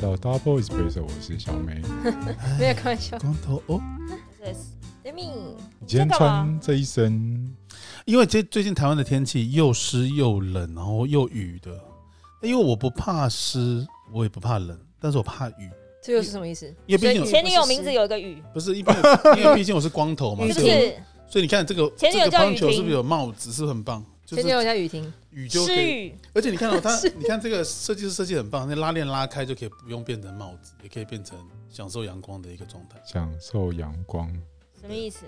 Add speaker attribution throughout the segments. Speaker 1: Double Espresso，我是小美。
Speaker 2: 没有开玩笑。
Speaker 1: 光头哦，
Speaker 2: 这是 Demi，
Speaker 1: 你今天穿这一身，
Speaker 3: 因为这最近台湾的天气又湿又冷，然后又雨的。因为我不怕湿，我也不怕冷，但是我怕雨。
Speaker 2: 这又是什么意思？
Speaker 3: 因为毕
Speaker 2: 所
Speaker 3: 竟
Speaker 2: 以
Speaker 3: 有
Speaker 4: 前女友名字有一个雨，
Speaker 3: 不是一般，因 为毕竟我是光头嘛，
Speaker 2: 你
Speaker 4: 是
Speaker 3: 所
Speaker 4: 不
Speaker 3: 以
Speaker 4: 是？
Speaker 3: 所以你看这个
Speaker 4: 前女友
Speaker 3: 这个
Speaker 4: 叫雨
Speaker 3: p 球
Speaker 4: 婷
Speaker 3: 是不是有帽子？是不是很棒？就
Speaker 2: 前女
Speaker 3: 是
Speaker 2: 友叫雨婷，
Speaker 3: 雨就可
Speaker 4: 失
Speaker 3: 以，
Speaker 4: 语，
Speaker 3: 而且你看到、 它，你看这个设计师设计很棒，那拉链拉开就可以不用变成帽子，也可以变成享受阳光的一个状态。
Speaker 1: 享受阳光。
Speaker 4: 什么意思？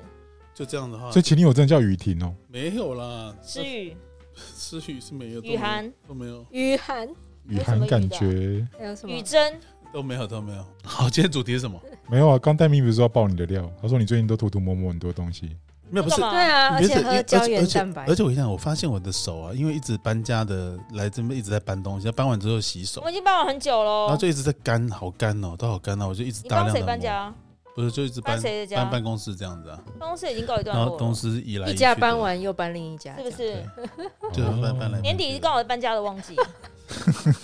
Speaker 3: 就这样的话
Speaker 1: 所以，前女友真的叫雨婷哦，
Speaker 3: 没有啦，
Speaker 4: 失语，
Speaker 3: 呃失语是没有，都没
Speaker 4: 雨
Speaker 3: 有
Speaker 4: 涵，
Speaker 3: 都没有，
Speaker 2: 雨涵
Speaker 1: 雨
Speaker 4: 为什
Speaker 1: 涵
Speaker 4: 么雨的啊
Speaker 1: 感觉
Speaker 2: 还有什么
Speaker 4: 雨？珍，
Speaker 3: 都没有，都没有。好，今天主题是什么？
Speaker 1: 没有啊。刚戴明不是说要爆你的料，他说你最近都涂涂抹抹很多东西，
Speaker 3: 没有，不是
Speaker 4: 干。嘛
Speaker 2: 对啊，而
Speaker 3: 你别
Speaker 2: 且
Speaker 3: 整
Speaker 2: 喝
Speaker 3: 而
Speaker 2: 胶
Speaker 3: 且
Speaker 2: 原
Speaker 3: 而且
Speaker 2: 蛋白
Speaker 3: 而。且我跟你讲，我发现我的手啊，因为一直搬家的来这边一直在搬东西，搬完之后洗手
Speaker 4: 我，们已经搬完很久
Speaker 3: 然
Speaker 4: 喽
Speaker 3: 后。就一直在干，好干哦，都好干哦，我就一直
Speaker 4: 你
Speaker 3: 大
Speaker 4: 帮
Speaker 3: 量
Speaker 4: 谁
Speaker 3: 的
Speaker 4: 搬家？啊？
Speaker 3: 不是就一直搬
Speaker 4: 搬谁的家
Speaker 3: 搬办公室这样子啊，
Speaker 4: 办公室已经告一段
Speaker 3: 然后
Speaker 4: 落
Speaker 3: 公
Speaker 4: 了，
Speaker 3: 司移来移
Speaker 2: 一
Speaker 3: 去
Speaker 2: 家
Speaker 3: 的
Speaker 2: 搬，完又搬另一家，
Speaker 4: 是不
Speaker 2: 这样？
Speaker 4: 是？
Speaker 3: 对
Speaker 1: 哦
Speaker 3: 搬搬来
Speaker 4: 年底刚好搬家的 旺季，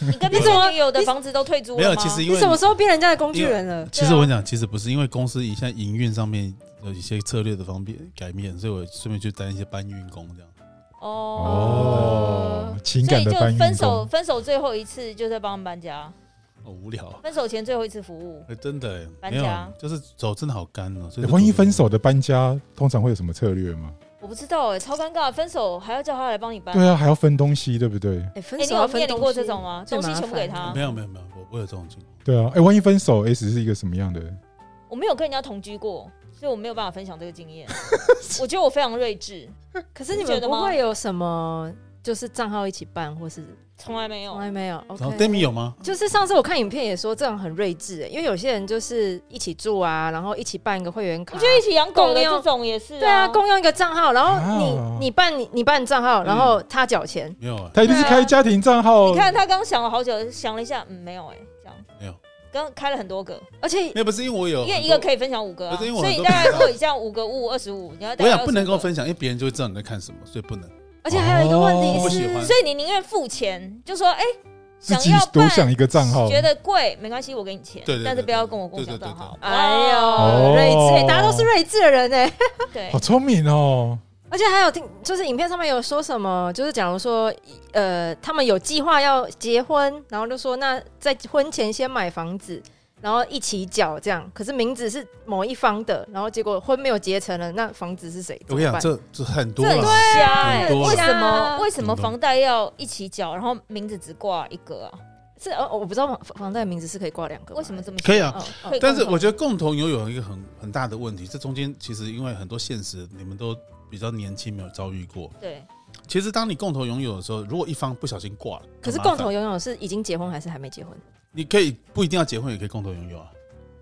Speaker 4: 你跟
Speaker 2: 你怎么
Speaker 4: 前女友的房子都退租了
Speaker 3: 没有，
Speaker 4: 吗
Speaker 3: 其实因
Speaker 2: 你
Speaker 3: 为
Speaker 2: 什么时候变人家的工具人了？
Speaker 3: 其实我跟你讲，其实不是，因为公司一下营运上面有一些策略的方面改变，所以我顺便去当一些搬运工这样。
Speaker 4: 哦
Speaker 1: 哦，，情
Speaker 4: 所
Speaker 1: 感
Speaker 4: 以
Speaker 1: 的
Speaker 4: 就
Speaker 1: 搬运
Speaker 4: 分手，
Speaker 1: 工，
Speaker 4: 分手最后一次就在帮他们搬家，
Speaker 3: 好无聊啊，
Speaker 4: 分手前最后一次服务。
Speaker 3: 哎真的欸
Speaker 4: 搬
Speaker 3: 没有
Speaker 4: 家，
Speaker 3: 就是手真的好干哦。所
Speaker 1: 欸
Speaker 3: 以就
Speaker 1: 万一分手的搬家通常会有什么策略吗？
Speaker 4: 我不知道哎，超尴尬，分手还要叫他来帮你搬。
Speaker 1: 对啊，还要分东西，对不对？
Speaker 2: 哎，分
Speaker 4: 哎，你
Speaker 2: 手
Speaker 3: 啊
Speaker 4: 有
Speaker 2: 要分
Speaker 4: 面临
Speaker 2: 东
Speaker 4: 过
Speaker 2: 西
Speaker 4: 这种吗？
Speaker 2: 最
Speaker 4: 东西
Speaker 2: 麻
Speaker 4: 全部给
Speaker 2: 烦
Speaker 4: 他
Speaker 2: 了
Speaker 3: 没。有没有没有，我我有这种情况。
Speaker 1: 对啊，哎、万一分手，S 是一个什么样的？
Speaker 4: 我没有跟人家同居过，所以我没有办法分享这个经 验。我觉得我非常睿智，
Speaker 2: 可是你
Speaker 4: 你觉
Speaker 2: 们
Speaker 4: 得
Speaker 2: 不
Speaker 4: 吗
Speaker 2: 会有什么就是账号一起办，或是
Speaker 4: 从来没有
Speaker 2: 从。来没有
Speaker 3: 然后
Speaker 2: ？OK。
Speaker 3: Demi 有吗？
Speaker 2: 就是上次我看影片也说这样很睿智、欸，因为有些人就是一起住啊，然后一起办一个会员卡
Speaker 4: 我觉，得一起养狗的
Speaker 2: 共用
Speaker 4: 这种也是、
Speaker 2: 对啊，共用一个账号，然后你、
Speaker 1: 啊
Speaker 2: 你办你你办账号，然后
Speaker 3: 嗯
Speaker 2: 他缴钱，
Speaker 3: 没有啊，
Speaker 1: 他一定是开家庭账号，
Speaker 4: 你看他刚想了好久，想了一下，嗯，没有哎、这样
Speaker 3: 没有，
Speaker 4: 刚开了很多个，
Speaker 2: 而且
Speaker 3: 没有，不是因为我有很
Speaker 4: 因
Speaker 3: 多，
Speaker 4: 为一个可以分享五个、啊，
Speaker 3: 不是因为我
Speaker 4: 所
Speaker 3: 很
Speaker 4: 以
Speaker 3: 多
Speaker 4: 大概
Speaker 3: 频道
Speaker 4: 如果你这样五个五五二十五，你要大
Speaker 3: 我
Speaker 4: 概
Speaker 3: 想不能够
Speaker 4: 25个，
Speaker 3: 分享，因为别人就会知道你在看什么，所以不能。
Speaker 2: 而且还有一个问题
Speaker 1: 哦
Speaker 2: 是，
Speaker 3: 不喜欢
Speaker 4: 嗯所以你宁愿付钱，就说哎、
Speaker 1: 自
Speaker 4: 想
Speaker 1: 己
Speaker 4: 要
Speaker 1: 独
Speaker 4: 办，
Speaker 1: 享一个账号，
Speaker 4: 觉得贵没关系，我给你钱，
Speaker 3: 对对对
Speaker 4: 但是不要跟我共
Speaker 3: 哦对
Speaker 4: 享
Speaker 3: 对对
Speaker 4: 账号。
Speaker 2: 哎呦，
Speaker 1: 哦
Speaker 2: 睿智、欸，大家都是睿智的人哎、
Speaker 4: 对
Speaker 1: 好，聪明哦。
Speaker 2: 而且还有听，就是影片上面有说什么，就是假如说，呃，他们有计划要结婚，然后就说那在婚前先买房子，然后一起缴这样。可是名字是某一方的，然后结果婚没有结成了，那房子是谁？
Speaker 3: 我跟你讲，
Speaker 2: 怎么
Speaker 3: 这这很多
Speaker 4: 这很
Speaker 3: 了，
Speaker 4: 瞎哎、
Speaker 3: 很多
Speaker 4: 为
Speaker 3: 了
Speaker 4: 什么
Speaker 2: 很多
Speaker 4: 为什么房贷要一起缴，然后名字只挂一个啊？
Speaker 2: 办是呃，我不知道房房贷名字是可以挂两个吗，
Speaker 4: 为什么这么
Speaker 3: 可以啊
Speaker 2: 哦？哦
Speaker 4: 可以
Speaker 3: 但是
Speaker 4: 共同
Speaker 3: 我觉得共同拥有一个很很大的问题，这中间其实因为很多现实，你们都比较年轻，没有遭遇过。
Speaker 4: 对，
Speaker 3: 其实当你共同拥有的时候，如果一方不小心挂了，
Speaker 2: 可是
Speaker 3: 很
Speaker 2: 共
Speaker 3: 麻烦
Speaker 2: 同拥有是已经结婚还是还没结婚？
Speaker 3: 你可以不一定要结婚，也可以共同拥有啊。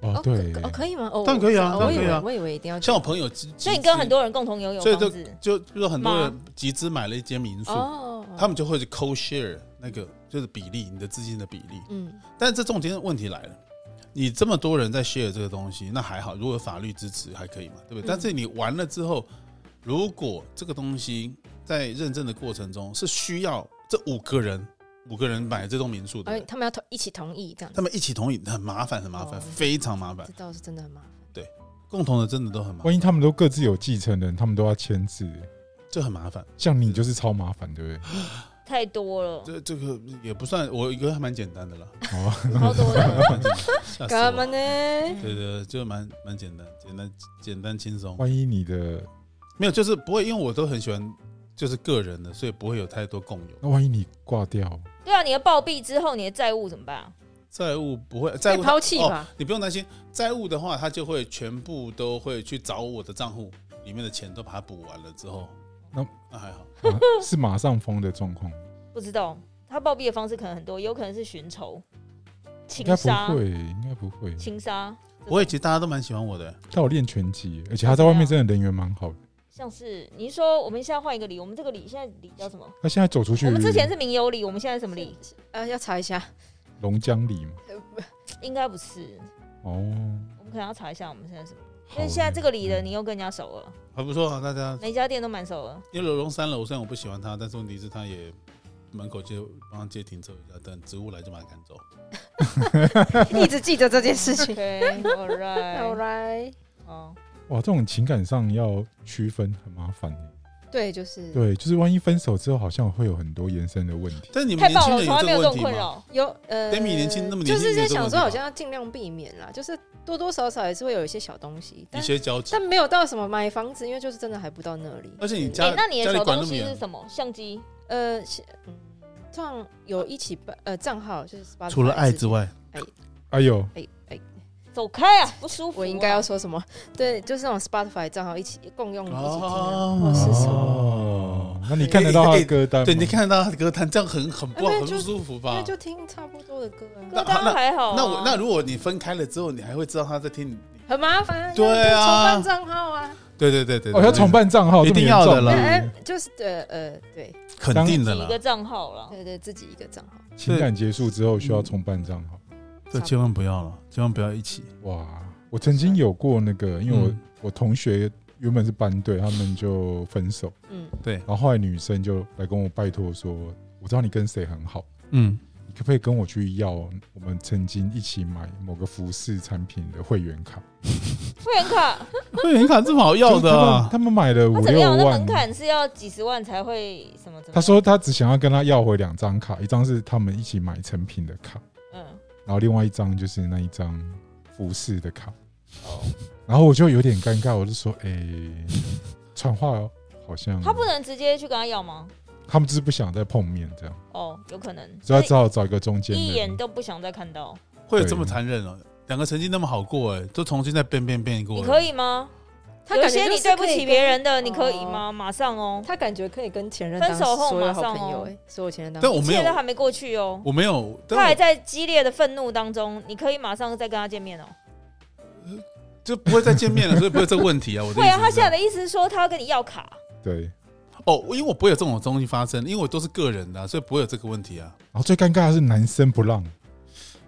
Speaker 1: 哦，对，
Speaker 2: 可哦，可以吗？哦，
Speaker 3: 当然可以啊
Speaker 2: 我
Speaker 3: 当
Speaker 2: 我
Speaker 3: 然
Speaker 2: 以
Speaker 3: 可以
Speaker 2: 为
Speaker 3: 啊
Speaker 2: 我以为一定要结
Speaker 3: 像
Speaker 2: 婚，
Speaker 3: 我朋友集，
Speaker 4: 所以你
Speaker 3: 集资
Speaker 4: 跟很多人共同拥有
Speaker 3: 所以
Speaker 4: 房
Speaker 3: 就
Speaker 4: 子，
Speaker 3: 就比如说很多人
Speaker 4: 吗
Speaker 3: 集资买了一间民宿，
Speaker 2: 哦，
Speaker 3: 他们就会去 co share 那个就是比例，你的资金的比例。
Speaker 2: 嗯，
Speaker 3: 但是这中间问题来了，你这么多人在 share 这个东西，那还好，如果有法律支持还可以嘛，对不对？
Speaker 2: 嗯
Speaker 3: 但是你完了之后，如果这个东西在认证的过程中是需要这五个人五个人买这栋民宿
Speaker 2: 而
Speaker 3: 的，
Speaker 2: 他们要同一起同意这样子，
Speaker 3: 他们一起同意，很麻烦，很麻烦，
Speaker 2: 哎哦
Speaker 3: 非常麻烦
Speaker 2: 这，倒是真的很麻烦。
Speaker 3: 共同的真的都很麻烦，
Speaker 1: 万一他们都各自有继承人，他们都要签字，
Speaker 3: 这很麻烦。
Speaker 1: 像你就是超麻烦，对不 对？
Speaker 4: 太多了，
Speaker 3: 这这个也不算，我一个还蛮简单的啦，
Speaker 1: 哦，
Speaker 4: 超多的。
Speaker 3: 蛮简单吓 死我
Speaker 2: 干嘛
Speaker 4: 嗯
Speaker 2: 呢？
Speaker 3: 对对，对就蛮蛮简单，简单简单轻松。
Speaker 1: 万一你的，
Speaker 3: 没有，就是不会，因为我都很喜欢，就是个人的，所以不会有太多共有
Speaker 1: 那万一你挂 掉，
Speaker 4: 对啊，你的暴毙之后，你的债务怎么办？啊
Speaker 3: 债务，不会债
Speaker 2: 被
Speaker 3: 务
Speaker 2: 抛弃
Speaker 3: 哦
Speaker 2: 吧？
Speaker 3: 你不用担心，债务的话，他就会全部都会去找我的账户里面的钱，都把它补完了之后，
Speaker 1: 那
Speaker 3: 那那还好，
Speaker 1: 啊是马上封的状况，
Speaker 4: 不知道，他暴毙的方式可能很多，有可能是寻仇、情
Speaker 1: 应该不
Speaker 4: 杀、
Speaker 1: 会，应该不会。
Speaker 4: 情杀，
Speaker 3: 不会，其实大家都蛮喜欢我的，
Speaker 1: 他有练拳击，而且他在外面真的人缘蛮好的。
Speaker 4: 像是你是说我们现在换一个理，我们这个理现在理叫什么？
Speaker 1: 他现在走出去，
Speaker 4: 我们之前是名有理，我们现在是什么理？
Speaker 3: 哦
Speaker 2: 呃，要查一下。
Speaker 1: 龙江里嘛，
Speaker 4: 应该不是，
Speaker 1: 哦，
Speaker 4: 我们可能要查一下我们现在什么，
Speaker 1: 好
Speaker 4: 因为现在这个理的
Speaker 1: 嗯
Speaker 4: 你又跟人家熟了，
Speaker 3: 还不错啊。大家
Speaker 4: 每一家店都蛮熟 了。
Speaker 3: 因为楼龙三楼，虽然我不喜欢他，但是问题是他也门口就帮他接停车一下，等植物来就把他赶走。
Speaker 2: 一直记着这件事 情。
Speaker 4: ，OK，All right，
Speaker 2: 来，
Speaker 4: 哦，
Speaker 1: 哇，这种情感上要区分很麻烦
Speaker 4: 嗯
Speaker 1: 耶。
Speaker 2: 对，就是
Speaker 1: 对，就是万一分手之后，好像会有很多延伸的问题。
Speaker 3: 但你们
Speaker 4: 太
Speaker 3: 年
Speaker 4: 棒
Speaker 3: 轻
Speaker 4: 了，
Speaker 3: 人
Speaker 4: 从来没有
Speaker 3: 这
Speaker 4: 这
Speaker 3: 个
Speaker 4: 种
Speaker 3: 问题
Speaker 4: 困
Speaker 3: 吗？
Speaker 4: 扰。
Speaker 2: 有呃
Speaker 3: Demi 年轻那么年轻
Speaker 2: 就是在
Speaker 3: 没有这个
Speaker 2: 想
Speaker 3: 问题
Speaker 2: 说，
Speaker 3: 吧
Speaker 2: 好像要尽量避免啦，就是多多少少还是会有一些小东西，
Speaker 3: 一
Speaker 2: 但
Speaker 3: 些 交集，
Speaker 2: 但没有到什么买房子，因为就是真的还不到那里。
Speaker 3: 而且你家
Speaker 4: 哎，那你
Speaker 3: 家
Speaker 4: 的
Speaker 3: 里
Speaker 4: 小
Speaker 3: 管那
Speaker 4: 东
Speaker 3: 么
Speaker 4: 西
Speaker 3: 严
Speaker 4: 是什么？相机？
Speaker 2: 呃，是嗯，这样有一起办呃账号，就是 Spotify
Speaker 3: 除了爱之外，
Speaker 1: 哎呦，
Speaker 2: 自己，哎哎，
Speaker 4: 走开啊，不舒服啊。
Speaker 2: 我应该要说什么？对，就是那种 Spotify 账号一起共用一起听啊，
Speaker 3: 哦
Speaker 2: 或是什么。
Speaker 1: 哦，那你看得到他的歌单吗？
Speaker 3: 对你看得到他的歌单，这样很很不
Speaker 2: 哎对
Speaker 3: 很不
Speaker 2: 就
Speaker 3: 舒服
Speaker 2: 因为
Speaker 3: 吧？
Speaker 2: 就听差不多的歌啊，
Speaker 4: 歌单
Speaker 3: 那
Speaker 4: 还好啊。
Speaker 3: 那我那如果你分开了之后，你还会知道他在听你。
Speaker 2: 很麻烦。
Speaker 3: 对啊
Speaker 2: 就重办账号啊，
Speaker 3: 对对对对，
Speaker 1: 哦，要重办账号，
Speaker 3: 一定要的
Speaker 1: 了。
Speaker 3: 啦
Speaker 2: 对哎，就是呃呃，对
Speaker 3: 肯
Speaker 1: 当
Speaker 3: 定的
Speaker 4: 几
Speaker 3: 啦
Speaker 4: 个，账号了，
Speaker 2: 对对，自己一个账号。
Speaker 1: 情感结束之后需要重办账号。
Speaker 3: 这千万不要了，千万不要一起。
Speaker 1: 哇，我曾经有过那个，因为我、
Speaker 3: 嗯
Speaker 1: 我同学原本是班队，他们就分手，
Speaker 2: 嗯，
Speaker 1: 然后后来女生就来跟我拜托说，我知道你跟谁很好，
Speaker 3: 嗯，
Speaker 1: 你可不可以跟我去要我们曾经一起买某个服饰产品的会员卡？
Speaker 4: 会员卡
Speaker 3: 会员卡这么好要
Speaker 1: 就是
Speaker 3: 的
Speaker 1: 他们
Speaker 3: 啊，
Speaker 1: 他们买了
Speaker 4: 它
Speaker 1: 五
Speaker 4: 怎么
Speaker 1: 六
Speaker 4: 样？那
Speaker 1: 万。
Speaker 4: 门槛是要几十万才会什么？怎么样
Speaker 1: 他说他只想要跟他要回两张卡，一张是他们一起买成品的卡，
Speaker 4: 嗯，
Speaker 1: 然后另外一张就是那一张服饰的卡。
Speaker 4: 哦，
Speaker 1: 然后我就有点尴尬，我就说：“哎、 传话哦好像
Speaker 4: 他不能直接去跟他要吗？
Speaker 1: 他们就是不想再碰面，这样，
Speaker 4: 哦，有可能，
Speaker 1: 所以他只好找一个中间
Speaker 4: 一眼
Speaker 1: 人。
Speaker 4: 都不想再看到。
Speaker 3: 会有这么残忍哦？两个曾经那么好过，哎，都重新再变变变过。
Speaker 4: 你可以吗？
Speaker 2: 他
Speaker 4: 有
Speaker 2: 感
Speaker 4: 些
Speaker 2: 觉
Speaker 4: 你
Speaker 2: 就是
Speaker 4: 对不
Speaker 2: 可以
Speaker 4: 起
Speaker 2: 跟
Speaker 4: 别人的，你
Speaker 2: 哦
Speaker 4: 可以吗？马上哦，
Speaker 2: 他感觉可以跟前任
Speaker 4: 分
Speaker 2: 当
Speaker 4: 手后
Speaker 2: 所有
Speaker 4: 马
Speaker 2: 好
Speaker 4: 上
Speaker 2: 朋友
Speaker 4: 哦
Speaker 2: 哎、所有前任当
Speaker 3: 但我没
Speaker 4: 现在
Speaker 3: 有，
Speaker 4: 还没过去哦，
Speaker 3: 我没有，
Speaker 4: 他
Speaker 3: 但我
Speaker 4: 还在激烈的愤怒当中，你可以马上再跟他见面哦。
Speaker 3: 就不会再见面了，所以不会有这个问题啊。我的
Speaker 4: 对
Speaker 3: 意
Speaker 4: 啊，
Speaker 3: 思
Speaker 4: 他
Speaker 3: 是这
Speaker 4: 现在
Speaker 3: 样
Speaker 4: 的意思是说他要跟你要卡，
Speaker 1: 对，
Speaker 3: 哦，因为我不会有这种东西发生，因为我都是个人的啊，所以不会有这个问题啊。
Speaker 1: 然后最尴尬的是男生不让，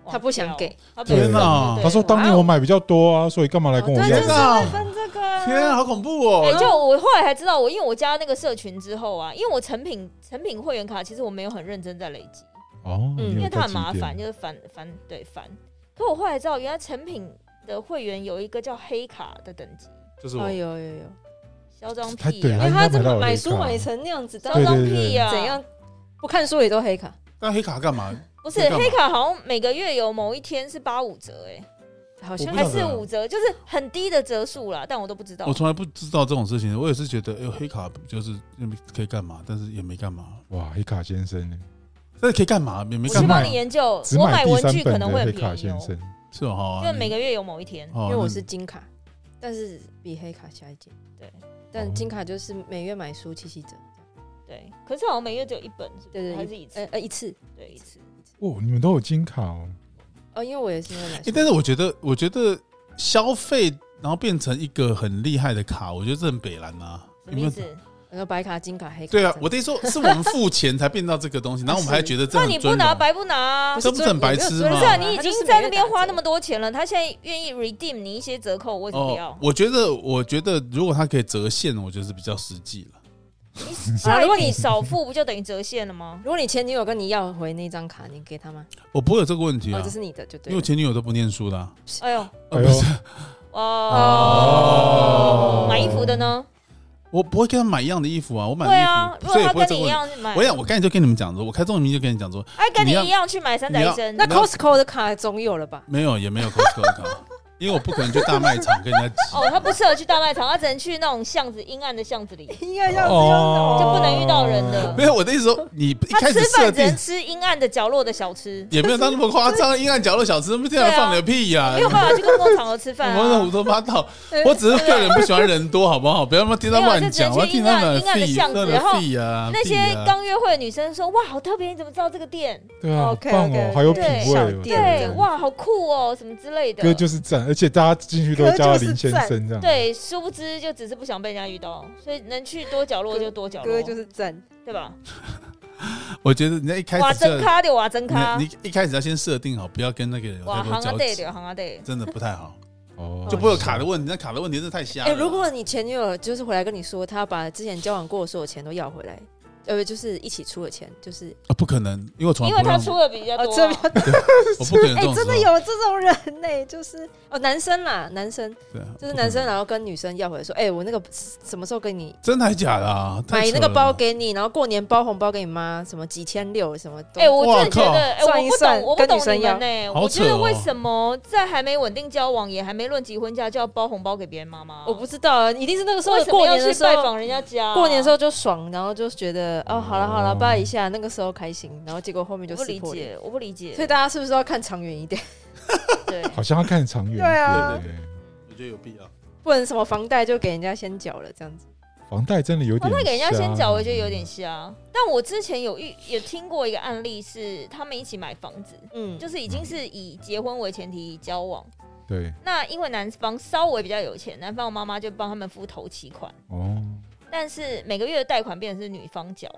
Speaker 4: 哇
Speaker 2: 他不想给，
Speaker 4: 他不想
Speaker 1: 天
Speaker 3: 哪
Speaker 4: 对
Speaker 1: 他说当年我买比较多啊，所以干嘛来跟我
Speaker 2: 哦
Speaker 1: 要
Speaker 2: 对
Speaker 3: 天
Speaker 2: 就是
Speaker 1: 啊？
Speaker 3: 啊
Speaker 2: 会分这个、
Speaker 3: 天啊，好恐怖
Speaker 4: 哎、
Speaker 3: 哦！
Speaker 4: 就我后来才知道，我因为我加那个社群之后啊，因为我成品成品会员卡，其实我没有很认真在累积，
Speaker 1: 哦，
Speaker 2: 嗯
Speaker 1: 你有
Speaker 4: 因为它
Speaker 1: 在
Speaker 4: 很麻
Speaker 1: 几点
Speaker 4: 烦，就是烦烦对烦。可我后来知道，原来成品的会员有一个叫黑卡的等级，
Speaker 3: 就是
Speaker 2: 哦
Speaker 3: 我，
Speaker 2: 有有有，
Speaker 4: 嚣张
Speaker 1: 他
Speaker 4: 屁
Speaker 1: 对
Speaker 4: 呀、
Speaker 2: 因为
Speaker 1: 他
Speaker 2: 他
Speaker 1: 应该
Speaker 2: 这
Speaker 1: 买到
Speaker 2: 么
Speaker 1: 我
Speaker 2: 买
Speaker 1: 黑
Speaker 2: 书
Speaker 1: 卡啊
Speaker 2: 买成那样子，到
Speaker 4: 嚣
Speaker 1: 对
Speaker 2: 底
Speaker 4: 张屁啊呀、
Speaker 2: 怎？样？不看书也都黑卡，
Speaker 3: 但黑卡干嘛？
Speaker 4: 不是
Speaker 3: 在干嘛
Speaker 4: 黑卡，好像每个月有某一天是八五折、
Speaker 2: 好像
Speaker 3: 我不晓
Speaker 4: 哎，还
Speaker 2: 还
Speaker 3: 得
Speaker 2: 是
Speaker 4: 是五折，就是很低的折数啦，但我都不知道
Speaker 3: 我。从来不知道这种事情，我也是觉得，哎、呦，黑卡就是可以干嘛，但是也没干嘛，
Speaker 1: 哇，黑卡先生呢，
Speaker 3: 但是可以干嘛，也没
Speaker 4: 我
Speaker 3: 干
Speaker 1: 是
Speaker 4: 去
Speaker 3: 嘛，
Speaker 4: 帮
Speaker 1: 买
Speaker 4: 你研究，
Speaker 1: 只
Speaker 4: 我买
Speaker 1: 第
Speaker 4: 文
Speaker 1: 三
Speaker 4: 具可
Speaker 1: 本
Speaker 4: 能
Speaker 1: 的
Speaker 4: 会
Speaker 1: 黑
Speaker 4: 很便
Speaker 1: 卡
Speaker 4: 宜
Speaker 1: 先
Speaker 4: 哦
Speaker 1: 生，
Speaker 3: 是哦，好啊，
Speaker 4: 就每个月有某一天。
Speaker 3: 哦，
Speaker 2: 因为我
Speaker 3: 那
Speaker 2: 是金卡，但是比黑卡下一届。
Speaker 4: 对，
Speaker 1: 哦
Speaker 2: 但金卡就是每月买书七七折，
Speaker 4: 对，可是好像每月只有一本，是不
Speaker 2: 对
Speaker 4: 是
Speaker 2: 对，
Speaker 4: 还是一次？
Speaker 2: 呃呃一次
Speaker 4: 对，一次。
Speaker 1: 哦，你们都有金卡哦，
Speaker 2: 哦，因为我也是因为买
Speaker 3: 欸
Speaker 2: 书，
Speaker 3: 但是我觉得，我觉得消费然后变成一个很厉害的卡，我觉得这很北蓝啊。有
Speaker 4: 什么
Speaker 3: 没
Speaker 4: 意
Speaker 3: 有？
Speaker 4: 思？
Speaker 2: 然后白卡、金卡、黑卡这
Speaker 3: 对
Speaker 2: 样。
Speaker 3: 啊，我的意思说，是我们付钱才变到这个 东西，然后我们还觉得这
Speaker 4: 那
Speaker 3: 很
Speaker 4: 你不
Speaker 3: 尊
Speaker 4: 拿
Speaker 3: 荣。
Speaker 4: 白不拿啊
Speaker 2: 不？
Speaker 3: 这不是很白痴吗
Speaker 4: 不
Speaker 3: 不
Speaker 4: 是
Speaker 3: 是
Speaker 4: 啊，
Speaker 3: 啊
Speaker 4: 你已经在那边花那么多钱了，他现在愿意 redeem 你一些折扣，为什么不要？
Speaker 3: 哦我觉得，我觉得如果它可以折现，我觉得是比较实际了。
Speaker 4: 你
Speaker 3: 嗯
Speaker 4: 下 一笔少付不就等于折现了 吗？
Speaker 2: 如果你前女友跟你要回那张卡，你给她吗？
Speaker 3: 我不会有这个问题
Speaker 2: 哦，
Speaker 3: 啊
Speaker 2: 这，是你的就对了
Speaker 3: 因为我。前女友都不念书的啊。
Speaker 4: 哎呦，
Speaker 1: 哎
Speaker 3: 呃
Speaker 1: 呦
Speaker 3: 不是，
Speaker 4: 哦，买衣服的呢？
Speaker 3: 我不会跟她买一样的衣服啊，我买
Speaker 4: 对啊
Speaker 3: 的，衣服，
Speaker 4: 如果
Speaker 3: 所以也
Speaker 4: 他
Speaker 3: 不会
Speaker 4: 跟
Speaker 3: 这个
Speaker 4: 你一
Speaker 3: 问题。
Speaker 4: 样买
Speaker 3: 我，想，我刚才就跟你们讲说，我开这种名就跟你讲说，
Speaker 4: 哎，跟你
Speaker 3: 你要
Speaker 4: 一样去买三宅一生
Speaker 3: 你
Speaker 2: 那
Speaker 3: 要
Speaker 2: Costco 的卡总有了吧？
Speaker 3: 没有，也没有 Costco 的 卡，因为我不可能去大卖场跟人家挤。
Speaker 4: 哦，他不适合去大卖场，他只能去那种巷子阴暗的巷子里，
Speaker 2: 应该要
Speaker 1: 哦
Speaker 4: 就不能遇到人的
Speaker 3: 哦没。有，我的意思说，你一
Speaker 4: 他
Speaker 3: 开
Speaker 4: 吃
Speaker 3: 始
Speaker 4: 饭
Speaker 3: 设
Speaker 4: 只能
Speaker 3: 定
Speaker 4: 吃阴暗的角落的小吃，
Speaker 3: 也没有到那么夸张，阴暗角落小吃，这样放你个屁呀、
Speaker 4: 啊没有办法去公共场合吃饭
Speaker 3: 我那
Speaker 4: 啊
Speaker 3: 胡。说八道，我只是个人不喜欢人多，好不好？不要他妈听他乱讲，
Speaker 4: 啊
Speaker 3: 我要听他们屁，他们屁呀，
Speaker 4: 那些刚约会的女生说：“哇，好特别，你怎么知道这个店？
Speaker 1: 对啊，好
Speaker 2: OK，OK，
Speaker 1: 棒哦，好有品
Speaker 4: 对
Speaker 1: 味
Speaker 2: 小
Speaker 1: 哦，
Speaker 2: 店
Speaker 4: 对
Speaker 2: 这，样
Speaker 4: 哇，好酷哦，什么之类的。
Speaker 1: 哥就是赞，而且大家进去都会
Speaker 2: 哥
Speaker 1: 叫他
Speaker 2: 就是
Speaker 1: 林先
Speaker 2: 赞
Speaker 1: 生这样，
Speaker 4: 对，殊不知就只是不想被人家遇到，所以能去多角落就多角落，
Speaker 2: 哥就是赞，
Speaker 4: 对吧？
Speaker 3: 我觉得人家一开
Speaker 4: 哇，
Speaker 3: 始
Speaker 4: 真
Speaker 3: 就
Speaker 4: 咖的哇，真咖
Speaker 3: 你，你一开始要先设定好，不要跟那个人有
Speaker 4: 啊哇，
Speaker 3: 太
Speaker 4: 行
Speaker 3: 多
Speaker 4: 啊
Speaker 3: 交
Speaker 4: 对
Speaker 3: 集
Speaker 4: 的，，行啊对。
Speaker 3: 真的不太好，
Speaker 1: 哦，
Speaker 3: 就不会有卡的问题。那卡的问题真的太瞎
Speaker 2: 哎、
Speaker 3: 了。
Speaker 2: 如果你前女友就是回来跟你说，她把之前交往过的所有钱都要回来，呃，就是一起出的钱，就是
Speaker 3: 啊，不可能，因为我从
Speaker 4: 因
Speaker 3: 来
Speaker 4: 为
Speaker 3: 不
Speaker 4: 他
Speaker 3: 让，
Speaker 4: 出的比较
Speaker 2: 哦，
Speaker 4: 多
Speaker 2: 这
Speaker 4: 啊，
Speaker 2: 边
Speaker 3: 我不可能
Speaker 2: 哎、
Speaker 3: 这啊种时
Speaker 2: 真的
Speaker 3: 候
Speaker 2: 有这种人呢、就是哦，男生啦，男生
Speaker 3: 对啊，
Speaker 2: 就是
Speaker 3: 不可
Speaker 2: 男生，
Speaker 3: 能
Speaker 2: 然后跟女生要回来说，哎、我那个什么时候跟你
Speaker 3: 真的还假的啊？太
Speaker 2: 买
Speaker 3: 扯
Speaker 2: 那个包
Speaker 3: 了
Speaker 2: 给你，然后过年包红包给你妈，什么几千六什么东
Speaker 4: 哎、
Speaker 3: 哦
Speaker 2: 西？
Speaker 4: 我真的觉
Speaker 3: 哇靠
Speaker 4: 得，哎、
Speaker 2: 算一
Speaker 4: 我不
Speaker 2: 算
Speaker 4: 懂，我不
Speaker 2: 跟
Speaker 4: 懂
Speaker 2: 女生
Speaker 4: 你
Speaker 2: 要
Speaker 4: 们呢、
Speaker 3: 好
Speaker 4: 我
Speaker 3: 扯
Speaker 4: 觉
Speaker 3: 哦
Speaker 4: 得为什么在还没稳定交往，也还没论及婚嫁，就要包红包给别人妈妈？
Speaker 2: 我不知道啊，一定是那个时候
Speaker 4: 为什
Speaker 2: 过
Speaker 4: 么要
Speaker 2: 年的
Speaker 4: 去
Speaker 2: 时
Speaker 4: 拜
Speaker 2: 候，
Speaker 4: 访人家家、
Speaker 2: 过年的时
Speaker 4: 候
Speaker 2: 候就爽，然后就觉得哦，好了好了，
Speaker 3: 哦
Speaker 2: 拜一下，那个时候开心，然后结果后面就
Speaker 4: 我不
Speaker 2: 撕
Speaker 4: 理
Speaker 2: 破脸。
Speaker 4: 解，我不理解。
Speaker 2: 所以大家是不是要看长远一点？
Speaker 4: 对，
Speaker 1: 好像要看长远一
Speaker 2: 对啊
Speaker 1: 点欸。
Speaker 3: 我觉得有必要。
Speaker 2: 不能什么房贷就给人家先缴了这样子。
Speaker 1: 房贷真的有点
Speaker 4: 房
Speaker 1: 瞎，
Speaker 4: 贷哦给人家先缴，我觉得有点瞎。但我之前有遇也听过一个案例是，他们一起买房子，
Speaker 2: 嗯，
Speaker 4: 就是已经是以结婚为前提交往。
Speaker 1: 对
Speaker 4: 那因为男方稍微比较有钱，男方我妈妈就帮他们付头期款，
Speaker 1: 哦，
Speaker 4: 但是每个月的贷款变成是女方缴，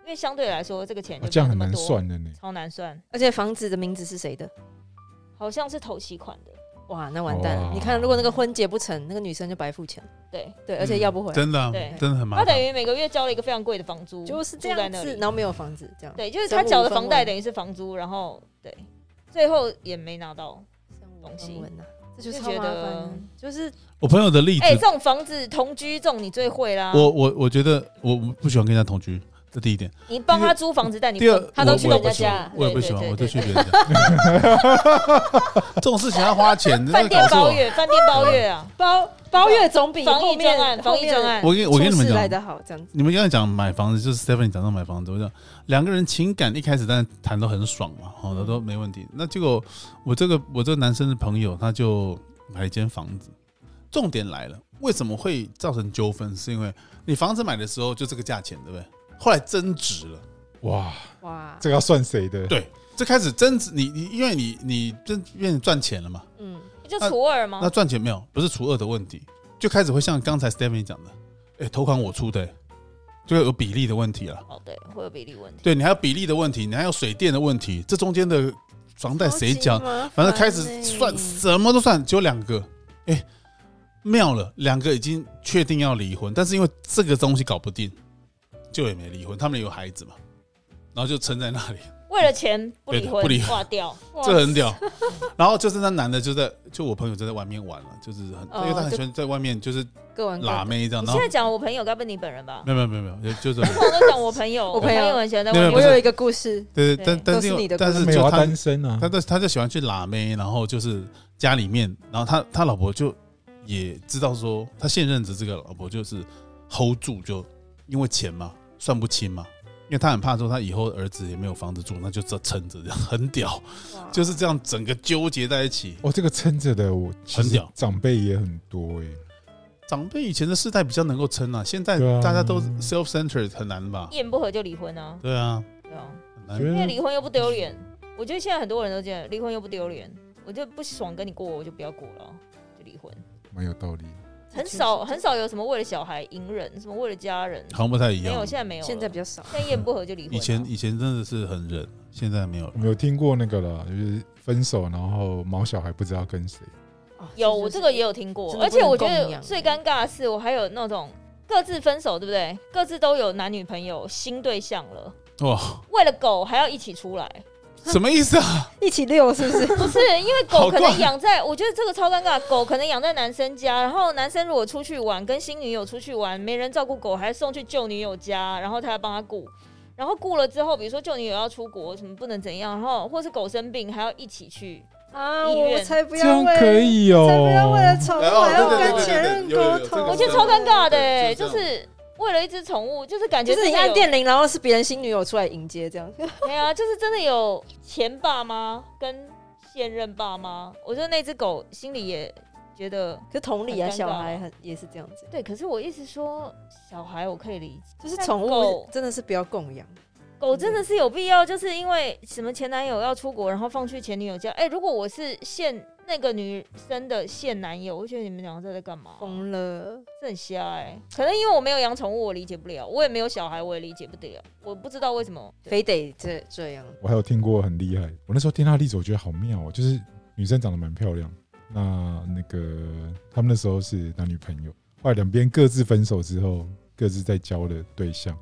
Speaker 4: 因为相对来说这个
Speaker 2: 哎
Speaker 4: 钱就
Speaker 1: 啊这样
Speaker 4: 没
Speaker 1: 很
Speaker 4: 有那么
Speaker 1: 难
Speaker 4: 多，
Speaker 1: 算的呢。
Speaker 4: 超难算，
Speaker 2: 而且房子的名字是谁的？
Speaker 4: 好像是头期款的，
Speaker 2: 哇，那完蛋了！
Speaker 3: 哦
Speaker 1: 哇
Speaker 2: 你看，如果那个婚结不成，那个女生就白付钱，
Speaker 4: 对，
Speaker 2: 对，而且要不回来，
Speaker 3: 真的啊
Speaker 4: 对
Speaker 3: 真的很麻
Speaker 4: 他等
Speaker 3: 烦。
Speaker 4: 于每个月交了一个非常贵的房租，
Speaker 2: 就是这
Speaker 4: 住在
Speaker 2: 样
Speaker 4: 那
Speaker 2: 子，
Speaker 4: 里
Speaker 2: 然后没有房子这样。
Speaker 4: 对，就是他缴的房贷等于是房租，然后对，最后也没拿到。
Speaker 2: 东
Speaker 4: 东
Speaker 2: 西
Speaker 4: 西，
Speaker 2: 啊这就是
Speaker 4: 就
Speaker 2: 超
Speaker 4: 觉
Speaker 2: 麻烦
Speaker 4: 得
Speaker 2: 的，就是
Speaker 3: 我朋友的例子
Speaker 4: 哎、，这啊种房子同居这种你最会啦，
Speaker 3: 我我我觉得我我不喜欢跟人家同居，这第一点。
Speaker 4: 你帮他租房子，但你
Speaker 3: 第二
Speaker 4: 不，
Speaker 2: 他都
Speaker 3: 我
Speaker 2: 去
Speaker 3: 我也
Speaker 2: 人家
Speaker 3: 不喜欢
Speaker 4: 家
Speaker 3: 我也不
Speaker 4: 对
Speaker 3: 喜欢，
Speaker 4: 对
Speaker 3: 我就
Speaker 4: 对
Speaker 3: 去别人家。这种事情要花钱，那
Speaker 4: 饭
Speaker 3: 个
Speaker 4: 店
Speaker 3: 搞错
Speaker 4: 包。月，饭店包月啊，
Speaker 2: 包 包月总比
Speaker 4: 防
Speaker 2: 后
Speaker 4: 疫专
Speaker 2: 面
Speaker 4: 案，
Speaker 2: 后
Speaker 4: 防疫
Speaker 2: 面
Speaker 4: 专案，
Speaker 3: 我跟我跟你
Speaker 2: 出
Speaker 3: 们
Speaker 2: 事来
Speaker 3: 讲，
Speaker 2: 的好这样子。
Speaker 3: 你们刚才讲买房子，就是 Stephanie 讲到买房子，我讲两个人情感一开始当然谈得很爽嘛，好的都没问题。那结果我这个我这个男生的朋友他就买了一间房子，重点来了，为什么会造成纠纷？是因为你房子买的时候就这个价钱，对不对？后来增值了。
Speaker 1: 哇，
Speaker 2: 哇，
Speaker 1: 这个要算谁的？
Speaker 3: 对这开始增值，你你因为你你真变成赚钱了嘛？
Speaker 2: 嗯，
Speaker 4: 就除二吗
Speaker 3: 那？赚钱没有，不是除二的问题，就开始会像刚才 Stephanie 讲的，哎、头款我出的、欸就有比例的问题了。
Speaker 4: 哦，对，会有比例问题。
Speaker 3: 对你还有比例的问题，你还有水电的问题，这中间的房贷谁
Speaker 2: 超
Speaker 3: 缴
Speaker 2: 级？麻烦欸？
Speaker 3: 反正开始算什么都算，只有两个，哎、妙了，两个已经确定要离婚，但是因为这个东西搞不定，就也没离婚，他们有孩子嘛，然后就撑在那里。
Speaker 4: 为了钱不离
Speaker 3: 对的不离
Speaker 4: 婚，挂掉，
Speaker 3: 这很屌。然后就是那男的就在，就我朋友就在外面玩了，就是很，
Speaker 2: 哦
Speaker 3: 因为他很喜欢在外面就是
Speaker 2: 各玩各
Speaker 3: 拉
Speaker 2: 的。
Speaker 3: 妹这样。
Speaker 4: 你
Speaker 3: 然
Speaker 4: 现
Speaker 3: 后
Speaker 4: 在讲我朋友，该不是你本人吧？
Speaker 3: 没有没有没有没有，就就是
Speaker 4: 我都讲我朋友，
Speaker 2: 我
Speaker 4: 我
Speaker 2: 朋
Speaker 4: 朋
Speaker 2: 友
Speaker 4: 友很喜欢在
Speaker 3: 没
Speaker 4: 外
Speaker 3: 有
Speaker 2: 我
Speaker 4: 面。
Speaker 2: 有一个故事，
Speaker 3: 对
Speaker 4: 对
Speaker 3: 对，但但
Speaker 2: 都是你的
Speaker 3: 但
Speaker 1: 他
Speaker 3: 是
Speaker 1: 没
Speaker 3: 就
Speaker 1: 有要
Speaker 3: 他
Speaker 1: 单身啊
Speaker 4: 嗯
Speaker 3: 他，就他就喜欢去拉妹，然后就是家里面，然后他他老婆就也知道说他现任的这个老婆就是 hold 住，就因为钱嘛算不清嘛。因为他很怕说他以后儿子也没有房子住，那就这撑着，这样很屌，
Speaker 2: 哇
Speaker 3: 就是这样整个纠结在一起。
Speaker 1: 哦，这个撑着的我其
Speaker 3: 很
Speaker 1: 实
Speaker 3: 屌
Speaker 1: 长辈也很多哎、
Speaker 3: 长辈以前的世代比较能够撑啊，现在
Speaker 1: 对啊
Speaker 3: 大家都 self centered 很难吧？
Speaker 4: 一言不合就离婚啊，
Speaker 3: 对啊，
Speaker 4: 对啊，
Speaker 3: 很
Speaker 1: 觉
Speaker 3: 难。
Speaker 4: 因为离
Speaker 1: 得
Speaker 4: 婚又不丢脸。我觉得现在很多人都这样，离婚又不丢脸，我就不爽跟你过，我就不要过了，就离婚。
Speaker 1: 蛮有道理。
Speaker 4: 很少很少有什么为了小孩隐忍，什么为了家人，
Speaker 3: 好像不太一
Speaker 4: 没
Speaker 3: 样
Speaker 4: 有，。现在没有了，
Speaker 2: 现在比较少。
Speaker 4: 现在一言不合就离婚啊。
Speaker 3: 以前以前真的是很忍，现在没有 了
Speaker 1: 我。们有听过那个了，就是分手然后毛小孩不知道跟谁，
Speaker 2: 哦
Speaker 4: 有，我这个也有听
Speaker 2: 真
Speaker 4: 过，
Speaker 2: 的
Speaker 4: 而
Speaker 2: 不能
Speaker 4: 且我觉
Speaker 2: 供
Speaker 4: 得
Speaker 2: 养
Speaker 4: 最尴尬的是，我还有那种各自分手，对不对？各自都有男女朋友、新对象了，
Speaker 3: 哇，
Speaker 4: 为了狗还要一起出来，
Speaker 3: 什么意思 啊？
Speaker 2: 一起遛是不是？
Speaker 4: 不是因为
Speaker 3: 好
Speaker 4: 狗可
Speaker 3: 怪
Speaker 4: 能养在，我觉得这个超尴尬，狗可能养在男生家，然后男生如果出去玩，跟新女友出去玩，没人照顾狗，还送去旧女友家，然后他要帮他顾。然后顾了之后，比如说旧女友要出国，什么不能怎样，然后或是狗生病，还要一起去。
Speaker 2: 啊，
Speaker 4: 医
Speaker 2: 我
Speaker 4: 院
Speaker 2: 才不
Speaker 1: 这
Speaker 2: 要
Speaker 1: 样
Speaker 2: 为，
Speaker 1: 可以
Speaker 2: 才不要为了
Speaker 1: 哦。
Speaker 2: 宠物
Speaker 3: 哦
Speaker 2: 还要
Speaker 4: 对对
Speaker 2: 跟
Speaker 4: 对对
Speaker 2: 前任
Speaker 3: 有有
Speaker 2: 沟
Speaker 3: 有这个
Speaker 2: 通，
Speaker 4: 我觉得超尴尬的、
Speaker 3: 对
Speaker 4: 欸，
Speaker 3: 就
Speaker 4: 就是
Speaker 3: 这
Speaker 4: 是为了一只宠物，就是感觉
Speaker 2: 就是你
Speaker 4: 真的有
Speaker 2: 按电铃，然后是别人新女友出来迎接这样。
Speaker 4: 没有啊，就是真的有前爸妈跟现任爸妈，我觉得那只狗心里也觉得
Speaker 2: 可是同理啊，
Speaker 4: 很尴尬
Speaker 2: 小孩很也是这样子，
Speaker 4: 对。可是我一直说小孩我可以理解，
Speaker 2: 就是
Speaker 4: 但
Speaker 2: 宠物
Speaker 4: 狗
Speaker 2: 真的是不要供养。
Speaker 4: 嗯狗真的是有必要，就是因为什么前男友要出国，然后放去前女友家。哎、如果我是现那个女生的现男友，我觉得你们两个在在干嘛？
Speaker 2: 疯了，
Speaker 4: 这很瞎哎、可能因为我没有养宠物，我理解不了；我也没有小孩，我也理解不了。我不知道为什么。对
Speaker 2: 非得这这样。
Speaker 1: 我还有听过很厉害，我那时候听他的例子，我觉得好妙哦，就是女生长得蛮漂亮，那那个他们那时候是男女朋友，后来两边各自分手之后，各自在交了对象，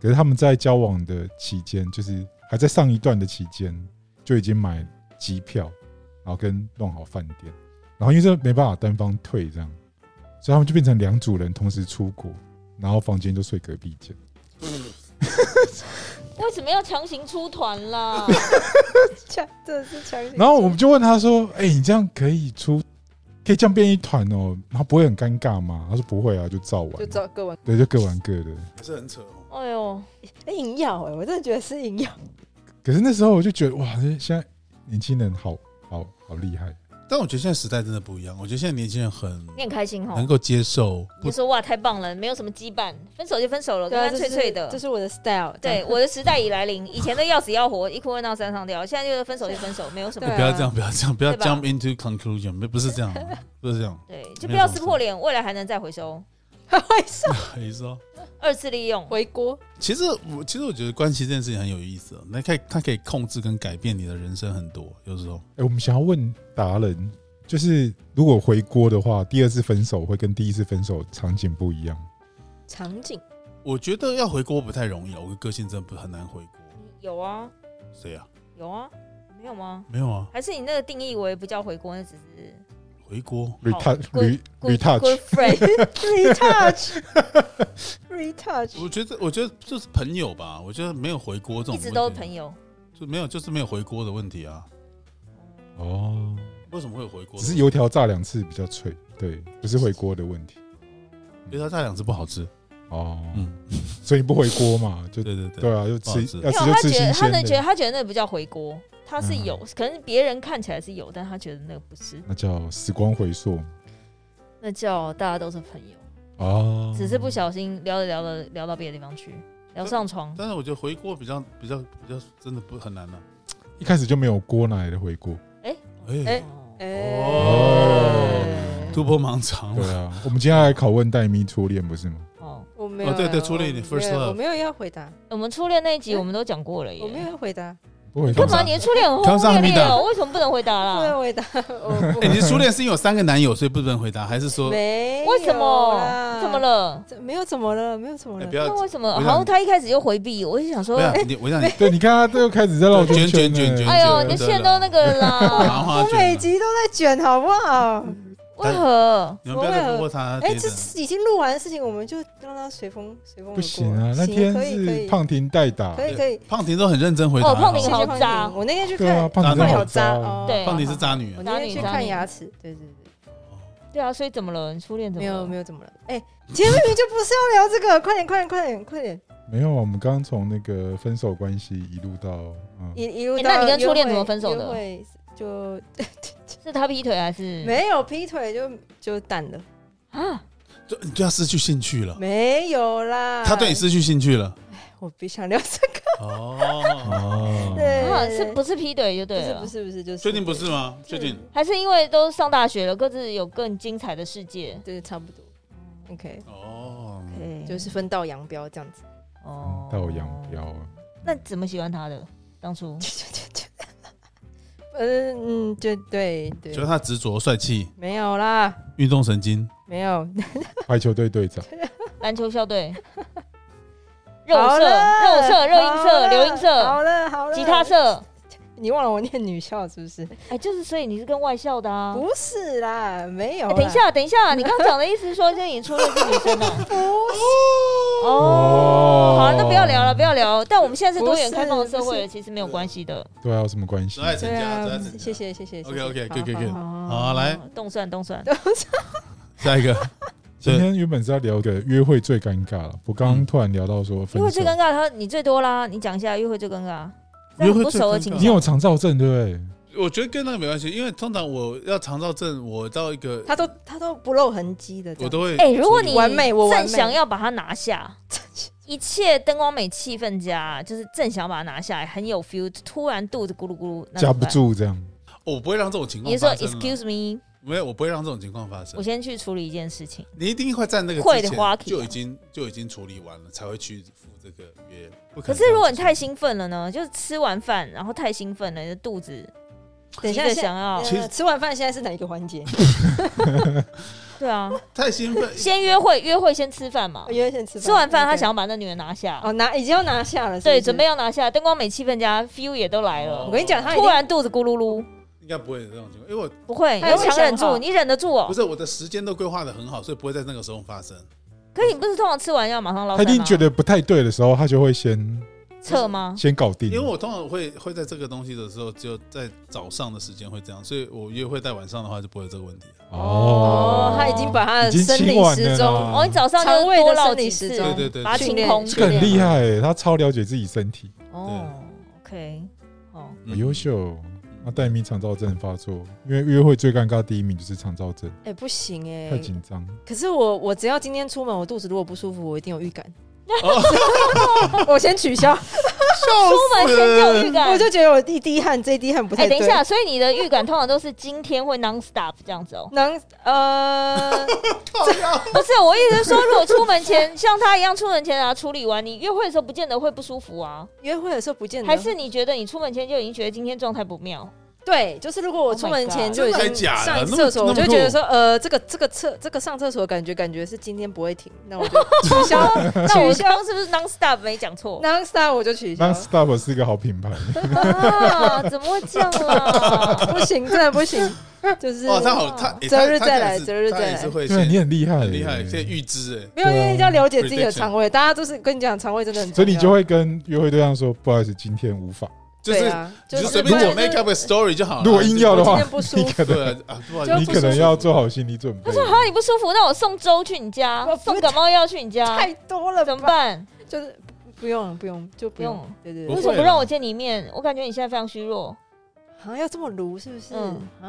Speaker 1: 可可是他们在交往的期间，就是还在上一段的期间，就已经买机票，然后跟弄好饭店，然后因为这没办法单方退这样，所以他们就变成两组人同时出国，然后房间就睡隔壁间。
Speaker 4: 为什么要强行出团 啦？
Speaker 2: 强，真的是强行。
Speaker 1: 然后我们就问他说：“哎、你这样可以出，可以这样变一团哦，然后不会很尴尬吗？”他说：“不会啊，就照玩啊，
Speaker 2: 就照各玩，
Speaker 1: 对，就各玩各的。
Speaker 3: 还是很扯哦。
Speaker 4: 哎呦，
Speaker 2: 哎硬要哎，我真的觉得是硬要。”
Speaker 1: 可是那时候我就觉得哇，这现在年轻人好好好厉害，
Speaker 3: 但我觉得现在时代真的不一样，我觉得现在年轻人很
Speaker 4: 你很开心哦哈
Speaker 3: 能。够接受，
Speaker 4: 你
Speaker 3: 不
Speaker 4: 说哇，太棒了，没有什么羁绊，分啊手就分手了，干干脆脆的。
Speaker 2: 啊这是我的 style。
Speaker 4: 对，我的时代已来临，以前的要死要活，一哭二闹三上吊，现在就是分手就分手，没有什么
Speaker 2: 对啊
Speaker 3: 不要这样，不要这样，不要
Speaker 4: 对吧
Speaker 3: jump into conclusion，不不是这 样，不是这样，
Speaker 4: 对，就不要撕破脸，未来还能再回收，
Speaker 2: 回收
Speaker 3: 你说。
Speaker 4: 二次利用。
Speaker 2: 回锅，
Speaker 3: 其实我其实我觉得关系这件事情很有意思、哦，那可以它可以控制跟改变你的人生很多，有时候
Speaker 1: 哎、我们想要问达人，就是如果回锅的话，第二次分手会跟第一次分手场景不一样。
Speaker 2: 场 景
Speaker 3: 我觉得要回锅不太容易啊了，我的个性真的不很难回锅。
Speaker 4: 有啊，
Speaker 3: 谁啊？
Speaker 4: 有啊，没有吗？
Speaker 3: 没有啊，
Speaker 4: 还是你那个定义为不叫回锅，那只是
Speaker 3: 回锅
Speaker 1: retouch re-
Speaker 4: good good
Speaker 1: retouch，
Speaker 4: friend。
Speaker 2: retouch retouch
Speaker 3: 我觉得我觉得就是朋友吧，我觉得没有回锅这种
Speaker 4: 一直都是
Speaker 3: 友，
Speaker 4: 朋友，
Speaker 3: 就没有就是没有回锅的问题啊。
Speaker 1: 哦，
Speaker 3: 为什么会有回锅？
Speaker 1: 只是油条炸两次比较脆，对，不是回锅的问题。
Speaker 3: 因为它炸两次不好吃。
Speaker 1: 哦，
Speaker 3: 嗯，
Speaker 1: 所以你不回锅嘛，就
Speaker 3: 对对对，
Speaker 1: 对啊，就吃
Speaker 3: 不好吃
Speaker 1: 要
Speaker 4: 没有
Speaker 1: 吃就
Speaker 4: 他
Speaker 1: 吃
Speaker 4: 觉得
Speaker 1: 新
Speaker 4: 他能
Speaker 1: 鲜
Speaker 4: 觉
Speaker 1: 的，
Speaker 4: 得他觉得那不叫回锅，他是
Speaker 1: 嗯
Speaker 4: 有，可能别人看起来是有，但他觉得那个不是，
Speaker 1: 那叫时光回溯
Speaker 4: 那叫大家都是朋友，
Speaker 1: 哦，
Speaker 4: 只是不小心聊着聊着聊到别的地方去，聊上床。
Speaker 3: 但是我觉得回锅比较比较比较真的不很难啊了、
Speaker 1: 一开始就没有锅哪来的回锅？
Speaker 3: 哎、哦
Speaker 2: 哎
Speaker 4: 哦
Speaker 3: 突破盲肠
Speaker 1: 对
Speaker 3: 了。
Speaker 1: 啊，我们今天来拷问戴咪初恋不是吗？
Speaker 4: 哦，
Speaker 2: 我没有啊，
Speaker 3: 哦对对
Speaker 2: 我
Speaker 3: 初恋你
Speaker 2: 没有
Speaker 3: first love
Speaker 2: 我没有要回答，
Speaker 4: 我们初恋那一集我们都讲过了耶
Speaker 2: 我。没有要回答，
Speaker 1: 不回
Speaker 4: 干
Speaker 1: 答
Speaker 4: 嘛？你的初恋很轰轰烈烈哦，为什么不能回答
Speaker 2: 不
Speaker 4: 啦？
Speaker 2: 能回答，我
Speaker 3: 哎、你的初恋是因为有三个男友，所以不能回答，还是
Speaker 2: 我
Speaker 3: 说，哎、
Speaker 2: 没有
Speaker 4: 为什么
Speaker 2: 啦？
Speaker 4: 怎么？了？
Speaker 2: 这没有怎么了？没有怎么了
Speaker 3: 哎不？要
Speaker 4: 那为什么？
Speaker 3: 我
Speaker 4: 好
Speaker 3: 想
Speaker 4: 像他一开始就回避，我就想说
Speaker 3: 不，要，你我想你
Speaker 1: 对，你看他这又开始在绕圈
Speaker 3: 卷
Speaker 1: 圈
Speaker 3: 卷
Speaker 1: 了
Speaker 3: 卷卷
Speaker 4: 哎呦，你
Speaker 3: 对
Speaker 4: 的
Speaker 3: 对
Speaker 4: 线都那个了啦，
Speaker 3: 麻花
Speaker 2: 我每
Speaker 3: 卷嘛，
Speaker 2: 集都在卷，好不好？
Speaker 4: 为何？
Speaker 3: 嗯你们不要再突破他。
Speaker 2: 哎，
Speaker 3: 别
Speaker 2: 这
Speaker 3: 的
Speaker 2: 已经录完的事情，我们就让它随风随风而过。
Speaker 1: 不行啊，那天
Speaker 2: 可以可
Speaker 1: 是
Speaker 2: 以
Speaker 1: 胖啊婷代打，
Speaker 2: 可以可以，
Speaker 3: 胖婷都很认真回答。
Speaker 4: 哦胖婷
Speaker 2: 谢谢
Speaker 4: 好
Speaker 2: 胖
Speaker 4: 渣
Speaker 2: 婷我那天去
Speaker 1: 对啊，
Speaker 2: 看，
Speaker 1: 胖婷真
Speaker 3: 胖
Speaker 1: 的
Speaker 3: 婷
Speaker 1: 好
Speaker 2: 好
Speaker 1: 渣
Speaker 2: 渣
Speaker 1: 哦
Speaker 2: 哦
Speaker 4: 对，
Speaker 3: 胖婷是渣女啊
Speaker 2: 我，
Speaker 4: 渣
Speaker 2: 那
Speaker 4: 女
Speaker 2: 天去
Speaker 4: 渣
Speaker 2: 看
Speaker 4: 女
Speaker 2: 牙齿，对对对。
Speaker 4: 对啊，所以怎么了？你初恋怎
Speaker 2: 没
Speaker 4: 么了？
Speaker 2: 有没有怎么了？哎、前面明明就不是要聊这个，快点快点快点快点，
Speaker 1: 没有啊，我们刚刚从那个分手关系一路到嗯，
Speaker 2: 一一路
Speaker 4: 哎
Speaker 2: 到、
Speaker 4: 那你跟初恋怎么分手的嗯
Speaker 2: 约会就
Speaker 4: 是他劈腿还是？
Speaker 2: 没有劈腿就就淡了，
Speaker 4: 啊，
Speaker 3: 就你对她失去兴趣了，
Speaker 2: 没有啦。
Speaker 3: 她对你，失去兴趣 了。
Speaker 2: 我不想聊这个。
Speaker 3: 哦，
Speaker 1: 哦，
Speaker 2: 对，
Speaker 4: 啊是不是劈腿就对了？
Speaker 2: 不是不是不是就是
Speaker 3: 确定不是？吗？确定。
Speaker 4: 还是因为都上大学了，各自有更精彩的世界。
Speaker 2: 对，差不多。OK，
Speaker 4: 嗯
Speaker 3: 哦，
Speaker 4: 对，
Speaker 2: 就是分道扬镳这样子。
Speaker 4: 哦
Speaker 1: 到扬。镳啊，
Speaker 4: 那怎么喜欢他的？当初
Speaker 2: 嗯嗯，就对对
Speaker 3: 觉，得他执着、帅气、
Speaker 2: 没有啦，
Speaker 3: 运动神经，
Speaker 2: 没有。
Speaker 1: 排球队队长，
Speaker 4: 篮球 校队，肉
Speaker 2: 好
Speaker 4: 社、
Speaker 2: 了
Speaker 4: 肉社、热音
Speaker 2: 好
Speaker 4: 社、
Speaker 2: 了
Speaker 4: 流音社、
Speaker 2: 好了好了，
Speaker 4: 吉他，社。
Speaker 2: 你忘了我念女校是不是？
Speaker 4: 哎，就是所以你是跟外校的啊？
Speaker 2: 不啊是啦，没有
Speaker 4: 哎
Speaker 2: 啦。
Speaker 4: 等一下，等一下，你刚讲的意思是说，就是你初恋是女生哦。
Speaker 1: 哦
Speaker 4: 哦，好，那不要聊了，不要聊。但我们现在是多元
Speaker 2: 不是
Speaker 4: 开放的社会了，
Speaker 2: 不
Speaker 4: 其实没有关系的。
Speaker 1: 对啊，有什么关系
Speaker 3: 真？爱成
Speaker 2: 对
Speaker 3: 家，
Speaker 2: 啊
Speaker 3: 真爱成，家。
Speaker 2: 谢。谢谢谢。谢谢
Speaker 3: OK，OK，
Speaker 2: 好
Speaker 3: good，good，
Speaker 2: 好
Speaker 3: good
Speaker 2: 好
Speaker 4: 哦
Speaker 3: 好，
Speaker 2: 哎
Speaker 3: 来
Speaker 4: 嗯动算动算。
Speaker 3: 下一个，
Speaker 1: 今天原本是要聊个约会最尴尬了，我刚刚
Speaker 3: 嗯
Speaker 1: 突然聊到说分
Speaker 4: 约会
Speaker 1: 手
Speaker 4: 最，尴尬，他你最多啦，你讲一下约会最尴尬。
Speaker 3: 约会
Speaker 4: 不
Speaker 3: 最
Speaker 4: 熟的
Speaker 3: 尴
Speaker 4: 情
Speaker 3: 尬
Speaker 4: 况
Speaker 1: 你有肠燥症对不对？
Speaker 3: 我觉得跟那个没关系，因为通常我要肠道症，我到一个
Speaker 2: 他都他都不露痕迹的这
Speaker 3: 我
Speaker 2: 样，
Speaker 3: 都会。
Speaker 4: 哎、如果你
Speaker 2: 完美我完
Speaker 4: 正
Speaker 2: 美
Speaker 4: 想要把它拿下， 一切灯光美、气氛佳，就是正想把它拿下来，很有 feel，突然肚子咕噜咕噜，那
Speaker 1: 夹
Speaker 4: 怎么
Speaker 1: 不
Speaker 4: 办。
Speaker 1: 住这样，
Speaker 3: 我不会让这种情况
Speaker 4: 你就说
Speaker 3: 发生啊。
Speaker 4: excuse me，
Speaker 3: 没有，我不会让这种情况发生
Speaker 4: 我。先去处理一件事情。
Speaker 3: 你一定会在那个
Speaker 4: 会
Speaker 3: 之
Speaker 4: 的
Speaker 3: 前
Speaker 4: 话可以
Speaker 3: 就
Speaker 4: 啊
Speaker 3: 已经就已经处理完了，才会去赴这个约。不
Speaker 4: 可
Speaker 3: 能
Speaker 4: 是如
Speaker 3: 这
Speaker 4: 果
Speaker 3: 样
Speaker 4: 你
Speaker 3: 子
Speaker 4: 太兴奋了呢，就是吃完饭然后太兴奋了，你的肚子
Speaker 2: 等一下
Speaker 4: 急着
Speaker 2: 先
Speaker 4: 想要
Speaker 2: 呃，
Speaker 3: 其实
Speaker 2: 吃完饭现在是哪一个环节？
Speaker 4: 对啊，
Speaker 3: 太兴奋，
Speaker 4: 先约会，约会先吃饭嘛
Speaker 2: 我，约先吃
Speaker 4: 吃完饭他
Speaker 2: OK
Speaker 4: 想要把那女人拿下，
Speaker 2: 哦拿已经要拿下了，是不哦
Speaker 4: 对，
Speaker 2: 是
Speaker 4: 准备。要拿下，灯光美气氛加 feel 也都来
Speaker 2: 我
Speaker 4: 了，
Speaker 2: 跟你讲，他已
Speaker 4: 突
Speaker 2: 经
Speaker 4: 然肚子咕噜噜，
Speaker 3: 应该不会有这种情况，因为
Speaker 4: 不会，
Speaker 2: 他也
Speaker 4: 你
Speaker 2: 会
Speaker 4: 强忍
Speaker 2: 想
Speaker 4: 住，
Speaker 2: 好
Speaker 4: 你忍得住
Speaker 3: 我不
Speaker 4: 哦。
Speaker 3: 是我的时间都规划的很好，所以不会在那个时候发生。
Speaker 4: 可你不是通常吃完要马上捞
Speaker 1: 他
Speaker 4: 上
Speaker 1: 一定
Speaker 4: 吗？
Speaker 1: 觉得不太对的时候，他就会先
Speaker 4: 撤吗？
Speaker 1: 先搞定
Speaker 3: 因为。我通常会会在这个东西的时候，只有在早上的时间会这样，所以我约会在晚上的话就不会有这个问题了。
Speaker 2: 哦，他已经把他的
Speaker 1: 已经
Speaker 2: 生
Speaker 1: 清
Speaker 2: 理
Speaker 1: 完了
Speaker 2: 时
Speaker 1: 啦
Speaker 2: 钟
Speaker 4: 哦，你早上就
Speaker 2: 肠胃
Speaker 4: 多
Speaker 2: 的
Speaker 4: 绕
Speaker 2: 生
Speaker 4: 几
Speaker 2: 理
Speaker 4: 次
Speaker 2: 时，
Speaker 3: 对对对
Speaker 4: 把它
Speaker 2: 训
Speaker 4: 清
Speaker 2: 练
Speaker 4: 空，
Speaker 1: 这个很厉害、欸，他超了解自己身体，
Speaker 4: 哦。OK，好，
Speaker 2: 哦
Speaker 3: 嗯
Speaker 1: 很哦优秀。啊那戴明肠燥症发作，因为约会最尴尬的第一名就是肠燥症，
Speaker 2: 哎不行
Speaker 1: 太
Speaker 2: 哎，
Speaker 1: 紧张。
Speaker 2: 可是我我只要今天出门，我肚子如果不舒服，我一定有预感
Speaker 3: 哦。
Speaker 1: 哦
Speaker 2: 我先取消，
Speaker 4: 出门前就有预
Speaker 2: 我
Speaker 4: 感。
Speaker 2: 就觉得我一滴汗，这一滴汗不
Speaker 4: 哎，
Speaker 2: 太对。
Speaker 4: 等一下，所以你的预感通常都是今天会 non stop 这样子哦。
Speaker 2: 能呃，
Speaker 4: 不是，我意思是说，如果出门前像他一样出门前啊处理完，你约会的时候不见得会不舒服啊，
Speaker 2: 约会的时候不见得
Speaker 4: 还是你觉得你出门前就已经觉得今天状态不妙？
Speaker 2: 对，就是如果我出门
Speaker 4: Oh my
Speaker 2: 前
Speaker 4: God
Speaker 2: 就已
Speaker 3: 真
Speaker 2: 经
Speaker 3: 的假的
Speaker 2: 上一次
Speaker 3: 那么
Speaker 2: 厕所，我
Speaker 3: 那么
Speaker 2: 就会觉得说，呃，这个这个厕这个上厕所的感觉，感觉是今天不会停，那我就取消，
Speaker 4: 那我
Speaker 2: 取消
Speaker 4: 刚是不是 non stop 没讲错？
Speaker 2: ，non star 我就取消
Speaker 1: Non，Stop 是一个好品牌，
Speaker 4: 啊，怎么会这样啦？
Speaker 2: 不行，真的不 行，就是
Speaker 3: 哦，他好，他欸
Speaker 2: 择日
Speaker 3: 他
Speaker 2: 再来
Speaker 3: 他也是
Speaker 2: 择日
Speaker 3: 他
Speaker 2: 再
Speaker 3: 也是
Speaker 2: 来
Speaker 3: 会
Speaker 1: 对，你
Speaker 3: 先
Speaker 1: 很厉害、欸，
Speaker 3: 很厉害，现在预知哎，
Speaker 2: 没有，因为要了解自己的
Speaker 3: Prediction
Speaker 2: 肠胃，大家都是跟你讲肠胃真的很重
Speaker 1: 所
Speaker 2: 要，
Speaker 1: 以你就会跟约会对象说：“不好意思，今天无法。
Speaker 3: 就是
Speaker 2: 对啊，
Speaker 3: 你
Speaker 2: 就
Speaker 3: 就是随便
Speaker 2: 不
Speaker 3: 我
Speaker 2: 然就是
Speaker 3: make up a story 就好了。
Speaker 1: 如果硬要的话
Speaker 2: 今天不，舒
Speaker 1: 你
Speaker 2: 服
Speaker 1: 可
Speaker 3: 对
Speaker 1: 能
Speaker 3: 啊，不好意
Speaker 2: 就
Speaker 3: 思，
Speaker 1: 你可能要做好心理准备。”
Speaker 4: 啊，你不舒服，那我送粥去你家
Speaker 2: 我，不
Speaker 4: 送感冒药去你家，
Speaker 2: 太多了，
Speaker 4: 怎么？办？
Speaker 2: 就是不用了，不用，就不用
Speaker 4: 不用
Speaker 2: 了，对对对
Speaker 3: 不
Speaker 4: 为
Speaker 3: 会，
Speaker 4: 什么不
Speaker 3: 啦
Speaker 4: 让我见你面？我感觉你现在非常虚弱。
Speaker 2: 好像要这么撸是不是？
Speaker 4: 嗯
Speaker 2: 啊，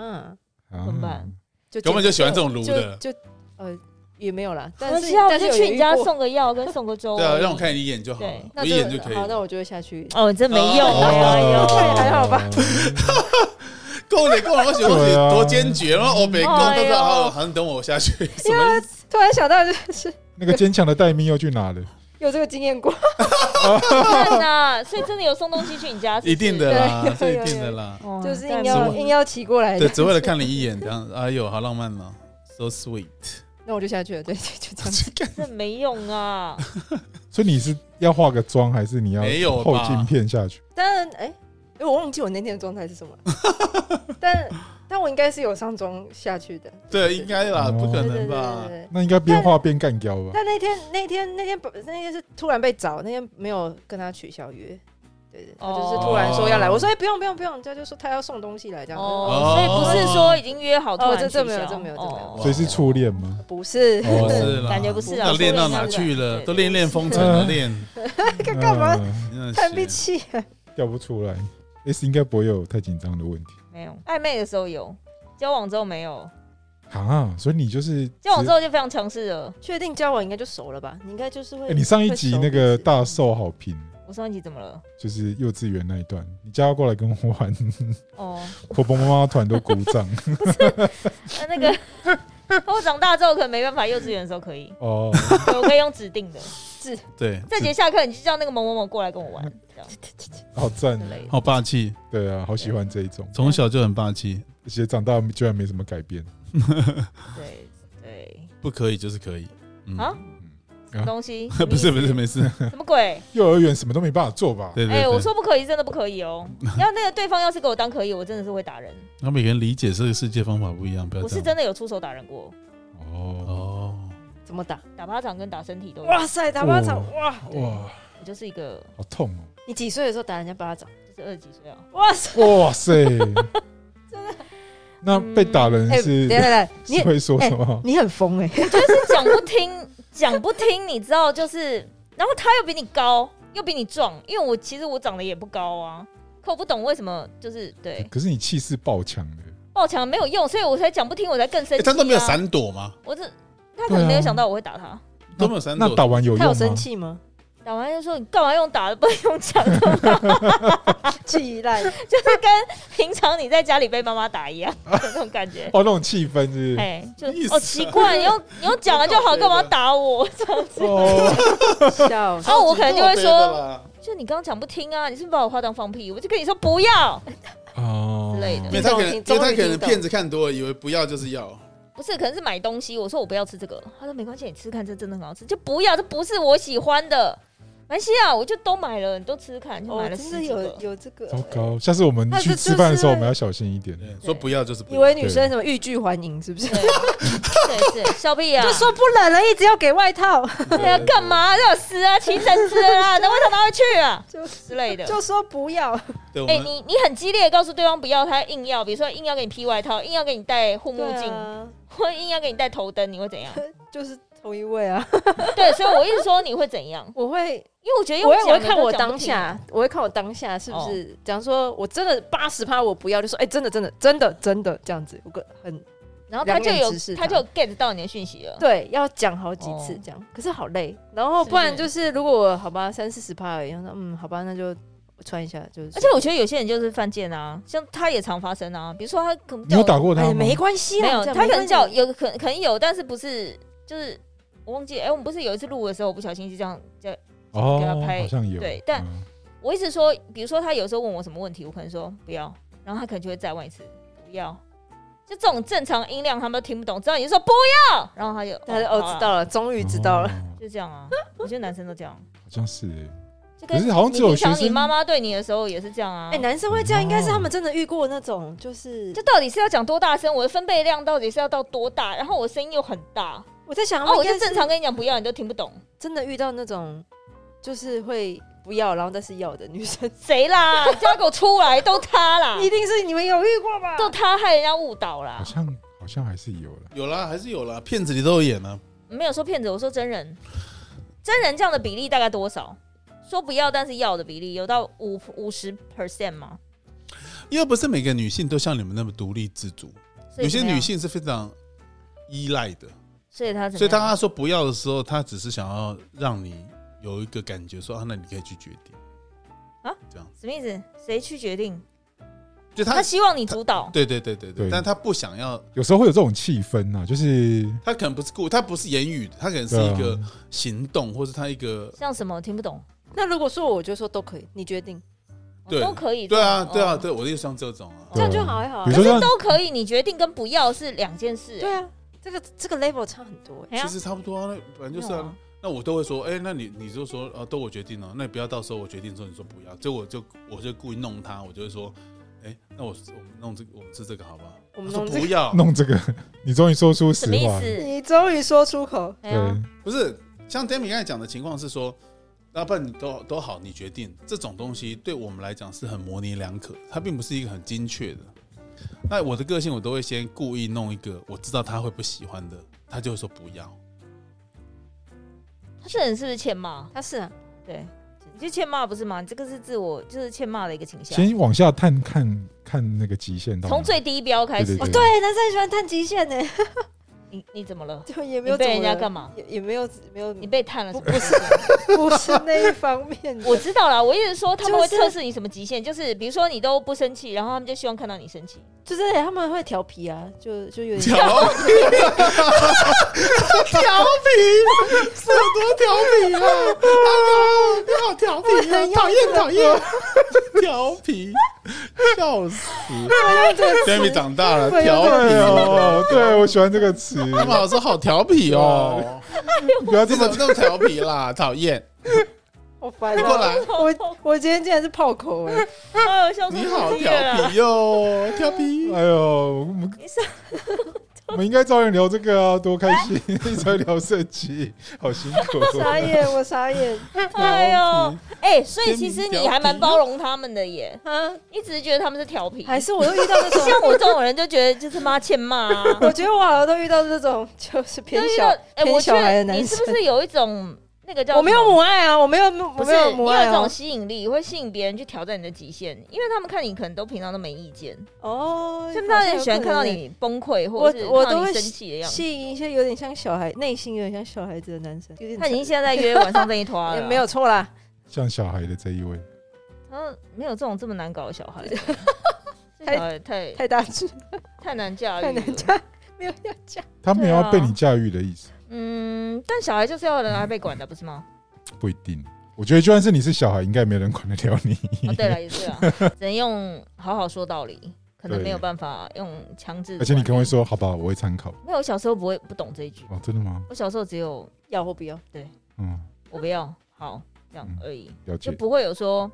Speaker 1: 啊
Speaker 4: 怎么办？
Speaker 2: 就
Speaker 3: 根本就喜欢这种撸的。
Speaker 2: 就就呃也没有啦，但
Speaker 4: 可
Speaker 2: 是
Speaker 4: 是啊，不
Speaker 2: 但是
Speaker 4: 是
Speaker 2: 有
Speaker 4: 去你家
Speaker 2: 遇过
Speaker 4: 送个药跟送个粥而已，
Speaker 3: 对啊，让我看你一眼就好了
Speaker 4: 哦对，
Speaker 3: 我
Speaker 2: 那
Speaker 3: 一
Speaker 2: 就
Speaker 3: 眼就可以
Speaker 2: 好，那
Speaker 3: 了。
Speaker 2: 我就会下去。
Speaker 4: 哦，真没
Speaker 1: 啊
Speaker 4: 用
Speaker 3: 哦
Speaker 4: 哎呦，
Speaker 2: 还好吧？
Speaker 3: 够了，够了，我喜欢
Speaker 1: 对啊
Speaker 3: 多坚决，然后我北宫都
Speaker 4: 哎
Speaker 3: 是
Speaker 4: 呦
Speaker 3: 好，好像等我下去。什么意思？
Speaker 2: 突然想到，就是
Speaker 1: 那个坚强的戴咪又去哪了？
Speaker 2: 有这个经验过，
Speaker 4: 看呐，所以真的有送东西去你家，是不是
Speaker 3: 一定的啦，这
Speaker 2: 对
Speaker 3: 一定的啦。
Speaker 4: 哦
Speaker 2: 就是
Speaker 4: 干
Speaker 2: 硬
Speaker 4: 嘛
Speaker 2: 要硬要骑过来
Speaker 3: 对，
Speaker 2: 的，
Speaker 3: 只为了看你一眼，这样，哎呦，好浪漫哦，so sweet。
Speaker 2: 那我就下去了。对，就就这样子。
Speaker 4: 这没用啊！
Speaker 1: 所以你是要化个妆，还是你要
Speaker 3: 没有吧
Speaker 1: 后镜片下去？
Speaker 2: 但哎，因为我忘记我那天的状态是什么了，但但我应该是有上妆下去的，
Speaker 3: 对，应该啦，
Speaker 1: 哦
Speaker 3: 不可
Speaker 2: 对
Speaker 3: 能
Speaker 2: 对对对
Speaker 3: 吧？
Speaker 2: 对。
Speaker 1: 那应该边化边干掉吧？
Speaker 2: 但那天那天那天不那天是突然被找，那天没有跟他取消约，对对，他就是突然说要来，
Speaker 3: 哦
Speaker 2: 我说哎、不用不用不用，他就说他要送东西来这样。
Speaker 4: 哦，所以不是说已经约好，突
Speaker 2: 哦
Speaker 4: 然
Speaker 2: 这这没有
Speaker 4: 取消
Speaker 2: 这没有这没有
Speaker 4: 哦
Speaker 1: 所以是初恋吗？
Speaker 2: 不是，
Speaker 1: 哦
Speaker 3: 是啦，
Speaker 4: 感觉不是啊
Speaker 3: 那
Speaker 4: 说
Speaker 3: 练到
Speaker 4: 不定
Speaker 3: 哪
Speaker 4: 是
Speaker 3: 去了？
Speaker 4: 对
Speaker 3: 都练练风尘了，练
Speaker 2: 干嘛
Speaker 1: 嗯
Speaker 3: 真的
Speaker 2: 看不
Speaker 3: 是
Speaker 2: 起。
Speaker 1: 掉不出来？S 应该不会有太紧张的问题
Speaker 4: 没有暧昧的时候有，交往之后没有，
Speaker 1: 啊！所以你就是
Speaker 4: 交往之后就非常强势了。
Speaker 2: 确定交往应该就熟了吧？你应该就是会。
Speaker 1: 哎，你上一集那个大受好评，
Speaker 4: 我上一集怎么了？
Speaker 1: 就是幼稚园那一段，你叫他过来跟我玩，
Speaker 4: 哦，
Speaker 1: 婆婆妈妈团都鼓 掌
Speaker 4: 那那 个我长大之后可能没办法，幼稚园的时候可以，
Speaker 1: 哦。
Speaker 4: 对我可以用指定的。
Speaker 3: 对，
Speaker 4: 这节下课你就叫那个某某某过来跟我玩，这样
Speaker 1: 好赞
Speaker 4: 之，类的。
Speaker 3: 好霸气，
Speaker 1: 对啊，好喜欢这一种，
Speaker 3: 从小就很霸气，
Speaker 1: 而且长大居然没什么改变。
Speaker 4: 对对，
Speaker 3: 不可以就是可以。嗯
Speaker 4: 啊，什么东西？
Speaker 3: 不是不是
Speaker 4: 没
Speaker 3: 没 事，
Speaker 4: 什么鬼。
Speaker 1: 幼儿园什么都没办法做吧？
Speaker 3: 对对
Speaker 4: 哎，我
Speaker 3: 对，
Speaker 4: 说不可以，真的不可以 哦。要那个对方要是给我当可以，我真的是会打人。
Speaker 3: 那每个人理解这个世界方法不一样，不要
Speaker 4: 我是
Speaker 3: 这
Speaker 4: 真啊
Speaker 3: 样。
Speaker 4: 的有出手打人过，
Speaker 1: 哦，
Speaker 3: 哦，
Speaker 2: 怎么打？
Speaker 4: 打巴掌跟打身体都有。
Speaker 2: 哇塞，打巴掌！
Speaker 1: 哦
Speaker 2: 哇，
Speaker 1: 哇，
Speaker 4: 我就是一个
Speaker 1: 好痛哦！
Speaker 2: 你几岁的时候打人家巴掌？
Speaker 4: 就是二十几岁啊，
Speaker 2: 哇塞！
Speaker 1: 哇塞，真的。那被打人
Speaker 2: 哎、
Speaker 1: 是
Speaker 2: 等一下等一下，
Speaker 1: 是
Speaker 2: 你
Speaker 1: 会说什么？
Speaker 2: 你很疯哎、
Speaker 4: 是讲不听，讲不听，你知道就是，然后他又比你高，又比你壮，因为我其实我长得也不高啊，可我不懂为什么就是
Speaker 3: 嗯
Speaker 4: 对
Speaker 1: 可是你气势爆强的，
Speaker 4: 爆强没有用，所以我才讲不听，我才更生
Speaker 3: 哎
Speaker 4: 气、啊
Speaker 3: 他都没有，闪躲吗？
Speaker 4: 我这他可能没有想到我会打他，
Speaker 3: 都没有闪
Speaker 1: 那
Speaker 3: 躲，
Speaker 1: 打完有
Speaker 2: 他
Speaker 1: 用
Speaker 2: 有
Speaker 1: 吗？
Speaker 2: 生气吗？
Speaker 4: 打完就说你干嘛用打的，不能用 讲的，
Speaker 2: 气烂！
Speaker 4: 就是跟平常你在家里被妈妈打一样的那种感 觉。
Speaker 1: 哦，那种气氛是不是
Speaker 4: 哎，就
Speaker 3: 意思啊
Speaker 4: 哦，奇怪，你用你用 讲了就好，干嘛打我？
Speaker 1: 哦，
Speaker 2: 笑死
Speaker 4: 然后我可能就会说，
Speaker 3: 说，
Speaker 4: 就你刚刚讲不听啊，你是不是把我话当放屁？我就跟你说不要，
Speaker 1: 哦，
Speaker 4: 之类的
Speaker 1: 哦
Speaker 3: 因为他可能，
Speaker 2: 你
Speaker 3: 因
Speaker 2: 懂
Speaker 3: 为他
Speaker 2: 你终于
Speaker 3: 可能
Speaker 2: 听懂
Speaker 3: 骗子看多了，以为不要就是要，
Speaker 4: 不是，可能是买东西。我说我不要吃这个，他说没关系，你吃看，这真的很好吃，就不要，这不是我喜欢的。没西啊，我就都买了，你都吃看，就 买
Speaker 2: 哦，
Speaker 4: 了
Speaker 2: 真
Speaker 4: 十
Speaker 2: 的
Speaker 4: 几个。
Speaker 2: 有有这个，
Speaker 1: 糟糕，下次我们
Speaker 2: 那
Speaker 1: 去
Speaker 2: 这
Speaker 1: 吃饭的时候，
Speaker 2: 就是
Speaker 1: 我们要小心一点。
Speaker 3: 对说不要就是不
Speaker 2: 以
Speaker 3: 要。
Speaker 2: 为女生什么欲拒还迎是不是？
Speaker 4: 对对 是，小屁啊，
Speaker 2: 就说不冷了，一直要给外套，
Speaker 4: 对啊，干嘛要死啊，骑绳子 啊，那为什么会去啊
Speaker 2: 就
Speaker 4: 之类的？
Speaker 2: 就说不要，
Speaker 3: 对，我
Speaker 4: 哎、
Speaker 3: 们
Speaker 4: 你你很激烈地告诉对方不要，他硬要，比如说硬要给你披外套，硬要给你戴护目
Speaker 2: 对
Speaker 4: 镜，
Speaker 2: 啊，
Speaker 4: 或硬要给你戴头灯，你会怎样？
Speaker 2: 就是同一位啊。
Speaker 4: 对，所以我一直说你会怎样，
Speaker 2: 我会，
Speaker 4: 因为我觉得
Speaker 2: 我
Speaker 4: 用
Speaker 2: 会，我
Speaker 4: 讲
Speaker 2: 会
Speaker 4: 的
Speaker 2: 看
Speaker 4: 都
Speaker 2: 我
Speaker 4: 讲不
Speaker 2: 当
Speaker 4: 听哦
Speaker 2: 下，我会看我当下是不是，假如说我真的八十趴我不要，就说哎，真的真的真的真的这样子，我个
Speaker 4: 嗯
Speaker 2: 很
Speaker 4: 然后他就
Speaker 2: 两面
Speaker 4: 有
Speaker 2: 直视
Speaker 4: 他
Speaker 2: 他
Speaker 4: 就有 get 到你的讯息了。
Speaker 2: 对，要讲好几次
Speaker 4: 哦
Speaker 2: 这样，可是好累。然后
Speaker 4: 是
Speaker 2: 不然就是如果我好吧三四十趴而已，然后说嗯好吧那就穿一下就是，
Speaker 4: 而且我觉得有些人就是犯贱啊，像他也常发生啊，比如说他可能
Speaker 1: 你
Speaker 4: 叫
Speaker 1: 有
Speaker 4: 我
Speaker 1: 打过他
Speaker 2: 哎
Speaker 1: 吗？
Speaker 2: 没关系
Speaker 4: 没
Speaker 2: 啦，
Speaker 4: 有，
Speaker 2: 这样
Speaker 4: 他
Speaker 2: 没
Speaker 4: 可
Speaker 2: 关
Speaker 4: 能
Speaker 2: 系
Speaker 4: 叫有可可能有，但是不是就是我忘记了哎、我们不是有一次录的时候，我不小心就这样叫给他
Speaker 1: 哦，
Speaker 4: 拍
Speaker 1: 好像有。
Speaker 4: 对但
Speaker 1: 嗯
Speaker 4: 我一直说，比如说他有时候问我什么问题，我可能说不要，然后他可能就会再问一次不要，就这种正常音量他们都听不懂，知道你就说不要，然后他就
Speaker 2: 他就哦知道
Speaker 4: 了，
Speaker 2: 了，终于知道了。
Speaker 1: 哦
Speaker 4: 就这样啊。我觉得男生都这样，
Speaker 1: 好像是哎。
Speaker 4: 就
Speaker 1: 可
Speaker 4: 跟
Speaker 1: 是好像
Speaker 4: 你
Speaker 1: 只有
Speaker 4: 平常
Speaker 1: 学
Speaker 4: 你
Speaker 1: 生
Speaker 4: 妈妈对你的时候也是这样啊。
Speaker 2: 哎，男生会这样，应该是他们真的遇过那种就是
Speaker 4: 这，到底是要讲多大声？我的分贝量到底是要到多大？然后我声音又很大，
Speaker 2: 我在想
Speaker 4: 然
Speaker 2: 他
Speaker 4: 后
Speaker 2: 们
Speaker 4: 哦我
Speaker 2: 哦应该
Speaker 4: 就正常跟你讲不要，你都听不懂，
Speaker 2: 真的遇到那种就是会不要，然后但是要的女生，
Speaker 4: 谁 啦？叫他给我出来，都他啦，
Speaker 2: 一定是你们有遇过吧？
Speaker 4: 都他害人家误导啦
Speaker 1: 好。像好像还是有了。
Speaker 3: 有啦，还是有啦，骗子里都有演啊。
Speaker 4: 没有说骗子，我说真人，真人这样的比例大概多少？说不要但是要的比例有到五五十 percent 吗？
Speaker 3: 因为不是每个女性都像你们那么独立自主，
Speaker 4: 所以
Speaker 3: 有些
Speaker 4: 怎么样
Speaker 3: 女，性是非常依赖的，
Speaker 4: 所以他怎么样
Speaker 3: 所以当她说不要的时候，她只是想要让你有一个感觉说啊，那你可以去决定。
Speaker 4: 什么意思？谁去决定？
Speaker 3: 就
Speaker 4: 他
Speaker 3: 她，
Speaker 4: 希望你主导，
Speaker 3: 对对对对对，
Speaker 1: 对
Speaker 3: 但她不想要，
Speaker 1: 有时候会有这种气氛呐，就是
Speaker 3: 她可能不是故，她不是言语的，她可能是
Speaker 1: 对啊
Speaker 3: 一个行动，或是她一个
Speaker 4: 像什么我听不懂，
Speaker 2: 那如果说我就说都可以，你决定，
Speaker 4: 哦
Speaker 3: 对
Speaker 4: 都可以，
Speaker 3: 对啊
Speaker 4: 哦
Speaker 3: 对啊，对，我的意思像这种啊，
Speaker 2: 这样就好还好啊
Speaker 1: 比。如
Speaker 4: 可
Speaker 1: 说
Speaker 4: 是
Speaker 1: 像
Speaker 4: 都可以，你决定跟不要是两件事，哎
Speaker 2: 对啊，这个这个 level 差很多欸。
Speaker 4: 哎呀
Speaker 3: 其实差不多啊，那反正就是
Speaker 4: 没有
Speaker 3: 啊
Speaker 4: 啊。
Speaker 3: 那我都会说，哎、那你你就说，啊，都我决定了，那你不要到时候我决定之后你说不要，结果我就我就故意弄他，我就会说，哎、那我我们弄这个，我们吃这个好不好？
Speaker 2: 我们
Speaker 3: 他说
Speaker 2: 弄这
Speaker 3: 不
Speaker 2: 个，
Speaker 3: 要，
Speaker 1: 啊弄这个， 你终于说出实
Speaker 4: 什么意
Speaker 1: 话。
Speaker 4: 思？
Speaker 2: 你终于说出口，
Speaker 1: 对，
Speaker 4: 哎呀，
Speaker 3: 不是像 Demi 刚才讲的情况是说，要不然你都都好，你决定这种东西对我们来讲是很模棱两可，它并不是一个很精确的。那我的个性，我都会先故意弄一个我知道他会不喜欢的，他就会说不要。
Speaker 4: 他这人是不是欠骂？
Speaker 2: 他是啊，
Speaker 4: 对，你就欠骂不是吗？你这个是自我就是欠骂的一个倾向，
Speaker 1: 先往下探看看那个极限到哪。
Speaker 4: 从最低标开始
Speaker 1: 对
Speaker 2: 哦，，
Speaker 3: 啊
Speaker 2: 对，男生很喜欢探极限呢，欸
Speaker 4: 你你怎么了？
Speaker 2: 就也没
Speaker 4: 你
Speaker 2: 有
Speaker 4: 被人家干
Speaker 2: 干，
Speaker 4: 嘛？
Speaker 2: 也也没有没有，
Speaker 4: 你被探了什
Speaker 2: 不
Speaker 4: 么？
Speaker 2: 不是不是那一方 面的，
Speaker 4: 我知道啦，我一直说他们会
Speaker 2: 就是
Speaker 4: 测试你什么极限，就是比如说你都不生气，然后他们就希望看到你生气。
Speaker 2: 就是欸他们会调皮啊，就就有
Speaker 3: 调
Speaker 2: 点
Speaker 3: 皮，调皮，什么多调皮啊！哎呦，你好调皮啊！讨厌讨厌，调皮，笑死！Demi 啊长大了，
Speaker 2: 对
Speaker 3: 调皮
Speaker 1: 对
Speaker 3: 哦，
Speaker 1: 哦，对 我喜欢这个词，
Speaker 4: 哎
Speaker 3: 他们好说好调皮 哦，
Speaker 1: 不要
Speaker 3: 你
Speaker 1: 这
Speaker 3: 怎
Speaker 1: 么
Speaker 3: 么那么调皮啦？讨厌，
Speaker 2: 好烦
Speaker 3: 你
Speaker 2: 啊。
Speaker 3: 过来，
Speaker 2: 我我今天竟然是炮口哎、
Speaker 4: 哎呦，笑出
Speaker 3: 你
Speaker 4: 声
Speaker 3: 好
Speaker 4: 音了
Speaker 3: 调
Speaker 4: 啦。
Speaker 3: 皮哦，调皮。
Speaker 1: 哎呦，我们我们应该早点聊这个啊，多开心！
Speaker 4: 哎
Speaker 1: 一直在聊设计，好辛苦。
Speaker 2: 傻眼，我傻 眼
Speaker 4: 哎呦，哎，所以其实
Speaker 3: 真调
Speaker 4: 你
Speaker 3: 皮
Speaker 4: 还蛮包容他们的耶，
Speaker 2: 啊！
Speaker 4: 一直觉得他们是调皮。
Speaker 2: 还是我都遇到那种，
Speaker 4: 像我这种人就觉得就是妈欠骂啊，
Speaker 2: 我觉得我好像都遇到这种就是偏
Speaker 4: 就是
Speaker 2: 小
Speaker 4: 有哎，
Speaker 2: 偏
Speaker 4: 我觉
Speaker 2: 小孩
Speaker 4: 得
Speaker 2: 的
Speaker 4: 你
Speaker 2: 男
Speaker 4: 是
Speaker 2: 生
Speaker 4: 不。是有一种那个叫
Speaker 2: 我没
Speaker 4: 什
Speaker 2: 有
Speaker 4: 么
Speaker 2: 母爱啊，我没有母，
Speaker 4: 不
Speaker 2: 我
Speaker 4: 是
Speaker 2: 没有母
Speaker 4: 你有
Speaker 2: 爱
Speaker 4: 这种
Speaker 2: 啊。
Speaker 4: 吸引力，会吸引别人去挑战你的极限，因为他们看你可能都平常都没意见，
Speaker 2: 哦，
Speaker 4: 所以他们
Speaker 2: 好像有
Speaker 4: 很喜欢
Speaker 2: 可
Speaker 4: 看到
Speaker 2: 能
Speaker 4: 你崩溃，
Speaker 2: 我
Speaker 4: 或者是
Speaker 2: 我
Speaker 4: 看到
Speaker 2: 都会
Speaker 4: 你生气的样子。
Speaker 2: 吸引一些有点像小孩，内心有点像小孩子的男生，有点
Speaker 4: 他已经现在在啊约晚上这一 拖
Speaker 2: 也
Speaker 4: 了，
Speaker 2: 没有错啦。
Speaker 1: 像小孩的这一位，
Speaker 4: 嗯，没有这种这么难搞的小孩，
Speaker 2: 太
Speaker 4: 太太
Speaker 2: 太大只，
Speaker 4: 太难驾驭
Speaker 2: 太
Speaker 4: 了，
Speaker 2: 难嫁，没有要嫁。
Speaker 1: 他没有
Speaker 4: 对
Speaker 1: 要
Speaker 4: 啊
Speaker 1: 被你驾驭的意思，
Speaker 4: 嗯，但小孩就是要有人来被管的，不是吗？
Speaker 1: 不一定。我觉得就算 是你是小孩，应该也没人管得了你。
Speaker 4: 哦，对了，也是啊，只能用好好说道理。可能
Speaker 1: 对
Speaker 4: 没有办法用强制管理。
Speaker 1: 而且你可能会说，好吧，我会参考。
Speaker 4: 没有，我小时候不会不懂这一句，
Speaker 1: 哦，真的吗？
Speaker 4: 我小时候只有
Speaker 2: 要或不要？
Speaker 1: 嗯，
Speaker 4: 我不要好这样
Speaker 1: 嗯
Speaker 4: 而已，
Speaker 1: 了解。
Speaker 4: 就不会有说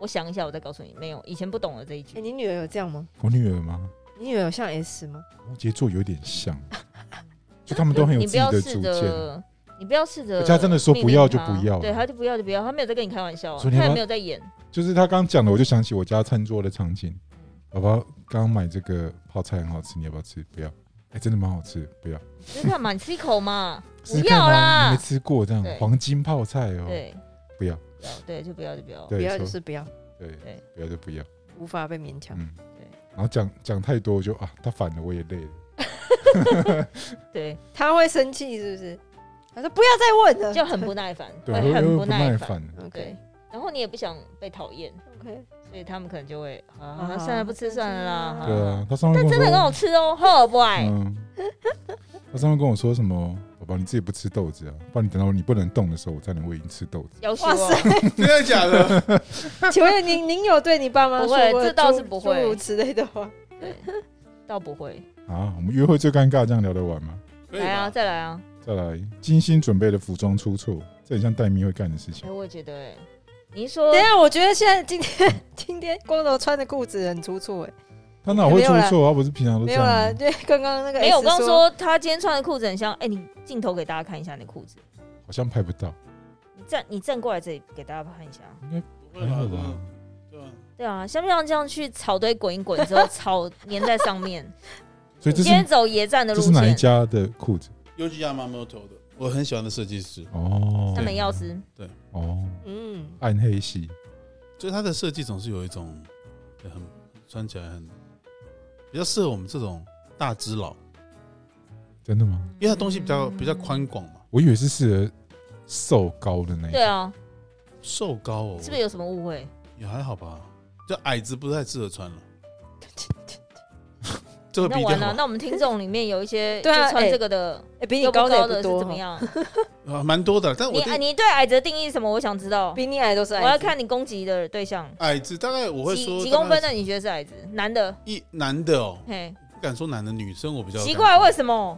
Speaker 4: 我想一下我再告诉你，没有，以前不懂了这一
Speaker 2: 哎，
Speaker 4: 句。
Speaker 2: 你女儿有这样吗？
Speaker 1: 我女儿吗？
Speaker 2: 你女儿有像 S 吗？
Speaker 1: 摩羯座有点 像，就他们都很有
Speaker 4: 你
Speaker 1: 自
Speaker 4: 不
Speaker 1: 己
Speaker 4: 要
Speaker 1: 的
Speaker 4: 试
Speaker 1: 主见。
Speaker 4: 着，你不要试着
Speaker 1: 而
Speaker 4: 命令
Speaker 1: 且他
Speaker 4: 他，
Speaker 1: 真的说不要就不要
Speaker 4: 对，他就不要就不要，他没有在跟你开玩笑啊，
Speaker 1: 所以你要
Speaker 4: 他
Speaker 1: 不
Speaker 4: 也
Speaker 1: 要
Speaker 4: 没有在演。
Speaker 1: 就是他刚讲的，我就想起我家餐桌的场景。宝宝刚刚买这个泡菜很好吃，你要不要吃？不要。哎，真的蛮好吃的，不要。
Speaker 4: 你就看嘛，你吃一口嘛，
Speaker 1: 试
Speaker 4: 不
Speaker 1: 试看
Speaker 4: 要
Speaker 1: 啊你
Speaker 4: 啦
Speaker 1: 没，吃过这样
Speaker 4: 对
Speaker 1: 黄金泡菜哦。
Speaker 4: 对，
Speaker 1: 不要，
Speaker 4: 对，就不要就不要。
Speaker 2: 不
Speaker 1: 对，
Speaker 2: 要就
Speaker 1: 说
Speaker 2: 是不要，
Speaker 1: 对
Speaker 4: 对，
Speaker 1: 不要就不要。
Speaker 2: 无法被勉强。
Speaker 1: 嗯，然后讲讲太多，我就啊，他反了，我也累了。
Speaker 4: 对，
Speaker 2: 她会生气是不是？她说不要再问了，
Speaker 4: 就很不耐烦，
Speaker 1: 对，
Speaker 4: 会
Speaker 1: 我
Speaker 4: 很
Speaker 1: 又
Speaker 4: 不
Speaker 1: 不
Speaker 4: 耐
Speaker 1: 耐
Speaker 4: 烦。
Speaker 1: 烦。
Speaker 2: OK
Speaker 4: 对，然后你也不想被讨厌，
Speaker 2: OK，
Speaker 4: 所以他们可能就会啊，
Speaker 2: 啊
Speaker 4: 算了，不吃算了啦。
Speaker 2: 啊
Speaker 1: 对啊
Speaker 4: 啊，
Speaker 1: 他上面
Speaker 4: 但真的很好吃哦，好不爱。
Speaker 1: 嗯，他上面跟我说什么？宝宝，你自己不吃豆子啊，不然你等到你不能动的时候，我才能喂你吃豆子。
Speaker 4: 要求
Speaker 2: 哇塞
Speaker 4: 哦，
Speaker 3: 真的假的？
Speaker 2: 请问您您有对你爸妈
Speaker 4: 不
Speaker 2: 说
Speaker 4: 会
Speaker 2: 过
Speaker 4: 这倒
Speaker 2: 诸
Speaker 4: 是不会
Speaker 2: 诸如此类的话？
Speaker 4: 对倒不会，
Speaker 1: 啊，我们约会最尴尬，这样聊得完吗？
Speaker 3: 可以吧
Speaker 4: 来啊，再来啊。
Speaker 1: 再来，精心准备的服装出错，这很像戴咪会干的事
Speaker 4: 哎，
Speaker 1: 情。
Speaker 4: 我也觉得，哎，你说
Speaker 2: 等一下，我觉得现在今天 今天光头穿的裤子很出错哎，
Speaker 1: 他哪会出错啊？不是平常都这
Speaker 2: 没有
Speaker 1: 样
Speaker 2: 啦，
Speaker 1: 吗，
Speaker 2: 对，刚刚那个
Speaker 4: 没有，我
Speaker 2: S
Speaker 4: 刚刚说他今天穿的裤子很像，哎，你镜头给大家看一下你的裤子，
Speaker 1: 好像拍不到，
Speaker 4: 你站你站过来这里给大家看一下。啊
Speaker 1: 应该
Speaker 3: 不
Speaker 1: 还好吧？
Speaker 3: 对啊，
Speaker 4: 对啊，像不像这样去草堆滚一滚之后，草 粘在上面？
Speaker 2: 哎
Speaker 1: 所以这
Speaker 4: 今
Speaker 1: 是
Speaker 4: 天走野战的
Speaker 1: 这
Speaker 4: 路
Speaker 1: 是哪一
Speaker 4: 线，
Speaker 1: 家的裤子？
Speaker 3: 尤其亚麻没有头的，我很喜欢的设计师，
Speaker 1: 哦，
Speaker 4: 他们要吃。
Speaker 1: 哦，
Speaker 2: 嗯，
Speaker 1: 暗黑系，
Speaker 3: 就是他的设计总是有一种对很穿起来很比较适合我们这种大只佬，
Speaker 1: 真的吗？
Speaker 3: 因为它东西比
Speaker 4: 嗯
Speaker 3: 较比较宽广嘛，
Speaker 1: 我以为是适合瘦高的
Speaker 2: 哎
Speaker 1: 那一
Speaker 4: 对
Speaker 1: 种。
Speaker 4: 啊，
Speaker 3: 瘦高哦，
Speaker 4: 是不是有什么误会？
Speaker 3: 也还好吧？就矮子不太适合 穿了，这会
Speaker 4: 那
Speaker 3: 比
Speaker 4: 完了，
Speaker 3: 较
Speaker 4: 那我们听众里面有一些
Speaker 2: 对啊
Speaker 4: 就穿这个的，
Speaker 2: 哎，比
Speaker 4: 比
Speaker 2: 你高的也
Speaker 4: 高
Speaker 2: 不
Speaker 4: 的
Speaker 2: 多
Speaker 4: 是
Speaker 2: 哦
Speaker 4: 怎 么？样？
Speaker 3: 啊，蛮多的。但我
Speaker 4: 你
Speaker 3: 对
Speaker 4: 你对矮子的定义是什么？我想知道。
Speaker 2: 比你矮都是
Speaker 4: 我
Speaker 2: 矮。
Speaker 4: 要，看你攻击的对象
Speaker 3: 矮子大概我会
Speaker 4: 几
Speaker 3: 说
Speaker 4: 几公分
Speaker 3: 大
Speaker 4: 的？
Speaker 3: 概
Speaker 4: 你觉得是矮子？男的？
Speaker 3: 一男的哦，
Speaker 4: 嘿，
Speaker 3: 不敢说男的，女生我比较
Speaker 4: 奇
Speaker 3: 敢
Speaker 4: 怪，为什么？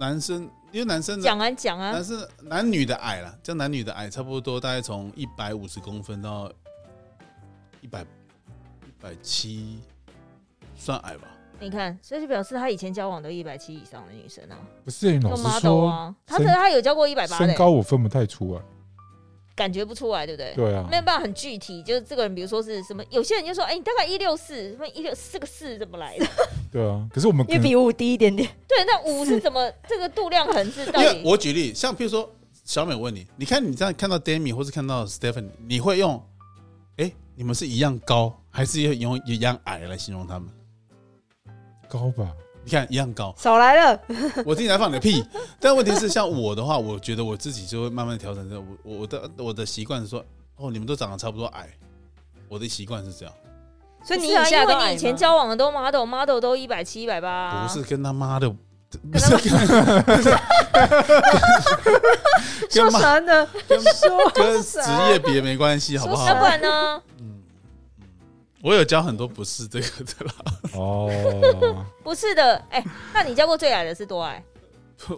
Speaker 3: 男生因为男生的
Speaker 4: 讲啊讲啊
Speaker 3: 男，生男女的矮啦，这样男女的矮差不多大概从一百五十公分到一百一百七，算矮吧？
Speaker 4: 你看，所以就表示他以前交往都一百七以上的女生啊，
Speaker 1: 不是、欸，老
Speaker 4: 用
Speaker 1: 实
Speaker 4: model
Speaker 1: 说，
Speaker 4: 啊，他
Speaker 1: 身
Speaker 4: 可是他有交过一百八的
Speaker 1: 身
Speaker 4: 欸，
Speaker 1: 高我分不太出来。
Speaker 4: 感觉不出来，对不对？
Speaker 1: 对啊
Speaker 4: 没，有办法很具体，就是这个人，比如说是什么，有些人就说，哎、你大概一六四，什么一六四个四怎么来的？
Speaker 1: 对啊。可是我们可
Speaker 2: 因为
Speaker 1: 能
Speaker 2: 比我低一点点。
Speaker 4: 对，那五是怎么？这个度量衡是到
Speaker 3: 因为
Speaker 4: 底？
Speaker 3: 我举例，像譬如说小美问你，你看你这样看到 Demi 或是看到 Stephanie，你会用哎、诶你们是一样高，还是用一样矮来形容他们？
Speaker 1: 高吧，
Speaker 3: 你看一样高，
Speaker 2: 少来了，
Speaker 3: 我听起来放你的屁。但问题是，像我的话，我觉得我自己就会慢慢调整。我我我的我的习惯是说，哦，你们都长得差不多矮，我的习惯是这样。
Speaker 2: 所以你
Speaker 4: 是啊，
Speaker 2: 以
Speaker 4: 因
Speaker 2: 下都
Speaker 4: 为
Speaker 2: 矮
Speaker 4: 你以前
Speaker 2: 吗
Speaker 4: 交往的都 model model 都一百七、一百八，
Speaker 3: 不是跟他妈的，不
Speaker 4: 啊跟
Speaker 3: 是
Speaker 4: 他
Speaker 2: 说
Speaker 3: 跟妈
Speaker 2: 啥呢？
Speaker 3: 跟
Speaker 2: 说
Speaker 3: 跟职
Speaker 2: 啥
Speaker 3: 业别没关系，好不啊好
Speaker 4: 要啊不？然呢？
Speaker 3: 嗯，嗯我有教很多不是这个的啦。
Speaker 1: 哦，
Speaker 4: 不是的，哎、那你交过最矮的是多矮？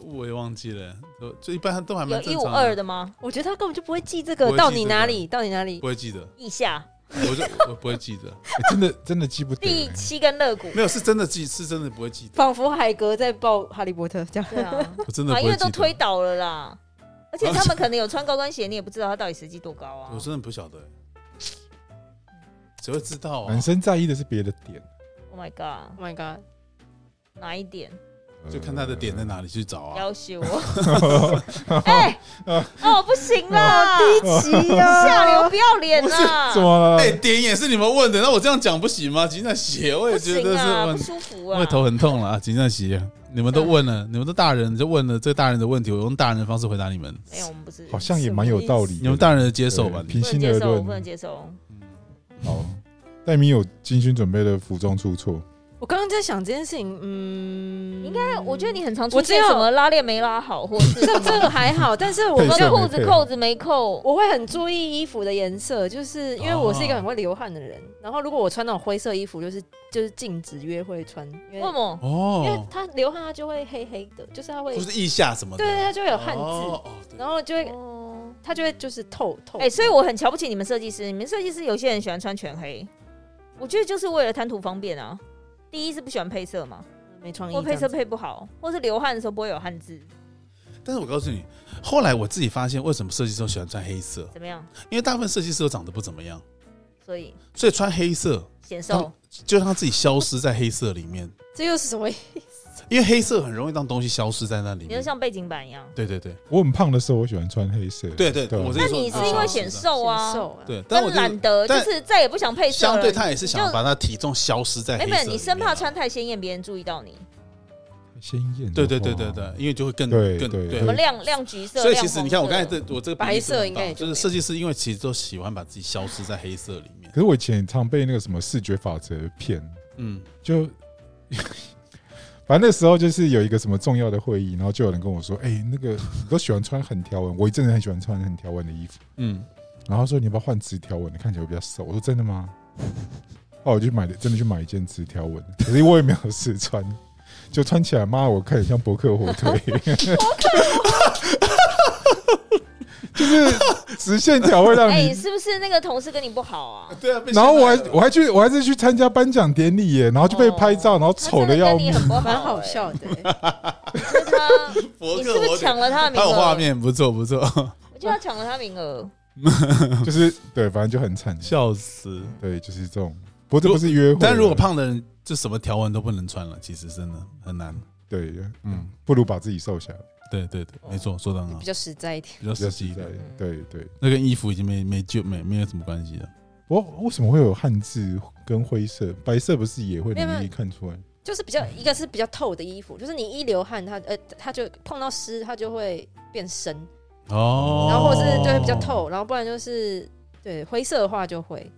Speaker 3: 我也忘记了，都就一般都还
Speaker 4: 有
Speaker 3: 蛮
Speaker 4: 一
Speaker 3: 正
Speaker 4: 五
Speaker 3: 常
Speaker 4: 二
Speaker 3: 的，
Speaker 4: 的吗？
Speaker 2: 我觉得他根本就不会记这
Speaker 3: 不
Speaker 2: 个
Speaker 3: 会
Speaker 2: 到
Speaker 3: 记
Speaker 2: 你
Speaker 3: 这
Speaker 2: 哪
Speaker 3: 个
Speaker 2: 里，到你哪里
Speaker 3: 不。会记得，
Speaker 4: 以下
Speaker 3: 我就我不会记得，
Speaker 1: 欸真的真的记不得、
Speaker 4: 第
Speaker 1: 欸。
Speaker 4: 七根肋骨。
Speaker 3: 没有是真的记，是真的不会记得，
Speaker 2: 仿佛海格在抱哈利波特这样，
Speaker 4: 对啊，
Speaker 3: 我真的
Speaker 4: 啊，
Speaker 3: 不
Speaker 4: 因
Speaker 3: 会
Speaker 4: 为
Speaker 3: 记
Speaker 4: 都
Speaker 3: 得，
Speaker 4: 推
Speaker 3: 啊
Speaker 4: 倒了啦。而且他们可能有穿高跟鞋，你也不知道他到底实际多高啊
Speaker 3: 我。真的不晓得，谁会知道啊
Speaker 1: 男？生在意的是别的点，
Speaker 4: Oh my god，
Speaker 2: Oh my god！
Speaker 4: 哪一点？
Speaker 1: 呃
Speaker 3: 就看他的点在。哪里去找啊。
Speaker 4: 要求我。 哎、哦，不行啦，
Speaker 2: 急
Speaker 4: 下流
Speaker 2: 啊！
Speaker 4: 不要脸啦！
Speaker 1: 怎么
Speaker 3: 哎，
Speaker 1: 了？
Speaker 3: 点也是你们问的，那我这样讲不行吗？吉娜鞋，我
Speaker 4: 不
Speaker 3: 也觉得
Speaker 4: 行
Speaker 3: 是
Speaker 4: 啊，
Speaker 3: 问
Speaker 4: 不舒服
Speaker 3: 我
Speaker 4: 啊嗯
Speaker 3: 也。头很痛了啊！吉娜鞋，你们都问了，你们都大人就问了这大人的问题，我用大人的方式回答你们，
Speaker 4: 没有，我们不是，
Speaker 1: 好像也蛮有道理的。
Speaker 3: 你们大人的接受吧
Speaker 1: 对？
Speaker 3: 你
Speaker 1: 平
Speaker 4: 不能
Speaker 1: 心
Speaker 4: 接
Speaker 1: 而
Speaker 4: 受，我不能
Speaker 1: 论。
Speaker 4: 接受。
Speaker 1: 好，戴米有精心准备的服装出错，
Speaker 2: 我刚刚在想这件事情，嗯，
Speaker 4: 应该有，我觉得你很常出
Speaker 2: 我只
Speaker 4: 现
Speaker 2: 有
Speaker 4: 什么拉链没拉好，或者是
Speaker 2: 这这个还好，但是我
Speaker 1: 配
Speaker 4: 什
Speaker 1: 色
Speaker 4: 么
Speaker 1: 没
Speaker 4: 裤子
Speaker 1: 配
Speaker 4: 扣子没扣。
Speaker 2: 我会很注意衣服的颜色，就是因为我
Speaker 3: 哦
Speaker 2: 是一个很会流汗的人。然后如果我穿那种灰色衣服，就是就是禁止约会穿，因
Speaker 4: 为
Speaker 2: 为、
Speaker 4: 什么？
Speaker 2: 因为
Speaker 3: 哦，
Speaker 2: 它流汗它就会黑黑的，就是它会
Speaker 5: 不
Speaker 2: 对
Speaker 5: 是腋下什么的，
Speaker 2: 对，它就会有汗渍，
Speaker 5: 哦哦对
Speaker 2: 然后就会
Speaker 4: 哦
Speaker 2: 它就会就是透透。
Speaker 4: 哎、所以我很瞧不起你们设计师。你们设计师有些人喜欢穿全黑，我觉得就是为了贪图方便啊。第一是不喜欢配色嘛，
Speaker 2: 没创意
Speaker 4: 或
Speaker 2: 这
Speaker 4: 配
Speaker 2: 样
Speaker 4: 色
Speaker 2: 子，
Speaker 4: 配不好，或是流汗的时候不会有汗渍，
Speaker 3: 但是我告诉你，后来我自己发现为什么设计师都喜欢穿黑色，
Speaker 4: 怎么样？
Speaker 3: 因为大部分设计师都长得不怎么样，
Speaker 4: 所以
Speaker 3: 所以穿黑色
Speaker 4: 显
Speaker 3: 他们
Speaker 4: 瘦。
Speaker 3: 就让他自己消失在黑色里面，
Speaker 2: 这又是什么？
Speaker 3: 因为黑色很容易让东西消失在那里
Speaker 4: 你就
Speaker 3: 面。
Speaker 4: 像背景板一样。
Speaker 3: 对对对
Speaker 1: 我很胖的时候，我喜欢穿黑色。
Speaker 3: 对对，
Speaker 1: 对啊
Speaker 3: 我
Speaker 4: 那
Speaker 3: 这
Speaker 4: 你是因为显瘦啊，
Speaker 2: 瘦啊，
Speaker 3: 对，哦但
Speaker 4: 跟
Speaker 3: 我就
Speaker 4: 懒得，就
Speaker 3: 但
Speaker 4: 是再也不想配色了。
Speaker 3: 相对他也是想
Speaker 4: 就
Speaker 3: 把他体重消失在黑
Speaker 4: 没
Speaker 3: 色里
Speaker 4: 有，
Speaker 3: 面啊。
Speaker 4: 你生怕穿太鲜艳，别人注意到你。
Speaker 1: 鲜艳。
Speaker 3: 对对对对对，，因为就会更
Speaker 1: 对
Speaker 3: 更
Speaker 1: 对
Speaker 4: 什么
Speaker 1: 对
Speaker 4: 亮亮橘色，
Speaker 3: 所以其实
Speaker 4: 亮
Speaker 3: 你看，我刚才
Speaker 4: 黄色
Speaker 3: 这我这个
Speaker 2: 白色
Speaker 3: 比例做得
Speaker 2: 应该也
Speaker 3: 到
Speaker 2: 就
Speaker 3: 就是
Speaker 2: 没有
Speaker 3: 设计师，因为其实都喜欢把自己消失在黑色里面。
Speaker 1: 可是我以前常被那个什么视觉法则骗，
Speaker 3: 嗯，
Speaker 1: 就 反正那时候就是有一个什么重要的会议，然后就有人跟我说：“哎、那个你都喜欢穿横条纹，我一阵子很喜欢穿横条纹的衣服。
Speaker 3: 嗯，”
Speaker 1: 然后他说：“你要不要换直条纹的？看起来会比较瘦。”我说：“真的吗？” 哦，我就买的真的去买一件直条纹，可是我也没有试穿，就穿起来，妈，我看起来像博客火腿， 就是直线条会让
Speaker 4: 哎、
Speaker 3: 嗯
Speaker 1: 你。
Speaker 4: 是不是那个同事跟你不好啊？
Speaker 3: 对啊。被
Speaker 1: 然后我还
Speaker 3: 陷害了
Speaker 1: 我还去我还是去参加颁奖典礼耶，然后就
Speaker 3: 哦
Speaker 1: 被拍照，然后丑的
Speaker 4: 的
Speaker 1: 要
Speaker 4: 跟你
Speaker 1: 命。
Speaker 4: 很不好、
Speaker 2: 蛮好。笑的、欸。
Speaker 4: 就是他，
Speaker 5: 博
Speaker 4: 你
Speaker 5: 客
Speaker 4: 是不
Speaker 5: 我
Speaker 4: 是抢了他的名
Speaker 3: 还
Speaker 4: 额？
Speaker 3: 有画，面，不错不 错，
Speaker 4: 我就要抢了他名额。
Speaker 1: 就是对，反正就很惨。
Speaker 3: 笑死。
Speaker 1: 对，就是这种。不过这不是约会，
Speaker 3: 但如果，胖的人，就什么条纹都不能穿了，其实真的很难。
Speaker 1: 对，
Speaker 3: 嗯
Speaker 1: 嗯，不如把自己瘦下来，
Speaker 3: 对对对，没错，说的很好
Speaker 2: 比，较实在一点，
Speaker 3: 比较
Speaker 1: 比较
Speaker 3: 实
Speaker 1: 实
Speaker 3: 际一
Speaker 1: 在
Speaker 3: 点。。
Speaker 1: 对对，
Speaker 3: 那跟衣服已经没没就没没有什么关系了。
Speaker 1: 我为什么会有汉字跟灰色？白色不是也会
Speaker 2: 没有
Speaker 1: 容
Speaker 2: 没
Speaker 1: 易
Speaker 2: 有
Speaker 1: 看出来？
Speaker 2: 就是比较一个是比较透的衣服，就是你一流汗，它呃它就碰到湿，它就会变深，
Speaker 3: 哦，
Speaker 2: 然后或者是就会比较。透，然后不然就是对灰色的话就会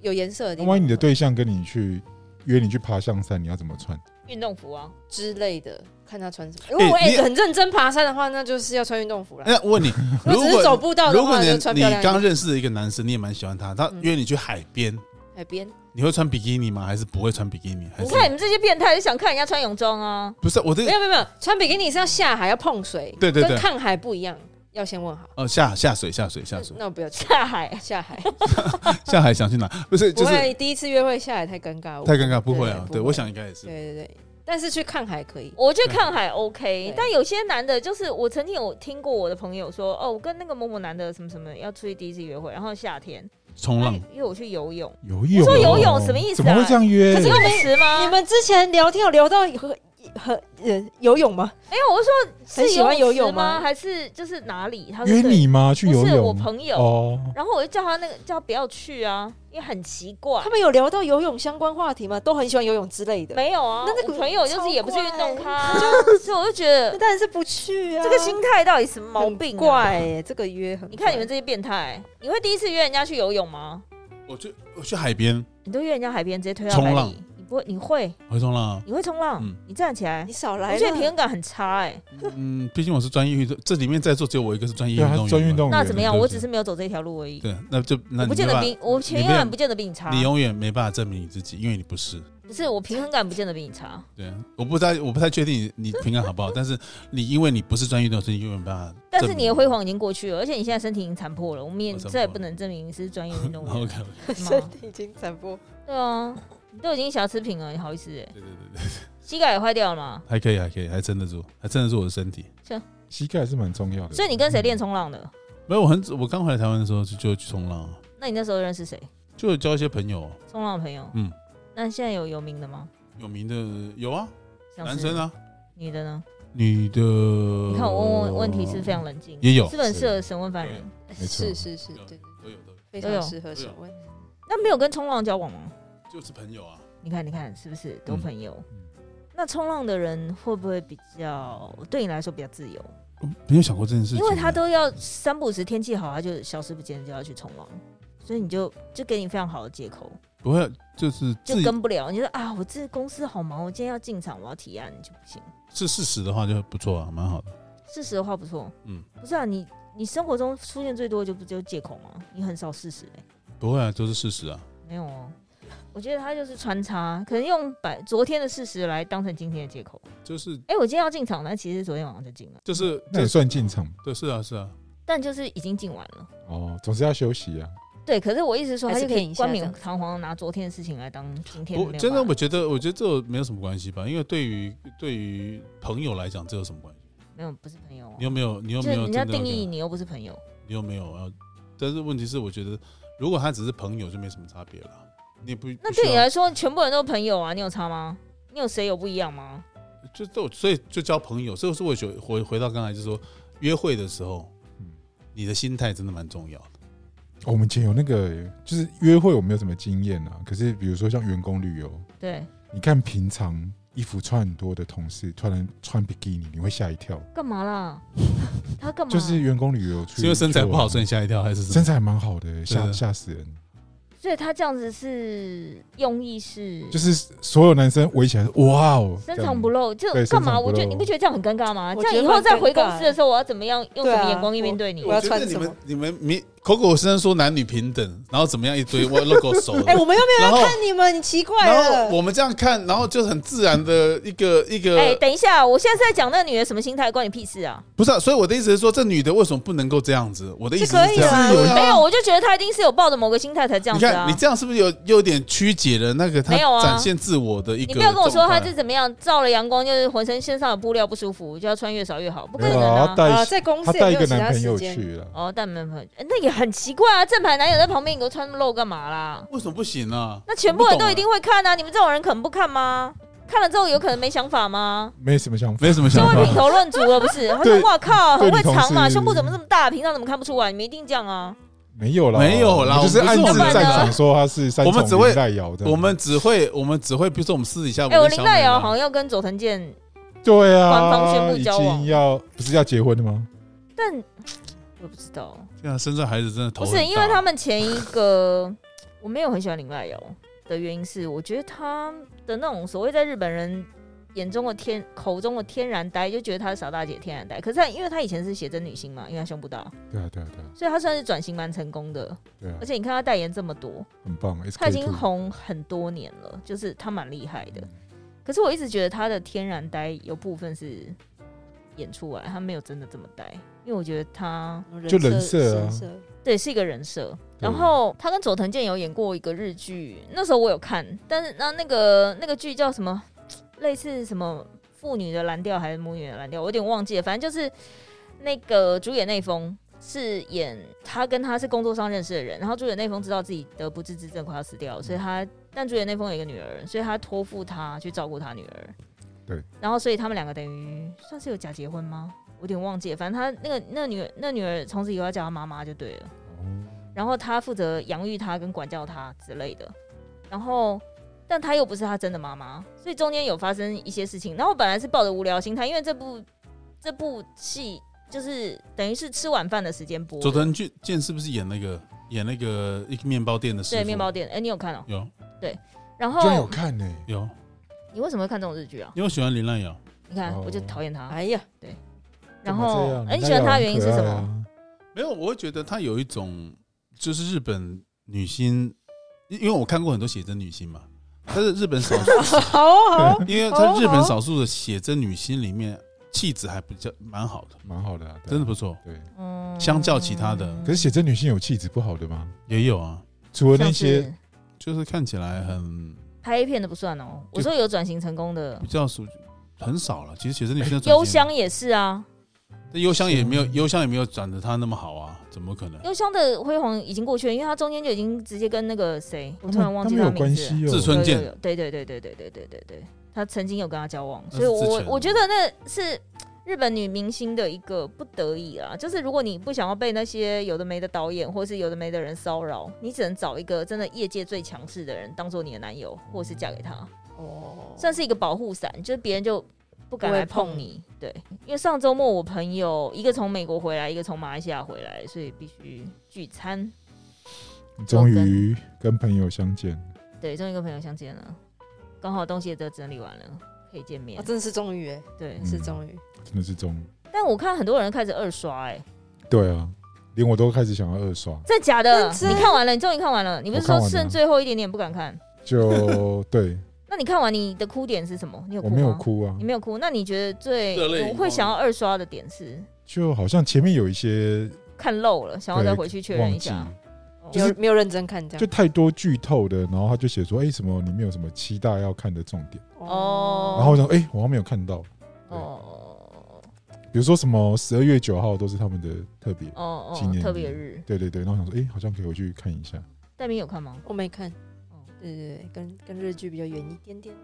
Speaker 2: 有颜色的地
Speaker 1: 那
Speaker 2: 方，
Speaker 1: 万一你的对象跟你去约你去爬象山，你要怎么穿？
Speaker 4: 运动服啊，
Speaker 2: 之类的，看他穿什么。如果我
Speaker 3: 哎你
Speaker 2: 也很认真爬山的话，那就是要穿运动服了。
Speaker 3: 哎，我问你，
Speaker 2: 如果只
Speaker 3: 如果
Speaker 2: 是走步道的
Speaker 3: 如果
Speaker 2: 话，
Speaker 3: 你
Speaker 2: 就穿
Speaker 3: 你
Speaker 2: 漂亮一
Speaker 3: 刚
Speaker 2: 点。
Speaker 3: 认识的一个男生，你也蛮喜欢他，他
Speaker 2: 嗯
Speaker 3: 约你去海边，
Speaker 2: 海边
Speaker 3: 你会穿比基尼吗？还是不会穿比基尼？还
Speaker 4: 你
Speaker 3: 是
Speaker 4: 看你们这些变态，就想看人家穿泳装啊。
Speaker 3: 不是我这
Speaker 2: 没有没有没有，穿比基尼是要下海要碰水，
Speaker 3: 对对对
Speaker 2: 跟看海不一样，要先问好。
Speaker 3: 哦下下水下水下水
Speaker 2: 那我不要去
Speaker 4: 下海，
Speaker 2: 下 海，
Speaker 3: 下海想去哪？不是
Speaker 2: 嗯不
Speaker 3: 就是
Speaker 2: 会第一次约会下海太尴尬。
Speaker 3: 太尴尬，不会
Speaker 2: 对
Speaker 3: 啊
Speaker 2: 不。会
Speaker 3: 对，我想应该也是。
Speaker 2: 对对对，但是去看海可以。
Speaker 4: 我觉得看海 OK，
Speaker 2: 对
Speaker 4: 但有些男的，就是我曾经有听过我的朋友说，哦，我跟那个某某男的什么什么要出去第一次约会，然后夏天，
Speaker 3: 冲
Speaker 4: 他
Speaker 2: 哎
Speaker 3: 浪
Speaker 4: 约我去游泳，
Speaker 1: 游泳？
Speaker 4: 说游泳什么意思
Speaker 1: 怎
Speaker 4: 啊
Speaker 1: 么会这样约？
Speaker 4: 游泳池吗？
Speaker 2: 你们之前聊天有聊到和和呃游泳吗？
Speaker 4: 没有，哎我是说是
Speaker 2: 很喜欢
Speaker 4: 游
Speaker 2: 游
Speaker 4: 泳
Speaker 2: 泳吗
Speaker 4: 还是就是哪里？他说
Speaker 1: 约
Speaker 4: 对
Speaker 1: 你吗？去游
Speaker 4: 不是
Speaker 1: 泳？
Speaker 4: 我朋友
Speaker 1: 哦，
Speaker 4: 然后我就叫他那个叫他不要去啊，因为很奇怪
Speaker 2: 他。们有聊到游泳相关话题吗？都很喜欢游泳之类的。
Speaker 4: 没有啊，
Speaker 2: 那那个
Speaker 4: 我朋友就是也不是运动咖啊，所以我就觉
Speaker 2: 那
Speaker 4: 得
Speaker 2: 当然是不去啊。
Speaker 4: 这个心态到底什么毛病、啊
Speaker 2: 很怪、。欸，这个约很怪。
Speaker 4: 你看你们这些变态，你会第一次约人家去游泳吗？
Speaker 3: 我去我去海边，
Speaker 4: 你都约人家海边直接推到
Speaker 3: 冲
Speaker 4: 海
Speaker 3: 浪
Speaker 4: 里，你不会？你会？
Speaker 3: 我会冲浪啊。
Speaker 4: 你会冲浪？
Speaker 3: 嗯
Speaker 4: 你站起来
Speaker 2: 你，少来
Speaker 4: 我
Speaker 2: 了，
Speaker 4: 觉得你平衡感很差哎、
Speaker 3: 嗯，毕竟我是专业运动，这里面在座只有我一个是专业
Speaker 1: 对
Speaker 3: 运
Speaker 1: 啊，
Speaker 3: 动员。
Speaker 1: 专运动员
Speaker 4: 那怎么样？
Speaker 3: 对对
Speaker 4: 我只是没有走这条路而已。
Speaker 3: 对，那就那
Speaker 4: 我
Speaker 3: 你
Speaker 4: 不见
Speaker 3: 没
Speaker 4: 得
Speaker 3: 办
Speaker 4: 比我平衡
Speaker 3: 没办
Speaker 4: 感不见得比你差，
Speaker 3: 你永远没办法证明你自己，因为你不是。
Speaker 4: 不是我平衡感不见得比 你差。
Speaker 3: 对，啊我不太我不太确定你你平安好不好，但是你因为你不是专业运动员，所以你永远没办法证明。
Speaker 4: 但是你的辉煌已经过去了，而且你现在身体已经残破了，我们也
Speaker 3: 我残破
Speaker 4: 再也不能证明你是专业运动 员
Speaker 3: OK，
Speaker 4: 是
Speaker 2: 身
Speaker 4: 吗？
Speaker 2: 体已经残破。
Speaker 4: 对啊，你都已经瑕疵品了，你好意思哎、
Speaker 3: 对对对对，
Speaker 4: 膝盖也坏掉了嘛，
Speaker 3: 还可以还可以，还撑得住，还撑得住我的身体。
Speaker 1: 膝盖是蛮重要的。
Speaker 4: 所以你跟谁练冲浪的？
Speaker 3: 没有，我很我刚回来台湾的时候就就去冲浪啊，
Speaker 4: 那你那时候认识谁？
Speaker 3: 就有交一些朋友啊，
Speaker 4: 冲浪的朋友？
Speaker 3: 嗯，
Speaker 4: 那现在有有名的吗？
Speaker 3: 有名的有啊，
Speaker 4: 像是
Speaker 3: 男生啊，
Speaker 4: 女的呢？
Speaker 3: 女的。
Speaker 4: 你
Speaker 3: 你
Speaker 4: 看我问问问题是非常冷静，
Speaker 3: 呃也有
Speaker 4: 是不是很适合审问犯人？
Speaker 1: 没错
Speaker 2: 是是是，对，
Speaker 3: 都有的，
Speaker 2: 非
Speaker 4: 都有
Speaker 2: 常适合审问。
Speaker 4: 那没有跟冲浪交往吗？
Speaker 3: 就是朋友啊。
Speaker 4: 你看你看是不是都
Speaker 3: 嗯
Speaker 4: 朋友？
Speaker 1: 嗯
Speaker 4: 那冲浪的人会不会比较对你来说比较自由？
Speaker 3: 没有想过这件事情啊，
Speaker 4: 因为他都要三不五时天气好，他就消失不见，就要去冲浪，所以你就就给你非常好的借口。
Speaker 3: 不会啊就是自
Speaker 4: 就
Speaker 3: 己
Speaker 4: 跟不了。你就说啊，我这公司好忙，我今天要进场，我要提案就不行。
Speaker 3: 是事实的话就不错啊，蛮好的。
Speaker 4: 事实的话不错，
Speaker 3: 嗯，
Speaker 4: 不是啊，你你生活中出现最多的就不就借口吗？你很少事实哎、
Speaker 3: 不会啊，就是事实啊。
Speaker 4: 没有哦。我觉得他就是穿插，可能用百昨天的事实来当成今天的借口。
Speaker 3: 就是
Speaker 4: 哎、我今天要进场，但其实昨天晚上就进了，
Speaker 3: 就是
Speaker 1: 那也算进场
Speaker 3: 对，是啊是啊，
Speaker 4: 但就是已经进完了。
Speaker 1: 哦，总是要休息啊。
Speaker 4: 对，可是我意思是说，
Speaker 2: 还
Speaker 4: 他
Speaker 2: 是
Speaker 4: 就可
Speaker 2: 骗
Speaker 4: 以
Speaker 2: 一下
Speaker 4: 冠
Speaker 2: 这
Speaker 4: 冕
Speaker 2: 样
Speaker 4: 堂皇地拿昨天的事情来当今天
Speaker 3: 不，
Speaker 4: 没有
Speaker 3: 真的，
Speaker 4: 办法
Speaker 3: 我觉得，我觉得这没有什么关系吧，因为对于对于朋友来讲，这有什么关系？
Speaker 4: 没有不是朋友哦、
Speaker 3: 你有没有，你有
Speaker 4: 就
Speaker 3: 没
Speaker 4: 是
Speaker 3: 有
Speaker 4: 人家
Speaker 3: 真的要
Speaker 4: 定义
Speaker 3: 跟
Speaker 4: 你又不是朋友，
Speaker 3: 他，你有没有要？但是问题是，我觉得如果他只是朋友，就没什么差别了。你也不
Speaker 4: 那
Speaker 3: 不需
Speaker 4: 对你啊
Speaker 3: 要
Speaker 4: 来说，全部人都是朋友啊，你有差吗？你有谁有不一样吗？
Speaker 3: 就都所以就交朋友，所以说我觉回回到刚才就是说，约会的时候
Speaker 1: 嗯，
Speaker 3: 你的心态真的蛮重要的。
Speaker 1: 哦我们以前有那个，就是约会我没有什么经验啊，可是比如说像员工旅游，
Speaker 4: 对，
Speaker 1: 你看平常衣服穿很多的同事突然穿比基尼，你会吓一跳。
Speaker 4: 干嘛啦？他干嘛？
Speaker 1: 就是员工旅游去，
Speaker 3: 是因为身材不好，
Speaker 1: 去
Speaker 3: 所以
Speaker 1: 玩
Speaker 3: 你吓一跳，还是什
Speaker 1: 身
Speaker 3: 么？
Speaker 1: 材还蛮好的，
Speaker 3: 真
Speaker 1: 吓
Speaker 3: 的
Speaker 1: 吓死人。
Speaker 4: 所以他这样子是用意是
Speaker 1: 就是所有男生围起来，哇哦，
Speaker 4: 深
Speaker 1: 这样
Speaker 4: 藏不露，就
Speaker 1: 对
Speaker 4: 干
Speaker 1: 深
Speaker 4: 嘛？
Speaker 1: 藏不
Speaker 4: 我觉得
Speaker 1: 露
Speaker 4: 你不觉得这样很尴尬吗？
Speaker 2: 我
Speaker 4: 这
Speaker 2: 觉
Speaker 4: 样以
Speaker 2: 得
Speaker 4: 后
Speaker 2: 很
Speaker 4: 再回
Speaker 2: 尴
Speaker 4: 公
Speaker 2: 尬
Speaker 4: 司的时候，我要怎么样用
Speaker 2: 对
Speaker 4: 什
Speaker 2: 啊
Speaker 4: 么眼光去面对你
Speaker 2: 我？要
Speaker 3: 觉得
Speaker 2: 穿
Speaker 3: 你
Speaker 2: 什么
Speaker 3: 们你们明 Coco 虽然说男女平等，然后怎么样一堆我 logo 熟了
Speaker 2: 哎、我们又没有
Speaker 3: 然后
Speaker 2: 要看你们，你奇怪
Speaker 3: 然后
Speaker 2: 了。
Speaker 3: 我们这样看，然后就很自然的一个一个，
Speaker 4: 哎、等一下，我现在是在讲那个女的什么心态，关你屁事啊！
Speaker 3: 不是、啊，所以我的意思是说，这女的为什么不能够这样子？我的意思
Speaker 2: 是可以
Speaker 3: 这样，
Speaker 2: 啦
Speaker 3: 对啊
Speaker 4: 没有，我就觉得她一定是有抱着某个心态才这样
Speaker 3: 你
Speaker 4: 子啊
Speaker 3: 看。你这样是不是有有点曲解了那个她
Speaker 4: 没有啊
Speaker 3: 展现自我的一个
Speaker 4: 你
Speaker 3: 状态？
Speaker 4: 不要跟我说她是怎么样，照了阳光就是浑身身上有布料不舒服，就要穿越少越好，不可
Speaker 1: 没有
Speaker 4: 能
Speaker 1: 啊，他
Speaker 4: 啊！
Speaker 2: 啊，
Speaker 1: 带
Speaker 2: 在公
Speaker 1: 他
Speaker 2: 司也
Speaker 1: 带
Speaker 2: 没
Speaker 1: 一
Speaker 2: 有
Speaker 1: 个
Speaker 2: 其他
Speaker 1: 男朋
Speaker 2: 时
Speaker 1: 友
Speaker 2: 间。
Speaker 1: 去了，
Speaker 4: 哦，但没有朋友，哎那也很奇怪啊！正牌男友在旁边，你给我穿那么露干嘛啦？
Speaker 3: 为什么不行啊？
Speaker 4: 那全部人都一定
Speaker 3: 我
Speaker 4: 会看啊！你们这种人可能不看吗？看了之后有可能没想法吗？
Speaker 1: 没什么想法
Speaker 3: 不懂啊，没什么
Speaker 4: 就
Speaker 3: 想
Speaker 4: 会品
Speaker 3: 法。
Speaker 4: 头论足了，不是？他说：“
Speaker 1: 对
Speaker 4: 哇靠，
Speaker 1: 对
Speaker 4: 很
Speaker 1: 你
Speaker 4: 会
Speaker 1: 同
Speaker 4: 藏嘛，
Speaker 1: 事
Speaker 4: 胸部怎么这么大？平常怎么看不出来？你们一定这样啊！
Speaker 1: 没有啦，
Speaker 3: 没有啦
Speaker 1: 我们就是
Speaker 3: 我们
Speaker 1: 暗
Speaker 3: 不是
Speaker 1: 自
Speaker 4: 我们
Speaker 1: 赞
Speaker 4: 的
Speaker 1: 赏说他是三
Speaker 3: 我
Speaker 1: 重
Speaker 3: 们只会
Speaker 1: 林黛瑶的，
Speaker 3: 我们只会我们只会，比如说我们私底下
Speaker 1: 哦
Speaker 4: 哎，我
Speaker 3: 跟
Speaker 4: 林
Speaker 3: 小
Speaker 4: 黛
Speaker 3: 美啊
Speaker 4: 瑶好像要跟佐藤健，
Speaker 1: 对
Speaker 4: 官方
Speaker 1: 啊，
Speaker 4: 宣布
Speaker 1: 已
Speaker 4: 交往
Speaker 1: 经要不是要结婚的吗？
Speaker 4: 但我也不知道，
Speaker 1: 哦
Speaker 3: 现在深圳孩子真的头
Speaker 4: 不
Speaker 3: 很
Speaker 4: 是因为
Speaker 3: 大
Speaker 4: 他们前一个 我没有很喜欢林黛瑶的原因是，我觉得她的那种所谓在日本人眼中的天口中的天然呆，就觉得她是傻大姐天然呆。可是她因为她以前是写真女星嘛，因为她胸部大，
Speaker 1: 对啊，对啊，对啊，
Speaker 4: 所以她算是转型蛮成功的。
Speaker 1: 对啊
Speaker 4: 而，且你看她代言这么多，
Speaker 1: 很棒，SK2。
Speaker 4: 她已经红很多年了，就是她蛮厉害的。可是我一直觉得他的天然呆有部分是演出来，他没有真的这么呆，因为我觉得他
Speaker 1: 就人设啊
Speaker 2: 嗯人设
Speaker 4: 对是一个人设。
Speaker 1: 对
Speaker 4: 然后他跟佐藤健有演过一个日剧，那时候我有看，但是那那个那个剧叫什么，类似什么妇女的蓝调还是母女的蓝调，我有点忘记了，反正就是那个主演内丰。是演他跟他是工作上认识的人，然后主演内丰知道自己得不治之症快要死掉了，所以他但主演内丰有一个女儿，所以他托付他去照顾他女儿。
Speaker 1: 对，
Speaker 4: 然后所以他们两个等于算是有假结婚吗？我有点忘记了，反正他那个那女儿那女儿从此以后要叫他妈妈就对了。
Speaker 1: 哦
Speaker 4: 然后他负责养育他跟管教他之类的。然后，但他又不是他真的妈妈，所以中间有发生一些事情。然后我本来是抱着无聊心态，因为这部这部戏就是等于是吃晚饭的时间播的，
Speaker 3: 佐藤健健是不是演那个演那个一个面包店的师傅？
Speaker 4: 对面包店。哎、你有看哦、
Speaker 3: 有
Speaker 4: 然
Speaker 1: 哦居然有
Speaker 4: 后
Speaker 1: 看呢，
Speaker 3: 有，
Speaker 4: 你为什么会看这种日剧啊？
Speaker 3: 因为我喜欢林濑瑶，
Speaker 4: 你看，
Speaker 1: 哦
Speaker 4: 我就讨厌他。
Speaker 2: 哎呀，
Speaker 1: 干
Speaker 4: 然
Speaker 1: 嘛这
Speaker 4: 后
Speaker 1: 样，
Speaker 4: 哎、你喜欢他的原因是什？
Speaker 1: 那也很可爱
Speaker 4: 么？
Speaker 1: 啊
Speaker 3: 没有，我会觉得她有一种就是日本女星，因因为我看过很多写真女星嘛，她是日本少数，
Speaker 2: 好哦好哦
Speaker 3: 因为她日本少数的写真女星里面气质还比较蛮好的，
Speaker 1: 蛮好的啊，对啊
Speaker 3: 真的不错，
Speaker 1: 对。
Speaker 4: 嗯，
Speaker 3: 相较其他的
Speaker 1: 可是写真女性有气质不好的吗？
Speaker 3: 也有啊，
Speaker 1: 除了那
Speaker 4: 像
Speaker 1: 些
Speaker 4: 是
Speaker 3: 就是看起来很
Speaker 4: 拍 A 片的不算哦、我
Speaker 3: 就
Speaker 4: 说有转型成功的
Speaker 3: 比，较属很少了。其实写真女星的转型
Speaker 4: 幽，香也是啊，
Speaker 3: 但幽香也没有幽香也没有长得她那么好啊，怎么可能？
Speaker 4: 幽香的辉煌已经过去了，因为他中间就已经直接跟那个谁，我
Speaker 1: 他们
Speaker 4: 突然忘记
Speaker 1: 他
Speaker 4: 他
Speaker 1: 们有关
Speaker 4: 名字了。
Speaker 1: 系哦，
Speaker 3: 自尊
Speaker 4: 有
Speaker 3: 健
Speaker 4: 有有对对对对对对对对对，他曾经有跟他交往，
Speaker 3: 那
Speaker 4: 所
Speaker 3: 是之
Speaker 4: 以我
Speaker 3: 前的
Speaker 4: 我觉得那是日本女明星的一个不得已啊，就是如果你不想要被那些有的没的导演或是有的没的人骚扰，你只能找一个真的业界最强势的人当做你的男友，或是嫁给他，
Speaker 2: 哦，
Speaker 4: 算是一个保护伞，就是别人就不敢来
Speaker 2: 不会
Speaker 4: 碰
Speaker 2: 碰
Speaker 4: 你。对，因为上周末我朋友一个从美国回来，一个从马来西亚回来，所以必须聚餐。
Speaker 1: 终于跟朋友相见，
Speaker 4: 对，终于跟朋友相见了，刚好东西也都整理完了，可以见面
Speaker 2: 哦，。真的是终于哎，
Speaker 4: 对
Speaker 1: 嗯，
Speaker 2: 是终于。
Speaker 1: 真的是中，
Speaker 4: 但我看很多人开始二刷、哎，
Speaker 1: 对啊，连我都开始想要二刷，
Speaker 4: 真的假的？
Speaker 2: 认真
Speaker 4: 你看完了，你终于看完了，你不是
Speaker 1: 我看
Speaker 4: 说
Speaker 1: 完了
Speaker 4: 剩最后一点点不敢看？
Speaker 1: 就对
Speaker 4: 那你看完你的哭点是什么？你有哭
Speaker 1: 我
Speaker 4: 吗？
Speaker 1: 没有哭啊
Speaker 4: 你，没有哭，那你觉得最
Speaker 3: 热泪盈
Speaker 4: 我
Speaker 3: 眶
Speaker 4: 会想要二刷的点是
Speaker 1: 就好像前面有一些
Speaker 4: 看漏了，想要再回去确认
Speaker 1: 忘
Speaker 4: 一
Speaker 1: 记，
Speaker 4: 下。哦
Speaker 1: 就是
Speaker 2: 没有没有认真看这
Speaker 1: 就
Speaker 2: 样。
Speaker 1: 太多剧透的，然后他就写说，哎，什么里面有什么七大要看的重点，
Speaker 4: 哦
Speaker 1: 然后我想，哎，我好像没有看到，
Speaker 4: 哦
Speaker 1: 比如说什么十二月九号都是他们的特别
Speaker 4: 哦，哦
Speaker 1: 纪念日
Speaker 4: 特别日，
Speaker 1: 对对对，然后我想说，哎，好像可以回去看一下，
Speaker 4: 戴明有看吗？
Speaker 2: 我没看
Speaker 4: 哦，
Speaker 2: 对对对，跟跟日剧比较远一点点。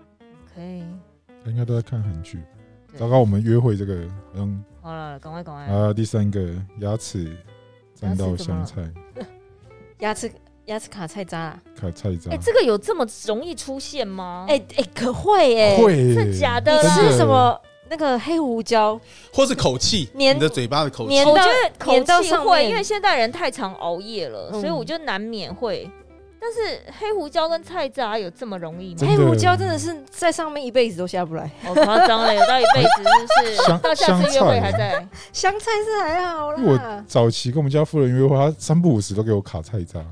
Speaker 4: 可以，
Speaker 1: 他应该都在看韩剧。
Speaker 4: 对哎
Speaker 1: 糟糕，我们约会这个好像
Speaker 4: 好了，赶快赶快。
Speaker 1: 啊，第三个牙齿沾到香菜，
Speaker 2: 牙齿牙齿卡菜渣啦，
Speaker 1: 卡菜渣
Speaker 4: 哎、，这个有这么容易出现吗？
Speaker 2: 哎哎，可会哎，
Speaker 1: 会耶
Speaker 4: 是假的
Speaker 2: 你
Speaker 1: 真
Speaker 4: 啦。
Speaker 1: 的
Speaker 2: 吃什么那个黑胡椒？
Speaker 3: 或是口气，
Speaker 2: 黏
Speaker 3: 你的嘴巴的口气
Speaker 2: 黏，
Speaker 4: 我
Speaker 2: 到
Speaker 4: 觉得口
Speaker 2: 粘到
Speaker 4: 气
Speaker 2: 上
Speaker 4: 会，
Speaker 2: 面
Speaker 4: 因为现代人太常熬夜了，
Speaker 2: 嗯
Speaker 4: 所以我觉得难免会。但是黑胡椒跟菜渣有这么容易吗
Speaker 1: 真？的
Speaker 2: 黑胡椒真的是在上面一辈子都下不来。
Speaker 4: 好夸张了，有到一辈子是不是？
Speaker 1: 香
Speaker 4: 到下次约
Speaker 1: 香
Speaker 4: 会
Speaker 1: 菜
Speaker 4: 还在。
Speaker 2: 香菜是还好
Speaker 1: 因为
Speaker 2: 啦
Speaker 1: 我，早期跟我们家夫人约会，她三不五时都给我卡菜渣，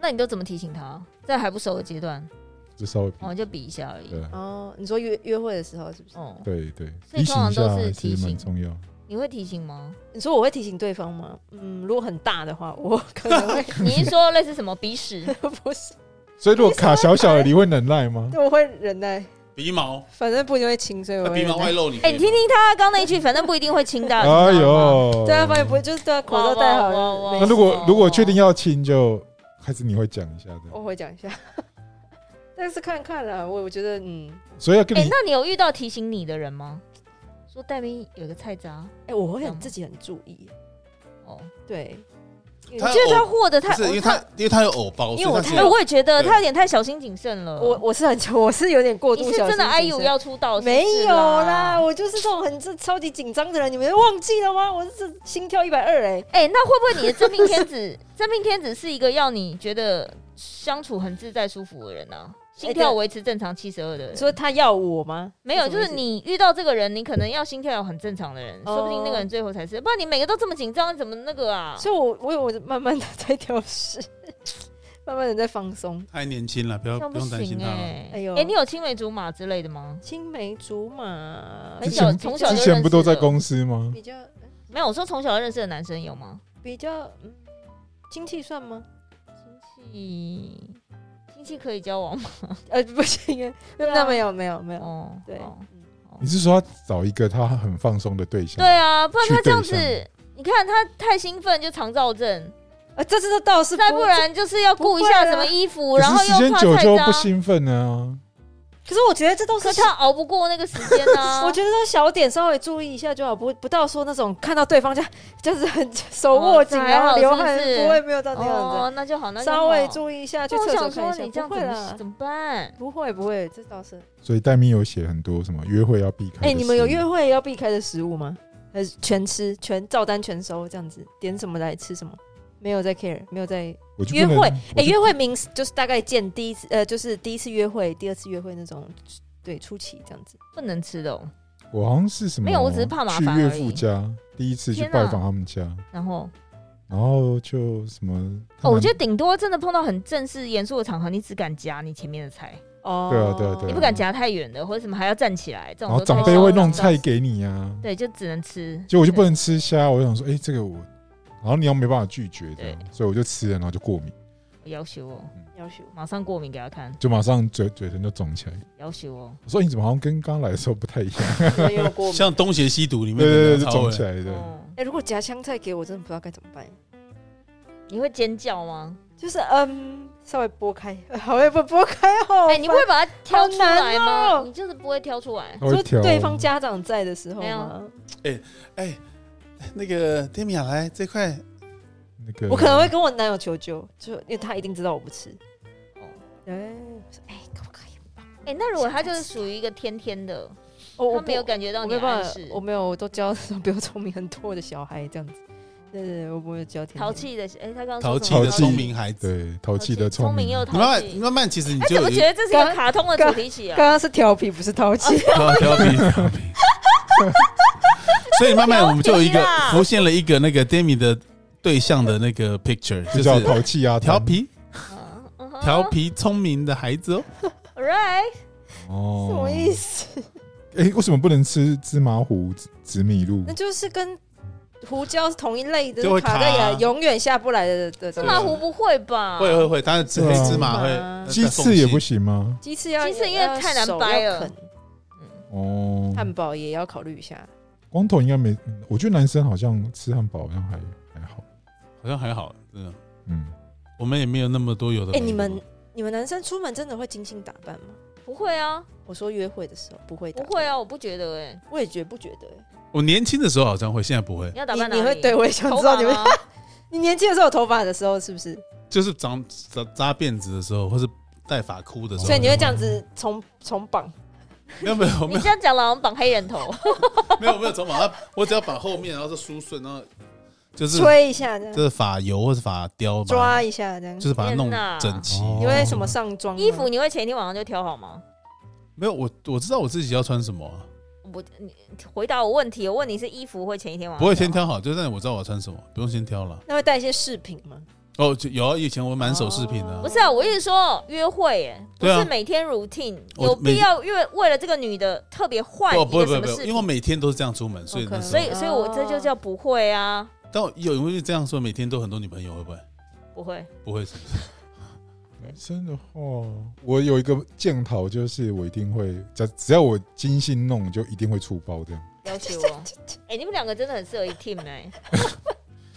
Speaker 4: 那你都怎么提醒他？在还不熟的阶段，
Speaker 1: 就稍微比
Speaker 4: 哦，就比一下而已。
Speaker 1: 对啊
Speaker 2: 哦，你说约约会的时候是不是？
Speaker 4: 哦，
Speaker 1: 对对，
Speaker 4: 所以
Speaker 1: 提
Speaker 4: 通
Speaker 1: 醒
Speaker 4: 常
Speaker 1: 一下
Speaker 4: 都是
Speaker 1: 还
Speaker 4: 提
Speaker 1: 是
Speaker 4: 醒
Speaker 1: 蛮重要。
Speaker 4: 你会提 醒吗？
Speaker 2: 你说我会提醒对方吗？嗯，如果很大的话，我可能 会
Speaker 4: 你是说类似什么鼻 屎？
Speaker 2: 不是，
Speaker 1: 所以如果卡小小的，你会忍耐吗？
Speaker 2: 我会忍耐，
Speaker 3: 鼻毛，
Speaker 2: 反正不一定会亲，所以我
Speaker 3: 那
Speaker 2: 会
Speaker 3: 鼻毛
Speaker 2: 忍耐
Speaker 3: 外露，你
Speaker 4: 哎、你听听他刚那一句，反正不一定会亲到。
Speaker 1: 哎
Speaker 4: 你知道吗，
Speaker 1: 呦，
Speaker 2: 对啊，反正不会，就是对啊，口罩戴好
Speaker 4: 哇哇哇
Speaker 2: 了。
Speaker 4: 哇
Speaker 1: 那如果如果确定要亲，就还是你会讲一下的。
Speaker 2: 我
Speaker 4: 哦
Speaker 2: 会讲一下， 但是看看啦，我我觉得嗯，
Speaker 1: 所以要跟
Speaker 4: 哎、
Speaker 1: 你
Speaker 4: 那你有遇到提醒你的人吗？说戴明有个菜渣
Speaker 2: 哎，我会
Speaker 4: 这
Speaker 2: 很
Speaker 4: 样吗
Speaker 2: 自己很注意，
Speaker 4: 哦，
Speaker 2: 对，
Speaker 4: 你
Speaker 3: 他
Speaker 4: 觉得
Speaker 3: 有
Speaker 4: 他获得
Speaker 3: 不
Speaker 4: 太，
Speaker 3: 是因为
Speaker 4: 他
Speaker 3: 他，因为他有偶包，
Speaker 2: 因为
Speaker 3: 所以
Speaker 2: 我
Speaker 3: 他
Speaker 4: 哎、
Speaker 3: 是有
Speaker 4: 我也觉得
Speaker 3: 对
Speaker 4: 他有点太小心谨慎了。
Speaker 2: 我我是很 我嗯是有点过
Speaker 4: 你
Speaker 2: 度
Speaker 4: 是
Speaker 2: 小
Speaker 4: 真的
Speaker 2: 心
Speaker 4: 哎
Speaker 2: 谨
Speaker 4: 呦
Speaker 2: 慎
Speaker 4: 要出道，
Speaker 2: 没有啦，
Speaker 4: 啦。
Speaker 2: 我就是这种很这超级紧张的人，你们忘记了吗？我是心跳一百二哎，
Speaker 4: 哎、那会不会你的真命天子， 真命天子是一个要你觉得相处很自在舒服的人呢、
Speaker 2: 哎
Speaker 4: 心跳维持正常七十二的人，
Speaker 2: 你说他要我吗？
Speaker 4: 没有，
Speaker 2: 什
Speaker 4: 就
Speaker 2: 么意
Speaker 4: 是
Speaker 2: 思
Speaker 4: 你遇到这个人，你可能要心跳很正常的人，
Speaker 2: 哦
Speaker 4: 说不定那个人最后才是，不然你每个都这么紧张，你怎么那个啊？
Speaker 2: 所以我我有我慢慢的在调试， 慢慢的在放松。
Speaker 3: 他还年轻了，不要
Speaker 4: 这样
Speaker 3: 不
Speaker 4: 不
Speaker 3: 用担心
Speaker 4: 行
Speaker 3: 他了。
Speaker 4: 哎、
Speaker 2: 哎
Speaker 4: 哎
Speaker 2: 呦
Speaker 4: 你有青梅竹马之类的吗？
Speaker 2: 青梅竹马，
Speaker 4: 很
Speaker 1: 之小前
Speaker 4: 从小就
Speaker 1: 之前不都在公司吗？
Speaker 2: 比较
Speaker 4: 没有，我说从小认识的男生有吗？
Speaker 2: 比较嗯，亲戚算吗？
Speaker 4: 亲戚，亲戚可以交往吗？
Speaker 2: 呃，不行，
Speaker 4: 对啊
Speaker 2: 那没有没有没有，
Speaker 4: 哦，
Speaker 2: 对，
Speaker 4: 好
Speaker 2: 嗯
Speaker 1: 你是说要找一个他很放松的对象？
Speaker 4: 对啊，不然他这样
Speaker 1: 去对
Speaker 4: 子，你看他太兴奋就肠燥症，
Speaker 2: 啊，这这这啊倒是
Speaker 4: 再不，然就是要顾一下什么衣服，
Speaker 1: 可
Speaker 4: 然后
Speaker 1: 是时
Speaker 4: 又
Speaker 1: 间
Speaker 4: 怕
Speaker 1: 久
Speaker 4: 菜
Speaker 1: 就
Speaker 4: 渣
Speaker 1: 不，兴奋了啊。
Speaker 2: 这可是我觉得这都是
Speaker 4: 可。啊他熬不过那个时间 呢。
Speaker 2: 我觉得都小点稍微注意一下就好，不不到说那种看到对方这样就是 很手握紧，
Speaker 4: 哦这还
Speaker 2: 然
Speaker 4: 好
Speaker 2: 后流汗，
Speaker 4: 是不是
Speaker 2: 不会没有到那样
Speaker 4: 哦，那就好，那
Speaker 2: 子，
Speaker 4: 就
Speaker 2: 稍微
Speaker 4: 好。
Speaker 2: 注意一下，去
Speaker 4: 那我
Speaker 2: 厕所
Speaker 4: 想
Speaker 2: 看
Speaker 4: 说，
Speaker 2: 一
Speaker 4: 你
Speaker 2: 下，
Speaker 4: 这样
Speaker 2: 不
Speaker 4: 怎
Speaker 2: 会
Speaker 4: 么
Speaker 2: 啦，
Speaker 4: 怎么办？
Speaker 2: 不会不会，这倒是。
Speaker 1: 所以戴咪有写很多什么约会要避开。
Speaker 2: 哎、你们有约？会要避开的食物吗？还是全吃全照单全收这样子？点什么来吃什么？没有在 care，没有在
Speaker 1: 我就不
Speaker 2: 约
Speaker 1: 能
Speaker 2: 会。
Speaker 1: 我
Speaker 2: 哎、
Speaker 1: 就
Speaker 2: 约会名就是大概见第一次，呃，就是第一次约会、第二次约会那种，对，初期这样子。
Speaker 4: 不能吃的哦。
Speaker 1: 我好像是什么？
Speaker 4: 没有我只是怕麻
Speaker 1: 去
Speaker 4: 烦
Speaker 1: 岳
Speaker 4: 而已
Speaker 1: 父家第一次去
Speaker 4: 天
Speaker 1: 拜
Speaker 4: 哪
Speaker 1: 访他们家，
Speaker 4: 然后，
Speaker 1: 然后就什么？他
Speaker 4: 哦，我
Speaker 1: 们
Speaker 4: 觉得顶多真的碰到很正式严肃的场合，你只敢夹你前面的菜，
Speaker 2: 哦
Speaker 1: 对啊对啊对啊
Speaker 4: 你不敢夹太远的，或者什么还要站起来，这
Speaker 1: 然
Speaker 4: 种
Speaker 1: 后
Speaker 4: 都太
Speaker 1: 哦长辈会弄
Speaker 4: 嚣张
Speaker 1: 菜
Speaker 4: 了，
Speaker 1: 给你啊，
Speaker 4: 对，就只能吃。
Speaker 1: 结果我就
Speaker 4: 对
Speaker 1: 不能吃虾。我就想说，哎，这个我，然后你又没办法拒绝这样，所以我就吃了，然后就过敏，
Speaker 4: 我要求哦，
Speaker 2: 要 求。
Speaker 4: 马上过敏给他看，
Speaker 1: 就马上嘴嘴唇就肿起来。
Speaker 4: 要求哦。
Speaker 1: 我说你怎么好像跟刚来的时候不太 一样？
Speaker 2: 没有过敏。
Speaker 3: 像东邪西毒里面
Speaker 1: 对对对，
Speaker 3: 的梁
Speaker 1: 就
Speaker 3: 朝
Speaker 1: 肿
Speaker 3: 伟
Speaker 1: 起来的。
Speaker 4: 哦，
Speaker 2: 哎、如果夹香菜给我，真的不知道该怎么办。
Speaker 4: 你会尖叫吗？
Speaker 2: 就是嗯，稍微拨开，呃好像不拨开哦。
Speaker 4: 哎、你不会把它挑出来
Speaker 2: 好难
Speaker 4: 吗？
Speaker 2: 哦
Speaker 4: 你就是不会挑出来。
Speaker 1: 我会
Speaker 2: 说
Speaker 1: 挑
Speaker 2: 对方家长在的时候
Speaker 4: 没有
Speaker 2: 吗？
Speaker 3: 哎，那个 d 米亚来这块，
Speaker 1: 那个，
Speaker 2: 我可能会跟我男友求救，就因为他一定知道我不吃。
Speaker 4: 哦
Speaker 2: 哎、我说哎、可不可以？
Speaker 4: 哎、那如果他就是属于一个天天的，
Speaker 2: 我我
Speaker 4: 他没有
Speaker 2: 不
Speaker 4: 感觉到
Speaker 2: 我
Speaker 4: 你
Speaker 2: 没
Speaker 4: 的暗
Speaker 2: 办法
Speaker 4: 示，，
Speaker 2: 我没有，我都教那种比我聪明很多的小孩这样子。对对对，我不会教天
Speaker 4: 淘，气的，哎，他刚刚
Speaker 3: 淘
Speaker 4: 说
Speaker 3: 气
Speaker 4: 什
Speaker 1: 么
Speaker 3: 的
Speaker 1: 淘气
Speaker 3: 聪明孩子。
Speaker 1: 对，淘气的啊
Speaker 4: 聪明又
Speaker 3: 你
Speaker 4: 淘
Speaker 3: 慢慢，你
Speaker 4: 气。
Speaker 3: 慢慢，其实你
Speaker 4: 哎，
Speaker 3: 就
Speaker 4: 怎么
Speaker 3: 有
Speaker 4: 觉得这是一个卡通的主题曲啊？
Speaker 2: 刚刚是调皮，不是淘气。
Speaker 3: 调调皮，调皮。所以慢
Speaker 4: 啊
Speaker 3: 慢我们就有一
Speaker 4: 调
Speaker 3: 个
Speaker 4: 皮啦
Speaker 3: 浮现了一个那个 Demi 的对象的那个 picture，
Speaker 1: 就
Speaker 3: 就
Speaker 1: 叫
Speaker 3: 是
Speaker 1: 淘气啊，
Speaker 3: 调皮、
Speaker 4: 嗯哼
Speaker 3: 调皮、聪明的孩子哦。
Speaker 4: ，right？
Speaker 1: 哦，
Speaker 2: 什么意？思？
Speaker 1: 哎，为什么不能吃芝麻糊、紫紫米露
Speaker 2: 那？就是跟胡椒是同一类的，
Speaker 3: 就会
Speaker 2: 卡在
Speaker 3: 卡啊
Speaker 2: 眼永远下不来的的
Speaker 4: 芝
Speaker 2: 东
Speaker 4: 麻
Speaker 2: 西。
Speaker 4: 糊不会吧？
Speaker 3: 啊会会会，当然
Speaker 1: 对啊
Speaker 3: 黑芝麻
Speaker 2: 芝
Speaker 4: 嗯
Speaker 2: 麻
Speaker 3: 会，呃
Speaker 1: 鸡翅也不行吗？
Speaker 2: 鸡翅要
Speaker 4: 鸡翅因为
Speaker 2: 要
Speaker 4: 太难
Speaker 2: 手
Speaker 4: 掰
Speaker 2: 要
Speaker 4: 了
Speaker 2: 啃
Speaker 1: 哦，
Speaker 2: 汉堡也要考虑一下。
Speaker 1: 光头应该没，我觉得男生好像吃汉堡好像还还好，
Speaker 3: 好像还好，真的，
Speaker 1: 嗯，
Speaker 3: 我们也没有那么多有的没
Speaker 2: 哎，
Speaker 3: 的嘛。
Speaker 2: 你们你们男生出门真的会精心打扮吗？
Speaker 4: 不会啊，
Speaker 2: 我说约会的时候不会，
Speaker 4: 不会，啊，我不觉得哎，
Speaker 2: 我也觉不觉得欸。
Speaker 3: 我年轻的时候好像会，现在不会
Speaker 4: 你，要打扮哪
Speaker 2: 你你会
Speaker 4: 里
Speaker 2: 对我也想
Speaker 4: 头
Speaker 2: 知
Speaker 4: 发
Speaker 2: 道你们
Speaker 4: 吗？
Speaker 2: 你年轻的时候有头发的时候是不是？
Speaker 3: 就是长扎扎辫子的时候，或是戴发箍的时候，
Speaker 2: 所以你会这样子重重绑，
Speaker 3: 没有没有没
Speaker 4: 你
Speaker 3: 有
Speaker 4: 这样讲了，我们绑黑人 头，
Speaker 3: 没有没有走马，我只要把后面然后是梳顺，然后就是
Speaker 2: 吹一下这
Speaker 3: 就
Speaker 2: 样，
Speaker 3: 是发油或是发雕，吧，
Speaker 2: 抓一下这样
Speaker 3: 就。是把它弄
Speaker 4: 天哪
Speaker 3: 整齐。
Speaker 1: 哦
Speaker 2: 你会什么上妆吗？
Speaker 4: 衣服你会前一天晚上就挑好吗？
Speaker 3: 没有，我我知道我自己要穿什么啊、
Speaker 4: 我你回答我问题，我问你是衣服会前一天晚上
Speaker 3: 不会先
Speaker 4: 好
Speaker 3: 挑好，就是哎我知道我要穿什么，不用先挑了。
Speaker 2: 那会带一些饰品吗？
Speaker 3: 哦，就有啊，以前我满手饰品啊
Speaker 4: 吗。不，是啊，我一直说约会耶，不
Speaker 3: 对啊
Speaker 4: 是每天 routine，
Speaker 3: 我
Speaker 4: 有
Speaker 3: 每
Speaker 4: 必要为为了这个女的特别换
Speaker 3: 不
Speaker 4: 一
Speaker 3: 不会
Speaker 4: 个
Speaker 3: 不会
Speaker 4: 什
Speaker 3: 不
Speaker 4: 么哦事
Speaker 3: 会，因为我
Speaker 4: 情？
Speaker 3: 每天都是这样出门，所以
Speaker 2: OK
Speaker 3: 那时候
Speaker 4: 所以所以我这就叫不会啊，
Speaker 3: 但我有人会这样说，每天都很多女朋友，会不会？
Speaker 4: 不会。
Speaker 3: 不会是不是？
Speaker 1: 男生的话，我有一个检讨，就是我一定会，只只要我精心弄，就一定会出包这样。
Speaker 4: 要求 我，哎，你们两个真的很适合一 team 哎。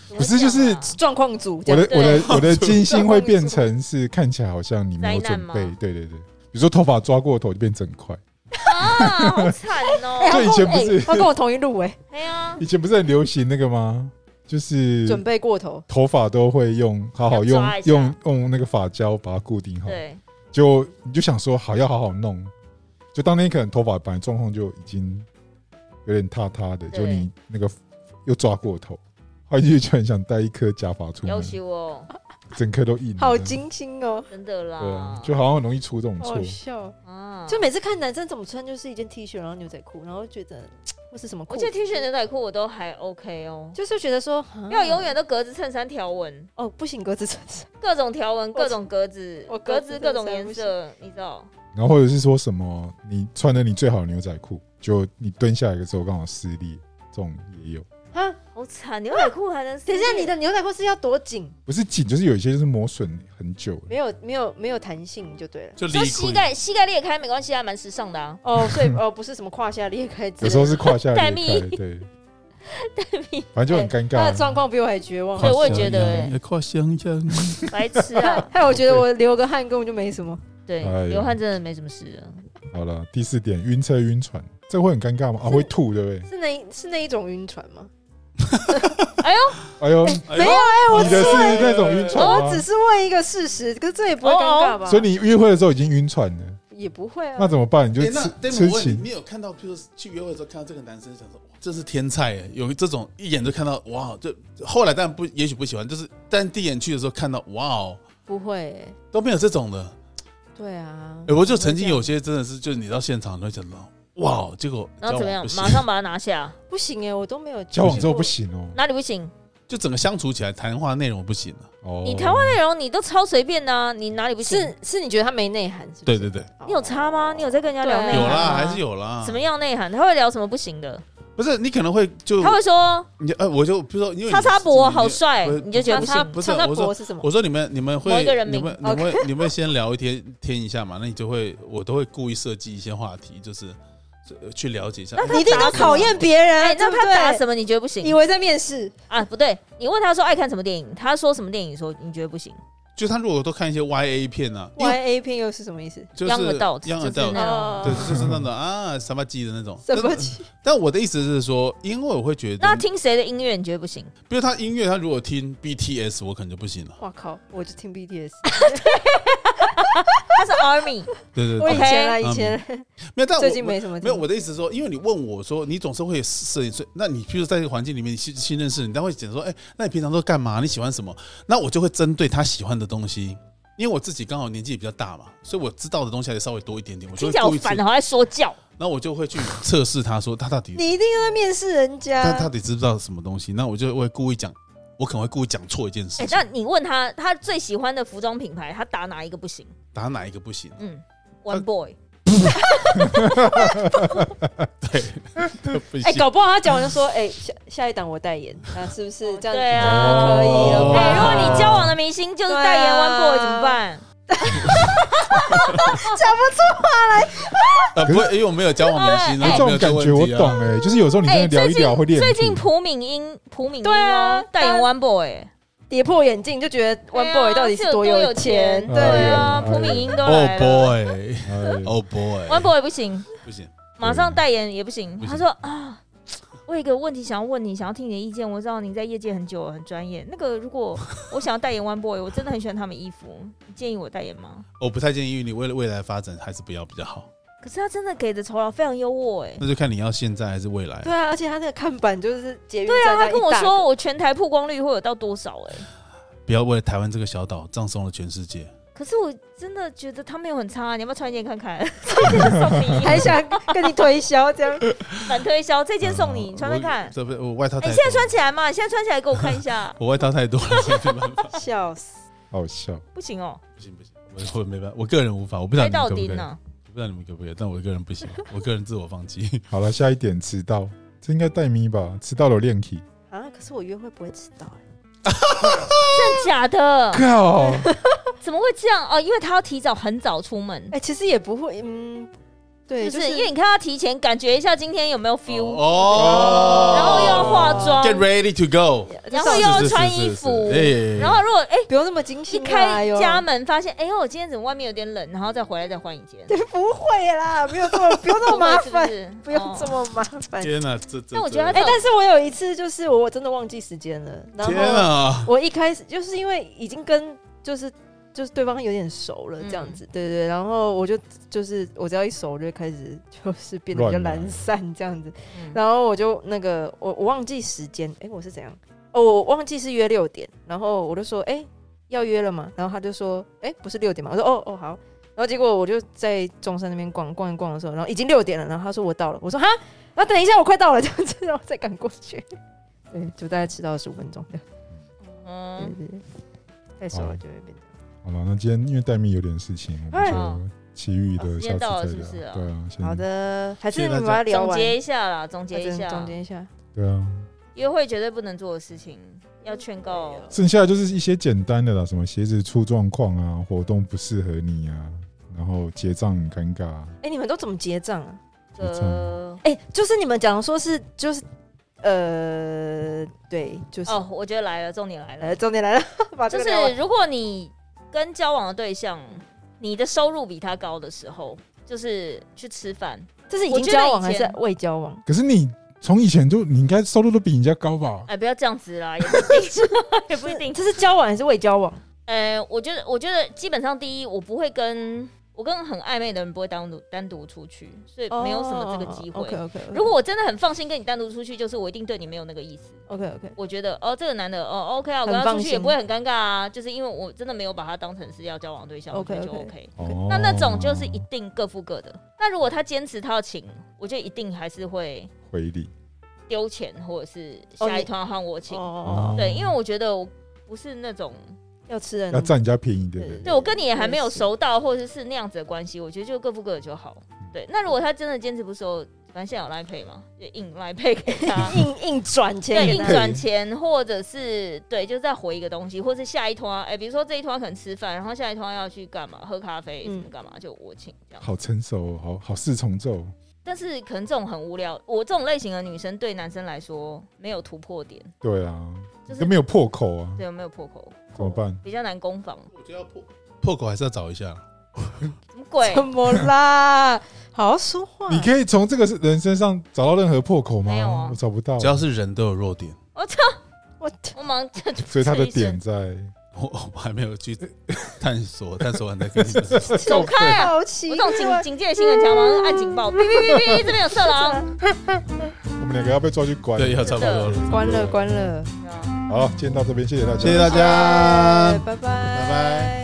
Speaker 4: 怎么
Speaker 1: 不是就是
Speaker 4: 讲啊
Speaker 2: 状况组这
Speaker 1: 我的
Speaker 2: 样
Speaker 4: 对
Speaker 1: 我的我 的精心会变成是看起来好像你没有
Speaker 4: 灾难
Speaker 1: 准
Speaker 4: 吗
Speaker 1: 备，对对对，比如说头发抓过头就变整块，
Speaker 4: 啊，好惨
Speaker 2: 哎
Speaker 4: 哦！
Speaker 2: 他
Speaker 1: 就以前不
Speaker 2: 跟我
Speaker 1: 是
Speaker 2: 哎他跟我同一路哎，
Speaker 4: 哎呀，
Speaker 1: 以前不是很流行那个吗？ 就是
Speaker 2: 准备过头，
Speaker 1: 头发都会用好好用
Speaker 4: 要抓一下
Speaker 1: 用用那个发胶把它固定好，
Speaker 4: 对，
Speaker 1: 就你就想说好要好好弄，就当天可能头发本来状况就已经有点塌塌的，
Speaker 4: 对
Speaker 1: 就你那个又抓过头，后来就就很想戴一颗假发出
Speaker 4: 要
Speaker 1: 门，
Speaker 4: 求哦，
Speaker 1: 整颗都硬了，
Speaker 2: 好精心哦，
Speaker 4: 真的
Speaker 1: 对啊
Speaker 4: 啦，，
Speaker 1: 就好像很容易出这种
Speaker 2: 好
Speaker 1: 错
Speaker 2: 好，笑。哦
Speaker 4: 啊，
Speaker 2: 就每次看男生怎么穿，就是一件 T 恤，然后牛仔裤，然后觉得或是什么
Speaker 4: 我
Speaker 2: 裤
Speaker 4: 觉
Speaker 2: 子，
Speaker 4: 得 T 恤牛仔裤我都还 OK 哦，
Speaker 2: 就是觉得说
Speaker 4: 要永远都格子衬衫条纹，
Speaker 2: 啊哦不行，格子衬衫，
Speaker 4: 各种条纹，
Speaker 2: 我
Speaker 4: 各种格子，
Speaker 2: 我
Speaker 4: 格
Speaker 2: 格
Speaker 4: 子
Speaker 2: 子
Speaker 4: 各种
Speaker 2: 衬衫
Speaker 4: 颜色，你知道？
Speaker 1: 然后或者是说什么你穿了你最好的牛仔裤，就你蹲下来的时候刚好撕裂，这种也有，
Speaker 2: 啊，
Speaker 4: 好惨，牛仔裤还能撕
Speaker 2: 等
Speaker 4: 裂？
Speaker 2: 一下你的牛仔裤是要多紧？
Speaker 1: 不是紧，就是有一些就是磨损很久了，
Speaker 2: 没有没有没有弹性就对了。
Speaker 3: 就
Speaker 4: 说
Speaker 3: 离
Speaker 4: 膝盖膝盖裂开没关系，还蛮时 尚的啊。
Speaker 2: 哦，所以哦不是什么胯下裂开
Speaker 1: 有
Speaker 2: 之类
Speaker 1: 时
Speaker 2: 的，
Speaker 1: 候是胯下
Speaker 4: 戴
Speaker 1: 裂开，
Speaker 4: 密
Speaker 1: 对，
Speaker 4: 密
Speaker 1: 反正就很尴
Speaker 2: 他的
Speaker 1: 尬。
Speaker 2: 状况比我还绝望。！
Speaker 4: 对我也觉得欸
Speaker 3: 跨香江，
Speaker 4: 白痴啊
Speaker 2: 害我觉得我流个汗根本就没什么。
Speaker 4: 对
Speaker 1: 哎呀，
Speaker 4: 流汗真的没什么事啊。
Speaker 1: 好了，第四点，晕车晕船，这会很尴尬吗？啊，会吐，对不对？
Speaker 2: 是那是那一种晕船吗？
Speaker 1: 哎呦，
Speaker 2: 没有
Speaker 3: 哎
Speaker 2: 哎，我
Speaker 1: 你
Speaker 2: 只
Speaker 1: 的是啊
Speaker 2: 是问，
Speaker 1: 那种晕船吗？
Speaker 2: 哦我只是问一个事实，可是这也不会尴尬吧？
Speaker 1: 哦所以你约会的时候已经晕船了，
Speaker 2: 也不会啊
Speaker 1: 那。怎么办？你就
Speaker 3: 哎那
Speaker 1: 吃
Speaker 3: Demi，
Speaker 1: 吃
Speaker 3: 我问你，
Speaker 1: 情
Speaker 3: 你有看到，就是去约会的时候看到这个男生，想说哇，这是天才欸，有这种一眼就看到哇，就后来当然不，也许不喜欢，就是但第一眼去的时候看到哇哦，
Speaker 2: 不会欸，
Speaker 3: 都没有这种的。
Speaker 2: 对啊
Speaker 3: 哎，。我就曾经有些真的是，就是你到现场你会讲到哇，结果
Speaker 4: 然后
Speaker 3: 交
Speaker 4: 怎么
Speaker 3: 往
Speaker 4: 样
Speaker 3: 不？行
Speaker 4: 马上把它拿下，
Speaker 2: 不行哎，我都没有
Speaker 1: 交往之后不。行哦。
Speaker 4: 哪里不行？
Speaker 3: 就整个相处起来，谈话内容不行了。
Speaker 1: 哦，
Speaker 4: 你台湾内容你都超随便的啊，你哪里不行？
Speaker 2: 是是，你觉得他没内涵是不
Speaker 3: 对
Speaker 2: 是？
Speaker 3: 对对，
Speaker 2: 哦
Speaker 4: 你有差吗？你有在跟人家聊
Speaker 2: 对
Speaker 4: 内
Speaker 2: 啊
Speaker 3: 有
Speaker 4: 涵
Speaker 3: 啦，
Speaker 4: 吗
Speaker 3: 还是有啊啦。
Speaker 4: 什么？样内涵？他会聊什么不行的？
Speaker 3: 不是你可能会就
Speaker 4: 他会说
Speaker 3: 你哎，我就比如说，因为你
Speaker 4: 叉叉脖好
Speaker 3: 你
Speaker 4: 帅
Speaker 3: 不是，
Speaker 4: 你就觉得
Speaker 2: 叉叉
Speaker 3: 不
Speaker 4: 不行？
Speaker 3: 是
Speaker 2: 叉叉
Speaker 3: 我说
Speaker 2: 脖是什么？
Speaker 3: 我说你们你们会
Speaker 4: 某一个人名
Speaker 3: 你们你
Speaker 2: OK
Speaker 3: 们会你们先聊一天天一下嘛，那你就会我都会故意设计一些话题，就是呃去了解一下。哎
Speaker 2: 你一定都考验别人，
Speaker 4: 哎，那
Speaker 2: 对不
Speaker 4: 他
Speaker 2: 对
Speaker 4: 打什么你觉得不行
Speaker 2: 以？为在面试，
Speaker 4: 啊，不对，你问他说爱看什么电影，他说什么电影说你觉得不行？
Speaker 2: 嗯
Speaker 3: 就他如果都看一些 Y A 片啊，因
Speaker 2: Y
Speaker 3: 为
Speaker 2: A 片又是什么意思？
Speaker 3: 就是
Speaker 4: Young adult，
Speaker 3: Young
Speaker 4: 就是
Speaker 3: adult，
Speaker 4: 那
Speaker 2: 哦
Speaker 3: 对，就是那种啊什么鸡的那种。
Speaker 2: 什么
Speaker 3: 但
Speaker 2: 鸡？
Speaker 3: 但我的意思是说，因为我会觉
Speaker 4: 那
Speaker 3: 得，
Speaker 4: 听谁的音乐你觉得不行？
Speaker 3: 比如他音乐，他如果听 B T S，我可能就不行了。
Speaker 2: 哇靠！我就听 BTS，
Speaker 4: 他是 Army，
Speaker 3: 对对
Speaker 2: 我以
Speaker 3: 对，
Speaker 4: OK
Speaker 2: 前啊，以前
Speaker 3: 没有，但我
Speaker 2: 最近没什么听。
Speaker 3: 没有，我的意思是说，因为你问我说，你总是会摄影，所以那你譬如在这个环境里面，你新新认识你，他会讲说，哎、那你平常都干嘛？你喜欢什么？那我就会针对他喜欢的东西，因为我自己刚好年纪也比较大嘛，所以我知道的东西还是稍微多一点点，我就
Speaker 4: 听
Speaker 3: 会
Speaker 4: 起来好
Speaker 3: 故意去，
Speaker 4: 烦，哦好在说教。
Speaker 3: 然后我就会去测试他说他到底
Speaker 2: 你一定要在面试人
Speaker 3: 他
Speaker 2: 家，
Speaker 3: 他到底知不知道什么东西，那我就会故意讲，我可能会故意讲错一件事
Speaker 4: 哎、
Speaker 3: 情，
Speaker 4: 那你问他，他最喜欢的服装品牌，他打哪一个不行？
Speaker 3: 打哪一个不行？
Speaker 4: 嗯，One
Speaker 2: 呃
Speaker 4: Boy。
Speaker 1: 哦
Speaker 3: 不行
Speaker 2: 哎、搞不好他讲完就说，哎、下下一档我代 言，啊，是不是这样？
Speaker 4: 对啊，
Speaker 2: 可以了
Speaker 3: 哦
Speaker 2: 吧。
Speaker 4: 哎、如果你交往的明星就是代言
Speaker 2: 对
Speaker 4: One
Speaker 2: 啊
Speaker 4: Boy 怎么办？
Speaker 3: 呃，不会，因为我没有交往明
Speaker 4: 哎
Speaker 3: 星，然
Speaker 1: 这
Speaker 3: 后
Speaker 1: 种
Speaker 3: 没有这
Speaker 1: 感
Speaker 3: 个问
Speaker 1: 觉我
Speaker 3: 题啊
Speaker 1: 懂哎，就是有时候你真的聊一聊会
Speaker 4: 最近
Speaker 1: 练
Speaker 4: 最
Speaker 1: 题。
Speaker 4: 近朴敏英，朴敏英
Speaker 2: 对啊
Speaker 4: 哦代言
Speaker 2: 但
Speaker 4: One Boy，
Speaker 2: 跌破眼镜，就觉得 One
Speaker 4: 对啊
Speaker 2: Boy 到底
Speaker 4: 是有
Speaker 2: 多
Speaker 4: 多有
Speaker 2: 钱？
Speaker 4: 钱
Speaker 2: 对
Speaker 1: 哎
Speaker 4: 对
Speaker 1: 呀
Speaker 2: 啊，
Speaker 4: 啊，
Speaker 1: 哎
Speaker 4: 朴敏英都
Speaker 3: ，Oh
Speaker 4: 来了
Speaker 3: boy，Oh
Speaker 1: 哎
Speaker 4: ，One
Speaker 3: boy，
Speaker 4: Boy 不行，
Speaker 3: 不行，
Speaker 4: 马上代言也不行。
Speaker 3: 嗯不行
Speaker 4: 他说啊。我有一个问题想要问你，想要听你的意见。我知道你在业界很久，很专业。那个，如果我想要代言 One Boy，我真的很喜欢他们衣服，你建议我代言吗？
Speaker 3: 我不太建议你为了未来发展还是不要比较好，
Speaker 4: 可是他真的给的酬劳非常优渥哎、
Speaker 3: 那就看你要现在还是未来。
Speaker 2: 对啊，而且他那个看板就是捷运
Speaker 4: 对
Speaker 2: 站
Speaker 4: 啊，
Speaker 2: 那
Speaker 4: 他
Speaker 2: 一
Speaker 4: 跟我
Speaker 2: 大
Speaker 4: 说我全台曝光率会有到多少哎、
Speaker 3: 不要为了台湾这个小岛葬送了全世界。
Speaker 4: 可是我真的觉得他没有很差，啊你要不要穿一件看看？ 这件送
Speaker 2: 个
Speaker 4: 你，
Speaker 2: 还想跟你推销这样，
Speaker 4: 反推销，这件送你，
Speaker 3: 嗯
Speaker 4: 穿穿看
Speaker 3: 我。这不我外套
Speaker 4: 哎，
Speaker 3: 太
Speaker 4: 你
Speaker 3: 多
Speaker 4: 现
Speaker 3: 了，
Speaker 4: 在穿起来嘛？你现在穿起来给我看一下
Speaker 3: 我外套太多了，所以没办法。
Speaker 2: 笑死！
Speaker 1: 好笑，
Speaker 4: 不行哦，
Speaker 3: 不行不行，我我没办法，我个人无法，我不知道
Speaker 4: 拍
Speaker 3: 你们
Speaker 4: 到
Speaker 3: 可不可以
Speaker 4: 钉，呢。
Speaker 3: 我不知道你们可不可以，但我个人不 行，我个人自我放弃。
Speaker 1: 好了，下一点迟到，这应该带咪吧？迟到了有练题，
Speaker 2: 啊，可是我约会不会迟
Speaker 4: 啊
Speaker 2: 到、欸，
Speaker 4: 真假的？
Speaker 1: 靠，
Speaker 4: 怎么会这样？哦，因为他要提早很早出门
Speaker 2: 哎、，其实也不会，嗯，对，
Speaker 4: 就
Speaker 2: 就是
Speaker 4: 因为你看他提前感觉一下今天有没有 feel，
Speaker 3: 哦
Speaker 4: 然后又要化妆，
Speaker 3: ，Get ready to go，
Speaker 4: 然后又要穿衣服
Speaker 3: 是是是是哎
Speaker 4: 然后如果哎
Speaker 2: 不用那么精
Speaker 4: 一
Speaker 2: 心、啊，哎
Speaker 4: 开
Speaker 2: 呦
Speaker 4: 家门发现，哎呦，我今天怎么外面有点冷，然后再回来再换一件，
Speaker 2: 对，不会啦，没有这么不用那么麻
Speaker 4: 会
Speaker 2: 烦，
Speaker 4: 是
Speaker 2: 不
Speaker 4: 不是
Speaker 2: 用这。
Speaker 4: 哦
Speaker 2: 么麻烦。
Speaker 3: 天哪，这这，
Speaker 4: 那我觉得
Speaker 2: 哎、但是我有一次就是我真的忘记时间了，
Speaker 3: 这
Speaker 2: 然
Speaker 3: 天
Speaker 1: 啊
Speaker 2: 后
Speaker 3: 哪，
Speaker 2: 我一开始就是因为已经跟就是就是对方有点熟了这样子，对对对，然后我就就是我只要一熟就会开始就是变得比较
Speaker 1: 乱来
Speaker 2: 懒散这样子，
Speaker 4: 嗯
Speaker 2: 然后我就那个我我忘记时间，哎、我是怎样？哦，我忘记是约六点，然后我就说，哎、要约了嘛？然后他就说，哎、不是六点嘛？我说，哦哦好。然后结果我就在中山那边逛逛一逛的时候，然后已经六点了，然后他说我到了，我说哈，那等一下我快到了，这 样子，然后再赶过去。对，就大概迟到十五分钟这样。
Speaker 4: 嗯，
Speaker 2: 对对对，太熟
Speaker 1: 好
Speaker 3: 哦
Speaker 2: 了就会变成
Speaker 1: 好了，那今天因为戴咪有点事情，我们
Speaker 2: 哎
Speaker 1: 就其余
Speaker 4: 好
Speaker 1: 的
Speaker 4: 时
Speaker 1: 下
Speaker 4: 间
Speaker 1: 次
Speaker 4: 到了
Speaker 1: 再
Speaker 4: 是不
Speaker 1: 聊
Speaker 4: 是啊。
Speaker 1: 对啊，先
Speaker 2: 好，的，还是
Speaker 3: 谢谢
Speaker 2: 你
Speaker 3: 大家
Speaker 2: 们把它聊
Speaker 4: 总
Speaker 2: 完，
Speaker 4: 结一下啦，总结
Speaker 2: 啊
Speaker 4: 一
Speaker 2: 真的
Speaker 4: 下，
Speaker 2: 总结一下。
Speaker 1: 对啊，
Speaker 4: 约会绝对不能做的事情，要劝告。
Speaker 1: 剩下就是一些简单的啦，什么鞋子出状况啊，活动不适合你啊，然后结账很尴尬啊、
Speaker 2: 哎、你们都怎么结账啊？
Speaker 4: 呃，
Speaker 2: 哎、就是你们讲说是就是呃，对，就是、
Speaker 4: 哦，我觉得来了，重点来
Speaker 2: 呃，
Speaker 4: 了，
Speaker 2: 重点来了，把这
Speaker 4: 就
Speaker 2: 个聊完
Speaker 4: 是如果你跟交往的对象，你的收入比他高的时候，就是去吃饭，
Speaker 2: 这是已
Speaker 4: 我
Speaker 2: 经
Speaker 4: 觉得
Speaker 2: 交往
Speaker 4: 以
Speaker 2: 还是
Speaker 4: 前
Speaker 2: 未交往？
Speaker 1: 可是你从以前就你应该收入都比人家高吧？
Speaker 4: 哎，不要这样子啦，也 不一定，也不一定。
Speaker 2: 这是交往还是未交往？
Speaker 4: 呃，我觉得，我觉得基本上第一，我不会跟我跟很暧昧的人不会单独单独出去，所以没有什么这个机
Speaker 2: 哦
Speaker 4: 会。
Speaker 2: OK OK，
Speaker 4: 如果我真的很放心跟你单独出去，就是我一定对你没有那个意思。
Speaker 2: OK OK，
Speaker 4: 我觉得哦，这个男的哦，OK 啊，我
Speaker 2: 很
Speaker 4: 跟他出
Speaker 2: 放
Speaker 4: 去
Speaker 2: 心
Speaker 4: 也不会很尴尬啊，就是因为我真的没有把他当成是要交往对象，我觉得就
Speaker 2: OK，OK
Speaker 4: OK。
Speaker 1: 哦，
Speaker 4: 那那种就是一定各付各的。那如果他坚持他要请，我就一定还是会
Speaker 1: 哦回礼
Speaker 4: 丢钱，或者是
Speaker 2: 哦
Speaker 4: 下
Speaker 2: 你
Speaker 4: 一团换我请。
Speaker 2: 哦，
Speaker 4: 对，因为我觉得我不是那种，
Speaker 2: 要吃人
Speaker 1: 要占人家便宜，对不对？
Speaker 4: 对我跟你也还没有
Speaker 2: 也是
Speaker 4: 熟到，或者是那样子的关系，我觉得就各付各的就好。对，那如果他真的坚持不收，反正现在有 Line Pay 嘛，就硬 Line Pay 给他。
Speaker 2: 硬硬转钱
Speaker 4: 对，
Speaker 2: 嗯给
Speaker 4: 硬
Speaker 2: 他，
Speaker 4: 转钱，或者是对，就再回一个东西，或是下一通啊，哎、比如说这一通可能吃饭，然后下一通要去干嘛，喝咖啡
Speaker 2: 嗯
Speaker 4: 什么干嘛，就我请这样。
Speaker 1: 好成熟，哦好好四重奏，
Speaker 4: 但是可能这种很无聊，我这种类型的女生对男生来说没有突破点，
Speaker 1: 对啊，
Speaker 4: 就是
Speaker 1: 都没有破口啊，
Speaker 4: 对没有破口，
Speaker 1: 怎么办？
Speaker 4: 比较难攻防。
Speaker 3: 我觉得要破破口还是要找一下。
Speaker 4: 什么鬼？
Speaker 2: 怎么啦？好好说话。
Speaker 1: 你可以从这个人身上找到任何破口
Speaker 4: 哦没有
Speaker 1: 吗
Speaker 4: 啊？
Speaker 1: 我找不到，
Speaker 3: 只要是人都有弱点，
Speaker 4: 我操！
Speaker 2: 我
Speaker 4: 我忙，
Speaker 1: 所以他的点在
Speaker 3: 我我还没有去探索，探索完再跟你们说。
Speaker 4: 走开啊！
Speaker 2: 好
Speaker 4: 我
Speaker 2: 奇
Speaker 4: 这
Speaker 2: 怪
Speaker 4: 种警警戒心很强嘛，我就按警报，哔哔哔哔哔，这边有色狼。
Speaker 1: 我们两个要被抓去关了，
Speaker 3: 对，要差不多了。
Speaker 2: 关了关了，
Speaker 1: 아,好，今天到这边，谢谢大家，
Speaker 3: 谢谢大家。
Speaker 2: 拜拜拜
Speaker 3: 拜。